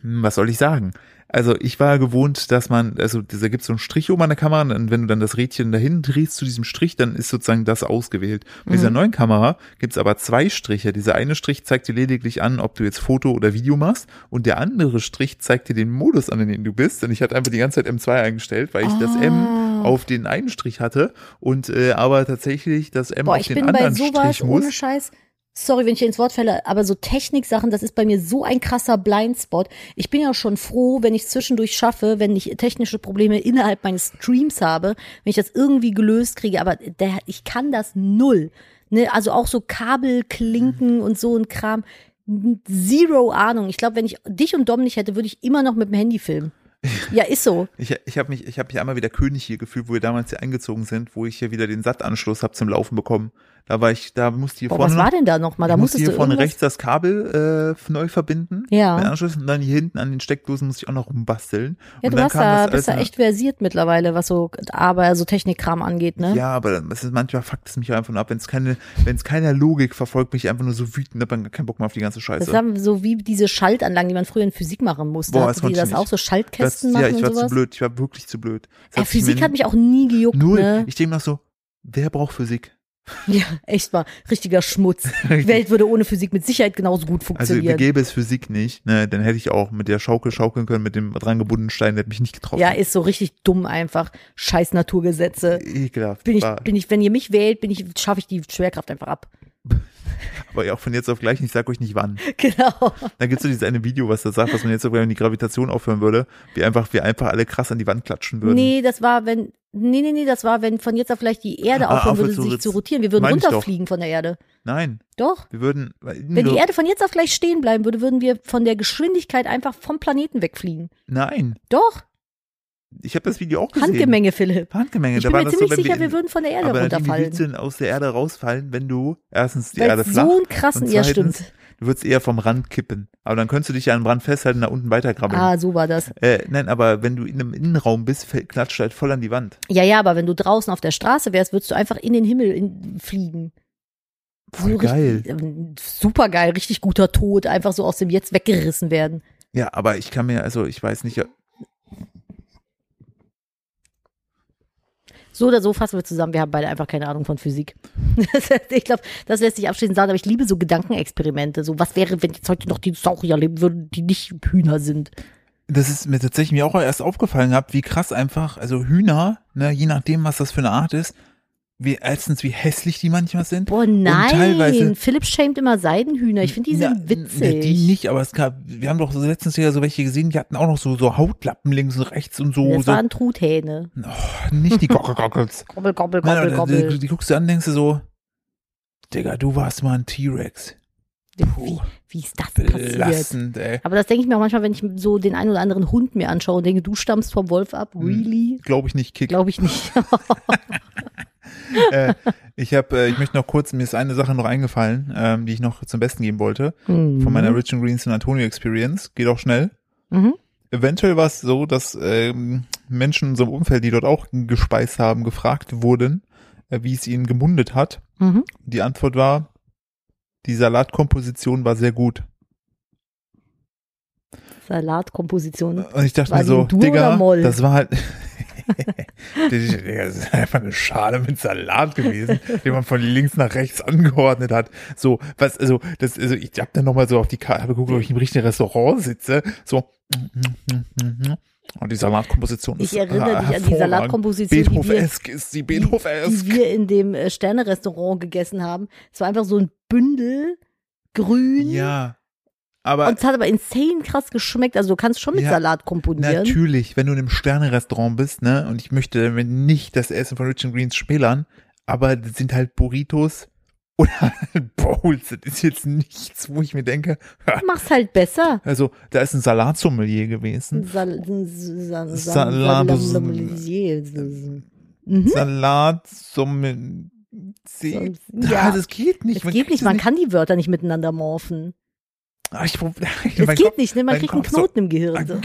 [SPEAKER 1] hm, was soll ich sagen? Also ich war gewohnt, dass man, also da gibt es so einen Strich oben an der Kamera und wenn du dann das Rädchen dahin drehst zu diesem Strich, dann ist sozusagen das ausgewählt. Bei dieser neuen Kamera gibt es aber zwei Striche. Dieser eine Strich zeigt dir lediglich an, ob du jetzt Foto oder Video machst und der andere Strich zeigt dir den Modus an, in dem du bist. Und ich hatte einfach die ganze Zeit M2 eingestellt, weil ich das
[SPEAKER 2] Ah.
[SPEAKER 1] M oh, auf den einen Strich hatte und äh, aber tatsächlich das M
[SPEAKER 2] Boah,
[SPEAKER 1] Ähm, auf
[SPEAKER 2] ich
[SPEAKER 1] den
[SPEAKER 2] bin bei
[SPEAKER 1] anderen
[SPEAKER 2] sowas
[SPEAKER 1] Strich muss.
[SPEAKER 2] ohne Scheiß. Sorry, wenn ich dir ins Wort fälle, aber so Techniksachen, das ist bei mir so ein krasser Blindspot. Ich bin ja schon froh, wenn ich zwischendurch schaffe, wenn ich technische Probleme innerhalb meines Streams habe, wenn ich das irgendwie gelöst kriege, aber der, ich kann das null. Ne? Also auch so Kabel, Klinken
[SPEAKER 1] Mhm.
[SPEAKER 2] und so ein Kram. Zero Ahnung. Ich glaube, wenn ich dich und Dom nicht hätte, würde ich immer noch mit dem Handy filmen. Ja, ist so.
[SPEAKER 1] Ich, ich habe mich, ich hab mich einmal wieder König hier gefühlt, wo wir damals hier eingezogen sind, wo ich hier wieder den SAT-Anschluss habe zum Laufen bekommen. Da war ich, da musste hier
[SPEAKER 2] Boah,
[SPEAKER 1] vorne,
[SPEAKER 2] was war denn da nochmal? Da
[SPEAKER 1] ich musste
[SPEAKER 2] musstest
[SPEAKER 1] hier
[SPEAKER 2] du
[SPEAKER 1] vorne
[SPEAKER 2] irgendwas-
[SPEAKER 1] rechts das Kabel äh, neu verbinden.
[SPEAKER 2] Ja.
[SPEAKER 1] Den Anschluss und dann hier hinten an den Steckdosen musste ich auch noch rumbasteln.
[SPEAKER 2] Ja,
[SPEAKER 1] und
[SPEAKER 2] du
[SPEAKER 1] dann
[SPEAKER 2] hast
[SPEAKER 1] kam
[SPEAKER 2] da,
[SPEAKER 1] das alles
[SPEAKER 2] bist da
[SPEAKER 1] in-
[SPEAKER 2] echt versiert mittlerweile, was so aber so Technikkram angeht, ne?
[SPEAKER 1] Ja, aber es ist manchmal fuckt es mich auch einfach nur ab, wenn es keine, wenn es keiner Logik verfolgt, mich einfach nur so wütend, hab dann keinen Bock mehr auf die ganze Scheiße.
[SPEAKER 2] Das haben so wie diese Schaltanlagen, die man früher in Physik machen musste.
[SPEAKER 1] also Boah, das
[SPEAKER 2] Hatten die
[SPEAKER 1] konnte ich
[SPEAKER 2] das
[SPEAKER 1] nicht.
[SPEAKER 2] auch so Schaltkästen
[SPEAKER 1] Das-
[SPEAKER 2] machen
[SPEAKER 1] ja, ich
[SPEAKER 2] und
[SPEAKER 1] war
[SPEAKER 2] sowas?
[SPEAKER 1] zu blöd, ich war wirklich zu blöd. Das
[SPEAKER 2] Ja,
[SPEAKER 1] hat sich
[SPEAKER 2] Physik
[SPEAKER 1] mir
[SPEAKER 2] hat mich auch nie gejuckt,
[SPEAKER 1] null.
[SPEAKER 2] ne?
[SPEAKER 1] Ich denke noch so, wer braucht Physik?
[SPEAKER 2] Ja, echt mal. Richtiger Schmutz. Die Welt würde ohne Physik mit Sicherheit genauso gut
[SPEAKER 1] Also
[SPEAKER 2] funktionieren.
[SPEAKER 1] gäbe es Physik nicht, ne, dann hätte ich auch mit der Schaukel schaukeln können, mit dem dran gebundenen Stein, der hat mich nicht getroffen.
[SPEAKER 2] ja, ist so richtig dumm einfach. Scheiß Naturgesetze.
[SPEAKER 1] Ekelhaft.
[SPEAKER 2] Bin ich,
[SPEAKER 1] war.
[SPEAKER 2] bin ich, wenn ihr mich wählt, bin ich, schaffe ich die Schwerkraft einfach ab.
[SPEAKER 1] Aber ja, auch von jetzt auf gleich, ich sag euch nicht wann.
[SPEAKER 2] Genau.
[SPEAKER 1] Da gibt's so dieses eine Video, was das sagt, dass man jetzt sogar, wenn die Gravitation aufhören würde, wie einfach, wir einfach alle krass an die Wand klatschen würden.
[SPEAKER 2] Nee, das war, wenn. Nee, nee, nee, das war, wenn von jetzt auf gleich die Erde
[SPEAKER 1] Ah,
[SPEAKER 2] aufhören würde,
[SPEAKER 1] aufhört zu
[SPEAKER 2] sich
[SPEAKER 1] ritz-
[SPEAKER 2] zu rotieren. Wir würden
[SPEAKER 1] Mein ich doch.
[SPEAKER 2] runterfliegen von der Erde.
[SPEAKER 1] Nein,
[SPEAKER 2] Doch.
[SPEAKER 1] wir würden,
[SPEAKER 2] Wenn die Erde von jetzt auf gleich stehen bleiben würde, würden wir von der Geschwindigkeit einfach vom Planeten wegfliegen.
[SPEAKER 1] nein,
[SPEAKER 2] Doch.
[SPEAKER 1] ich habe das Video auch gesehen.
[SPEAKER 2] Handgemenge, Philipp.
[SPEAKER 1] Handgemenge.
[SPEAKER 2] Ich
[SPEAKER 1] da
[SPEAKER 2] bin
[SPEAKER 1] war
[SPEAKER 2] mir
[SPEAKER 1] das
[SPEAKER 2] ziemlich
[SPEAKER 1] so, wenn
[SPEAKER 2] sicher, wir
[SPEAKER 1] wir, in-
[SPEAKER 2] würden von der Erde
[SPEAKER 1] aber dann, wie willst du
[SPEAKER 2] runterfallen.
[SPEAKER 1] denn aus der Erde rausfallen, wenn du erstens die
[SPEAKER 2] Weil
[SPEAKER 1] Erde
[SPEAKER 2] so
[SPEAKER 1] flach
[SPEAKER 2] einen krassen,
[SPEAKER 1] und
[SPEAKER 2] ja
[SPEAKER 1] zweitens-
[SPEAKER 2] stimmt.
[SPEAKER 1] Du würdest eher vom Rand kippen. Aber dann könntest du dich ja am Rand festhalten, nach unten weiterkrabbeln.
[SPEAKER 2] Ah, so war das.
[SPEAKER 1] Äh, nein, aber wenn du in einem Innenraum bist, fäll- klatscht halt voll an die Wand.
[SPEAKER 2] Ja, ja, aber wenn du draußen auf der Straße wärst, würdest du einfach in den Himmel in, fliegen.
[SPEAKER 1] Voll
[SPEAKER 2] richtig-
[SPEAKER 1] geil.
[SPEAKER 2] ähm, super geil, richtig guter Tod, einfach so aus dem Jetzt weggerissen werden.
[SPEAKER 1] Ja, aber ich kann mir, also ich weiß nicht,
[SPEAKER 2] So oder so fassen wir zusammen, wir haben beide einfach keine Ahnung von Physik. Das, heißt, ich glaube, das lässt sich abschließend sagen, aber ich liebe so Gedankenexperimente. So, was wäre, wenn jetzt heute noch Dinosaurier leben würden, die nicht Hühner sind?
[SPEAKER 1] das ist mir tatsächlich mir auch erst aufgefallen gehabt, wie krass einfach, also Hühner, ne, je nachdem, was das für eine Art ist, wie, erstens, wie hässlich die manchmal sind.
[SPEAKER 2] Boah,
[SPEAKER 1] Und teilweise-
[SPEAKER 2] nein. Philipp schämt immer Seidenhühner. Ich finde, die
[SPEAKER 1] Na,
[SPEAKER 2] sind witzig.
[SPEAKER 1] na, Die nicht, aber es gab, wir haben doch so letztens wieder so welche gesehen, die hatten auch noch so, so Hautlappen links und rechts und so,
[SPEAKER 2] das
[SPEAKER 1] so
[SPEAKER 2] waren Truthähne.
[SPEAKER 1] oh, nicht die Gockelgockels.
[SPEAKER 2] Gobbel, gobbel,
[SPEAKER 1] Nein,
[SPEAKER 2] gobbel,
[SPEAKER 1] aber die, die,
[SPEAKER 2] gobbel.
[SPEAKER 1] die guckst du an, denkst du so, Digga, du warst mal ein T-Rex.
[SPEAKER 2] Wie, wie ist das passiert?
[SPEAKER 1] Belastend, ey.
[SPEAKER 2] Aber das denke ich mir auch manchmal, wenn ich so den einen oder anderen Hund mir anschaue und denke, du stammst vom Wolf ab.
[SPEAKER 1] Hm.
[SPEAKER 2] Really?
[SPEAKER 1] Glaube ich nicht, Kick.
[SPEAKER 2] Glaube ich nicht.
[SPEAKER 1] äh, ich habe, äh, ich möchte noch kurz, mir ist eine Sache noch eingefallen, ähm, die ich noch zum Besten geben wollte, von meiner Rich and Green San Antonio Experience. Geht auch schnell.
[SPEAKER 2] Mhm.
[SPEAKER 1] Eventuell war es so, dass ähm, Menschen in unserem Umfeld, die dort auch gespeist haben, gefragt wurden, äh, wie es ihnen gemundet hat.
[SPEAKER 2] Mhm.
[SPEAKER 1] Die Antwort war, die Salatkomposition war sehr gut.
[SPEAKER 2] Salatkomposition.
[SPEAKER 1] Und ich dachte
[SPEAKER 2] War
[SPEAKER 1] mir
[SPEAKER 2] die
[SPEAKER 1] so,
[SPEAKER 2] in Dur
[SPEAKER 1] Digga,
[SPEAKER 2] oder Moll?
[SPEAKER 1] das war halt. Digga, das ist einfach eine Schale mit Salat gewesen, die man von links nach rechts angeordnet hat. So, was, also, das, also ich hab dann nochmal so auf die Karte geguckt, ob ich im richtigen Restaurant sitze. So, mhm, und die Salatkomposition ist
[SPEAKER 2] Ich erinnere dich an die
[SPEAKER 1] äh, hervorragend.
[SPEAKER 2] Salatkomposition, die wir,
[SPEAKER 1] Beethovenesk ist die
[SPEAKER 2] die, die
[SPEAKER 1] Beethovenesk.
[SPEAKER 2] wir in dem äh, Sterne-Restaurant gegessen haben. Es war einfach so ein Bündel grün.
[SPEAKER 1] Ja. Aber
[SPEAKER 2] Und es hat aber insane krass geschmeckt. Also du kannst schon mit
[SPEAKER 1] Ja,
[SPEAKER 2] Salat komponieren.
[SPEAKER 1] Natürlich, wenn du in einem Sterne-Restaurant bist, ne, und ich möchte damit nicht das Essen von Rich and Greens schmälern, aber das sind halt Burritos oder halt Bowls. Das ist jetzt nichts, wo ich mir denke, ha,
[SPEAKER 2] Mach's halt besser.
[SPEAKER 1] also da ist ein Salatsommelier gewesen.
[SPEAKER 2] Sal hm, Sal Sal
[SPEAKER 1] Hm. Salat-
[SPEAKER 2] Mhm.
[SPEAKER 1] Salatsommelier.
[SPEAKER 2] Ja.
[SPEAKER 1] das geht nicht.
[SPEAKER 2] Es
[SPEAKER 1] man
[SPEAKER 2] geht
[SPEAKER 1] kriegt
[SPEAKER 2] nicht,
[SPEAKER 1] das
[SPEAKER 2] man kann die Wörter nicht miteinander morphen.
[SPEAKER 1] Aber ich, prob-
[SPEAKER 2] Das
[SPEAKER 1] mein
[SPEAKER 2] geht
[SPEAKER 1] Kopf-
[SPEAKER 2] nicht, ne? Man
[SPEAKER 1] mein
[SPEAKER 2] kriegt einen
[SPEAKER 1] Kopf so-
[SPEAKER 2] Knoten im Gehirn.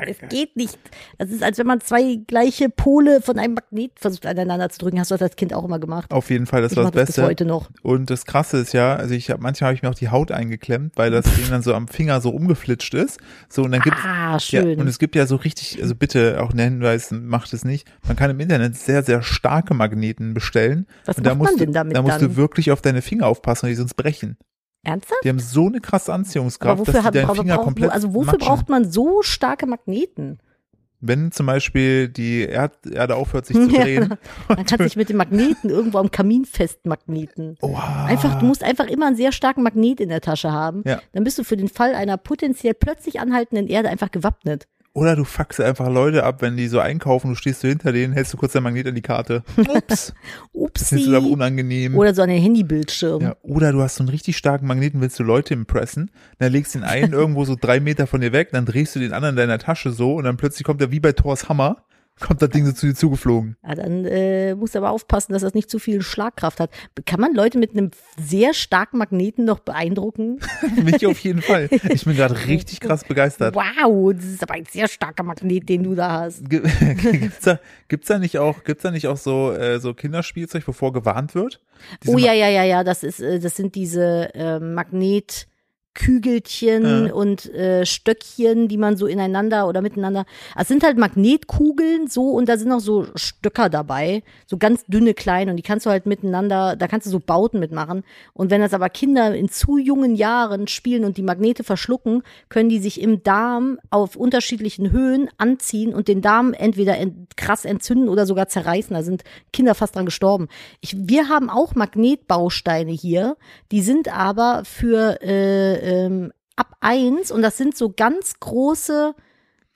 [SPEAKER 2] So. Es geht nicht. Das ist, als wenn man zwei gleiche Pole von einem Magnet versucht aneinander zu drücken. Hast du das als Kind auch immer gemacht?
[SPEAKER 1] Auf jeden Fall, das
[SPEAKER 2] ich
[SPEAKER 1] war
[SPEAKER 2] mach
[SPEAKER 1] das
[SPEAKER 2] das bis
[SPEAKER 1] Beste.
[SPEAKER 2] heute noch.
[SPEAKER 1] Und das Krasse ist ja, also ich habe manchmal habe ich mir auch die Haut eingeklemmt, weil das Ding dann so am Finger so umgeflitscht ist. So und dann gibt's
[SPEAKER 2] Ah,
[SPEAKER 1] ja,
[SPEAKER 2] schön.
[SPEAKER 1] und es gibt ja so richtig, also bitte auch einen Hinweis, macht es nicht. Man kann im Internet sehr sehr starke Magneten bestellen.
[SPEAKER 2] Was
[SPEAKER 1] und da
[SPEAKER 2] macht man
[SPEAKER 1] musst du,
[SPEAKER 2] denn damit
[SPEAKER 1] Da musst
[SPEAKER 2] dann?
[SPEAKER 1] du wirklich auf deine Finger aufpassen, weil die sonst brechen.
[SPEAKER 2] Ernsthaft?
[SPEAKER 1] Die haben so eine krasse Anziehungskraft,
[SPEAKER 2] Aber
[SPEAKER 1] dass
[SPEAKER 2] wofür,
[SPEAKER 1] die
[SPEAKER 2] hat,
[SPEAKER 1] deinen
[SPEAKER 2] aber
[SPEAKER 1] Finger
[SPEAKER 2] braucht,
[SPEAKER 1] komplett
[SPEAKER 2] also wofür
[SPEAKER 1] matschen.
[SPEAKER 2] braucht man so starke Magneten?
[SPEAKER 1] Wenn zum Beispiel die Erd Erde aufhört sich zu
[SPEAKER 2] Ja.
[SPEAKER 1] drehen.
[SPEAKER 2] Man kann sich mit den Magneten irgendwo am Kamin festmagneten.
[SPEAKER 1] Oha.
[SPEAKER 2] Einfach, du musst einfach immer einen sehr starken Magnet in der Tasche haben.
[SPEAKER 1] Ja.
[SPEAKER 2] Dann bist du für den Fall einer potenziell plötzlich anhaltenden Erde einfach gewappnet.
[SPEAKER 1] Oder du fuckst einfach Leute ab, wenn die so einkaufen, du stehst so hinter denen, hältst du kurz dein Magnet an die Karte. Ups. Das ist aber
[SPEAKER 2] Upsi.
[SPEAKER 1] unangenehm.
[SPEAKER 2] Oder so an den Handybildschirm.
[SPEAKER 1] ja, oder du hast so einen richtig starken Magneten, willst du Leute impressen, dann legst du den einen irgendwo so drei Meter von dir weg, dann drehst du den anderen in deiner Tasche so und dann plötzlich kommt er wie bei Thors Hammer, kommt das Ding so zu dir zugeflogen.
[SPEAKER 2] Ja, dann äh, musst du aber aufpassen, dass das nicht zu viel Schlagkraft hat. Kann man Leute mit einem sehr starken Magneten noch beeindrucken?
[SPEAKER 1] Mich auf jeden Fall. Ich bin gerade richtig krass begeistert.
[SPEAKER 2] Wow, das ist aber ein sehr starker Magnet, den du da hast.
[SPEAKER 1] Gi- gibt's da, gibt's da nicht auch, gibt's da nicht auch so, äh, so Kinderspielzeug, bevor gewarnt wird? Diese
[SPEAKER 2] oh
[SPEAKER 1] Ma-
[SPEAKER 2] ja, ja, ja, ja, das ist, äh, das sind diese äh, Magnetkügelchen
[SPEAKER 1] Ja.
[SPEAKER 2] und äh, Stöckchen, die man so ineinander oder miteinander. Also es sind halt Magnetkugeln so und da sind auch so Stöcker dabei, so ganz dünne kleine und die kannst du halt miteinander, da kannst du so Bauten mitmachen. Und wenn das aber Kinder in zu jungen Jahren spielen und die Magnete verschlucken, können die sich im Darm auf unterschiedlichen Höhen anziehen und den Darm entweder ent krass entzünden oder sogar zerreißen. Da sind Kinder fast dran gestorben. Ich, wir haben auch Magnetbausteine hier, die sind aber für äh, ähm, ab eins und das sind so ganz große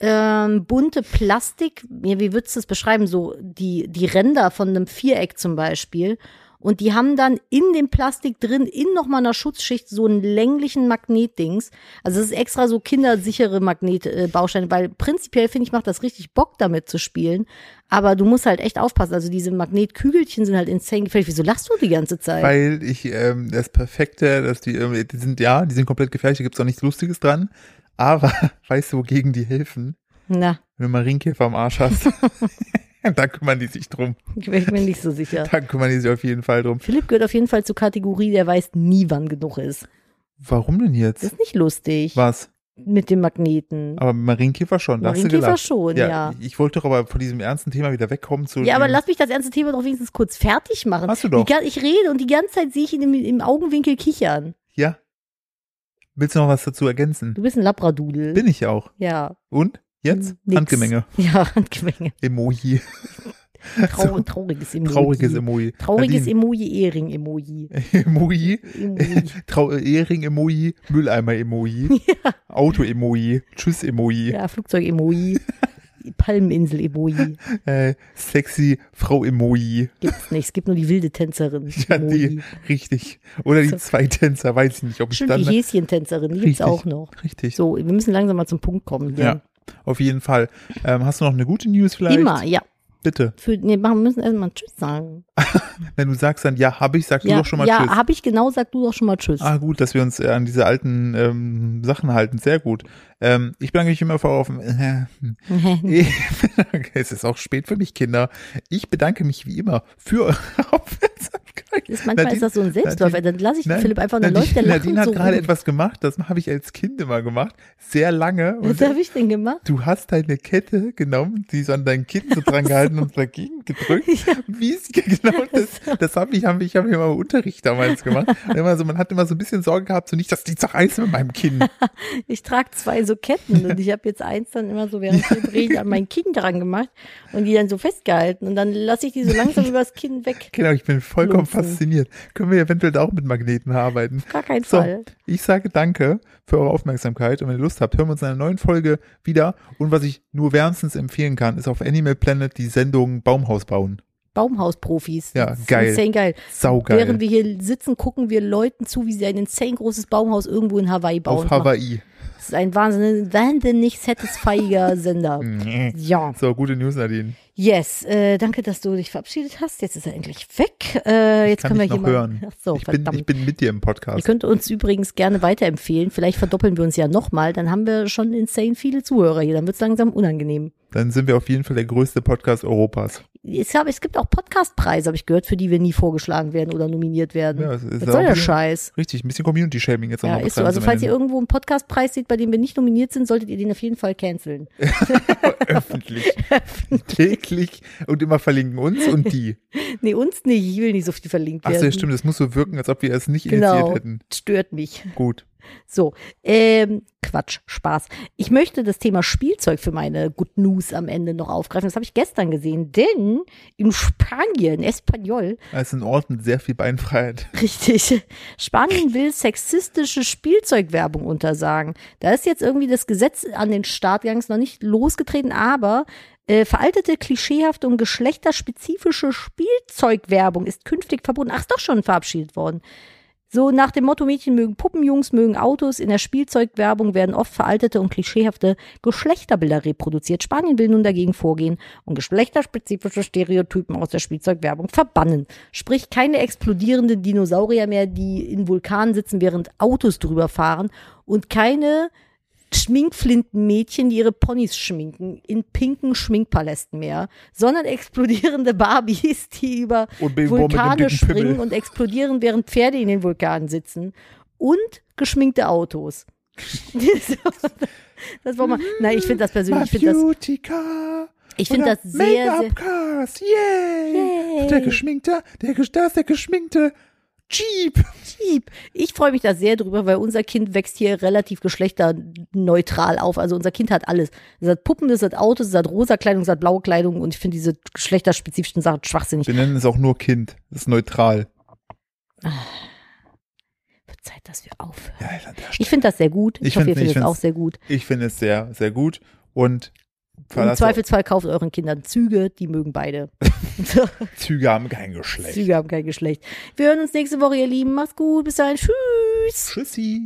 [SPEAKER 2] ähm, bunte Plastik, ja, wie würdest du es beschreiben, so die, die Ränder von einem Viereck zum Beispiel. Und die haben dann in dem Plastik drin, in nochmal einer Schutzschicht, so einen länglichen Magnetdings. Also es ist extra so kindersichere Magnetbausteine, äh, Bausteine, weil prinzipiell finde ich, macht das richtig Bock, damit zu spielen. Aber du musst halt echt aufpassen. Also diese Magnetkügelchen sind halt insane gefährlich. Wieso lachst du die ganze Zeit?
[SPEAKER 1] Weil ich ähm, das Perfekte, dass die, ähm, die sind, ja, die sind komplett gefährlich, da gibt's auch nichts Lustiges dran. Aber weißt du, wogegen die helfen?
[SPEAKER 2] Na,
[SPEAKER 1] Wenn du Marienkäfer am Arsch hast. da kümmern die sich drum.
[SPEAKER 2] ich bin mir nicht so sicher.
[SPEAKER 1] Da kümmern die sich auf jeden Fall drum.
[SPEAKER 2] Philipp gehört auf jeden Fall zur Kategorie, der weiß nie, wann genug ist.
[SPEAKER 1] Warum denn
[SPEAKER 2] Das
[SPEAKER 1] jetzt?
[SPEAKER 2] ist nicht lustig.
[SPEAKER 1] Was?
[SPEAKER 2] Mit dem Magneten.
[SPEAKER 1] Aber Marienkäfer schon, da hast du
[SPEAKER 2] Marienkäfer
[SPEAKER 1] gelacht.
[SPEAKER 2] schon, ja.
[SPEAKER 1] Ich, ich wollte doch aber von diesem ernsten Thema wieder wegkommen zu.
[SPEAKER 2] Ja, aber
[SPEAKER 1] dem-
[SPEAKER 2] lass mich das ernste Thema doch wenigstens kurz fertig machen.
[SPEAKER 1] Hast du doch.
[SPEAKER 2] Die ga- Ich rede und die ganze Zeit sehe ich ihn im, im Augenwinkel kichern.
[SPEAKER 1] Ja. Willst du noch was dazu ergänzen?
[SPEAKER 2] Du bist ein Labradudel.
[SPEAKER 1] Bin ich auch.
[SPEAKER 2] ja.
[SPEAKER 1] Und? Jetzt?
[SPEAKER 2] Nix.
[SPEAKER 1] Handgemenge.
[SPEAKER 2] Ja, Handgemenge.
[SPEAKER 1] Emoji.
[SPEAKER 2] Trau
[SPEAKER 1] So.
[SPEAKER 2] Trauriges Emoji.
[SPEAKER 1] Trauriges Emoji.
[SPEAKER 2] Trauriges Emoji, Ehring-Emoji.
[SPEAKER 1] Emoji.
[SPEAKER 2] Emoji.
[SPEAKER 1] Trau Ehring-Emoji, Mülleimer-Emoji, Auto-Emoji, Tschüss-Emoji,
[SPEAKER 2] ja, Flugzeug-Emoji. Palmeninsel-Emoji.
[SPEAKER 1] äh, sexy Frau-Emoji.
[SPEAKER 2] Gibt's nicht. Es gibt nur die wilde Tänzerin.
[SPEAKER 1] Ja, die,
[SPEAKER 2] Emoji.
[SPEAKER 1] richtig. Oder die
[SPEAKER 2] So.
[SPEAKER 1] zwei Tänzer, weiß ich nicht, ob ich
[SPEAKER 2] Stimmt, die
[SPEAKER 1] dann.
[SPEAKER 2] Häschen-Tänzerin. Die gibt's
[SPEAKER 1] Richtig.
[SPEAKER 2] auch noch.
[SPEAKER 1] Richtig.
[SPEAKER 2] So, wir müssen langsam mal zum Punkt kommen. Hier.
[SPEAKER 1] Ja. Auf jeden Fall. Ähm, hast du noch eine gute News vielleicht?
[SPEAKER 2] Immer, ja.
[SPEAKER 1] Bitte.
[SPEAKER 2] Für, nee, machen- wir müssen erstmal Tschüss sagen.
[SPEAKER 1] Wenn du sagst dann, ja, habe ich, sagst
[SPEAKER 2] ja,
[SPEAKER 1] du doch schon mal
[SPEAKER 2] ja,
[SPEAKER 1] Tschüss.
[SPEAKER 2] habe ich genau, sag du doch schon mal Tschüss.
[SPEAKER 1] Ah, gut, dass wir uns äh, an diese alten ähm, Sachen halten. Sehr gut. Ähm, ich bedanke mich immer vor auf. Äh, Ich- es ist auch spät für mich, Kinder. Ich bedanke mich wie immer für eure Aufmerksamkeit.
[SPEAKER 2] ist, manchmal ist das so ein Selbstläufer.
[SPEAKER 1] Nadine-
[SPEAKER 2] Dann lasse ich den
[SPEAKER 1] Nein,
[SPEAKER 2] Philipp einfach, dann
[SPEAKER 1] Nadine,
[SPEAKER 2] läuft der
[SPEAKER 1] Nadine
[SPEAKER 2] lachend
[SPEAKER 1] hat
[SPEAKER 2] so
[SPEAKER 1] gerade
[SPEAKER 2] rum.
[SPEAKER 1] etwas gemacht, das habe ich als Kind immer gemacht, sehr lange.
[SPEAKER 2] Was
[SPEAKER 1] Und
[SPEAKER 2] habe ich denn gemacht?
[SPEAKER 1] du hast deine Kette genommen, die so an dein Kind so dran gehalten und dagegen gedrückt. Wie ist genau das? Das habe ich, habe ich, habe ich immer im Unterricht damals gemacht. Und immer so, man hat immer so ein bisschen Sorge gehabt, so nicht, dass die zerreißen mit meinem Kind.
[SPEAKER 2] Ich trage zwei so Ketten und ich habe jetzt eins dann immer so während Philipp redet an mein Kind dran gemacht und die dann so festgehalten und dann lasse ich die so langsam übers Kinn weg.
[SPEAKER 1] Genau, ich bin vollkommen
[SPEAKER 2] Lumpfen.
[SPEAKER 1] fasziniert. Können wir eventuell da auch mit Magneten arbeiten?
[SPEAKER 2] Gar keinen
[SPEAKER 1] So,
[SPEAKER 2] Fall.
[SPEAKER 1] ich sage danke für eure Aufmerksamkeit und wenn ihr Lust habt, hören wir uns in einer neuen Folge wieder. Und was ich nur wärmstens empfehlen kann, ist auf Animal Planet die Sendung Baumhaus bauen.
[SPEAKER 2] Baumhausprofis.
[SPEAKER 1] Ja,
[SPEAKER 2] Das ist
[SPEAKER 1] geil.
[SPEAKER 2] Insane geil.
[SPEAKER 1] Saugeil.
[SPEAKER 2] Während wir hier sitzen, gucken wir Leuten zu, wie sie ein insane großes Baumhaus irgendwo in Hawaii bauen.
[SPEAKER 1] auf Hawaii.
[SPEAKER 2] Das ist ein wahnsinnig, wahnsinnig satisfyiger Sender. Ja.
[SPEAKER 1] So, gute News, Nadine.
[SPEAKER 2] Yes. Äh, danke, dass du dich verabschiedet hast. Jetzt ist er endlich weg. Äh, jetzt
[SPEAKER 1] Kann
[SPEAKER 2] können
[SPEAKER 1] ich
[SPEAKER 2] wir
[SPEAKER 1] noch
[SPEAKER 2] hier
[SPEAKER 1] hören.
[SPEAKER 2] Mal, ach so,
[SPEAKER 1] ich, bin,
[SPEAKER 2] verdammt.
[SPEAKER 1] ich bin mit dir im
[SPEAKER 2] Ihr
[SPEAKER 1] Podcast.
[SPEAKER 2] könnt uns übrigens gerne weiterempfehlen. Vielleicht verdoppeln wir uns ja nochmal. Dann haben wir schon insane viele Zuhörer hier. Dann wird es langsam unangenehm.
[SPEAKER 1] Dann sind wir auf jeden Fall der größte Podcast Europas.
[SPEAKER 2] Es, hab, es gibt auch Podcastpreise, habe ich gehört, für die wir nie vorgeschlagen werden oder nominiert werden.
[SPEAKER 1] Ja, es ist
[SPEAKER 2] Was
[SPEAKER 1] auch
[SPEAKER 2] soll
[SPEAKER 1] ein
[SPEAKER 2] der
[SPEAKER 1] bisschen-
[SPEAKER 2] Scheiß?
[SPEAKER 1] Richtig, ein bisschen Community-Shaming jetzt auch
[SPEAKER 2] Ja,
[SPEAKER 1] noch
[SPEAKER 2] ist so.
[SPEAKER 1] betreiben
[SPEAKER 2] Also
[SPEAKER 1] zum
[SPEAKER 2] falls ihr
[SPEAKER 1] Ende.
[SPEAKER 2] irgendwo einen Podcastpreis seht, bei dem wir nicht nominiert sind, solltet ihr den auf jeden Fall canceln.
[SPEAKER 1] öffentlich, täglich und immer verlinken uns und die.
[SPEAKER 2] Nee, uns nicht. Ich will nicht so viel verlinkt
[SPEAKER 1] Ach
[SPEAKER 2] werden.
[SPEAKER 1] so, ja, stimmt, das muss so wirken, als ob wir es nicht
[SPEAKER 2] Genau.
[SPEAKER 1] initiiert hätten.
[SPEAKER 2] Stört mich.
[SPEAKER 1] Gut.
[SPEAKER 2] So, ähm, Quatsch, Spaß. Ich möchte das Thema Spielzeug für meine Good News am Ende noch aufgreifen. Das habe ich gestern gesehen, denn in Spanien, Espanol,
[SPEAKER 1] Es ist ein Ort mit sehr viel Beinfreiheit.
[SPEAKER 2] richtig, Spanien will sexistische Spielzeugwerbung untersagen. Da ist jetzt irgendwie das Gesetz an den Start gegangen, ist noch nicht losgetreten, aber äh, veraltete, klischeehafte und geschlechterspezifische Spielzeugwerbung ist künftig verboten. Ach, ist doch schon verabschiedet worden. So nach dem Motto Mädchen mögen Puppen, Jungs mögen Autos. In der Spielzeugwerbung werden oft veraltete und klischeehafte Geschlechterbilder reproduziert. Spanien will nun dagegen vorgehen und geschlechterspezifische Stereotypen aus der Spielzeugwerbung verbannen. Sprich keine explodierenden Dinosaurier mehr, die in Vulkanen sitzen, während Autos drüber fahren und keine Schminkflintenmädchen, die ihre Ponys schminken, in pinken Schminkpalästen mehr, sondern explodierende Barbies, die über
[SPEAKER 1] Und Baby Boy mit dem
[SPEAKER 2] Vulkane
[SPEAKER 1] dicken Pimmel.
[SPEAKER 2] springen und explodieren, während Pferde in den Vulkanen sitzen und geschminkte Autos. das war mal. Nein, ich finde das persönlich, ich finde das,
[SPEAKER 1] Beauty Car.
[SPEAKER 2] ich finde
[SPEAKER 1] Oder
[SPEAKER 2] das sehr, sehr.
[SPEAKER 1] Make-up Cars, yay.
[SPEAKER 2] Yay.
[SPEAKER 1] Der geschminkte, der, gesch- da ist der geschminkte Jeep.
[SPEAKER 2] Jeep. Ich freue mich da sehr drüber, weil unser Kind wächst hier relativ geschlechterneutral auf. Also unser Kind hat alles. Es hat Puppen, es hat Autos, es hat rosa Kleidung, es hat blaue Kleidung und ich finde diese geschlechterspezifischen Sachen schwachsinnig.
[SPEAKER 1] Wir nennen es auch nur Kind. Das ist neutral.
[SPEAKER 2] Wird Zeit, dass wir aufhören.
[SPEAKER 1] Ja, Alter, der
[SPEAKER 2] Ich finde das sehr gut. Ich,
[SPEAKER 1] Ich
[SPEAKER 2] hoffe, ihr
[SPEAKER 1] find's nicht,
[SPEAKER 2] findet es
[SPEAKER 1] ich
[SPEAKER 2] auch
[SPEAKER 1] find's-
[SPEAKER 2] sehr gut.
[SPEAKER 1] Ich finde es sehr, sehr gut und
[SPEAKER 2] Im
[SPEAKER 1] verlasse
[SPEAKER 2] Zweifelsfall kauft euren Kindern Züge, die mögen beide.
[SPEAKER 1] Züge haben kein Geschlecht.
[SPEAKER 2] Züge haben kein Geschlecht. Wir hören uns nächste Woche, ihr Lieben. Macht's gut. Bis dahin. Tschüss.
[SPEAKER 1] Tschüssi.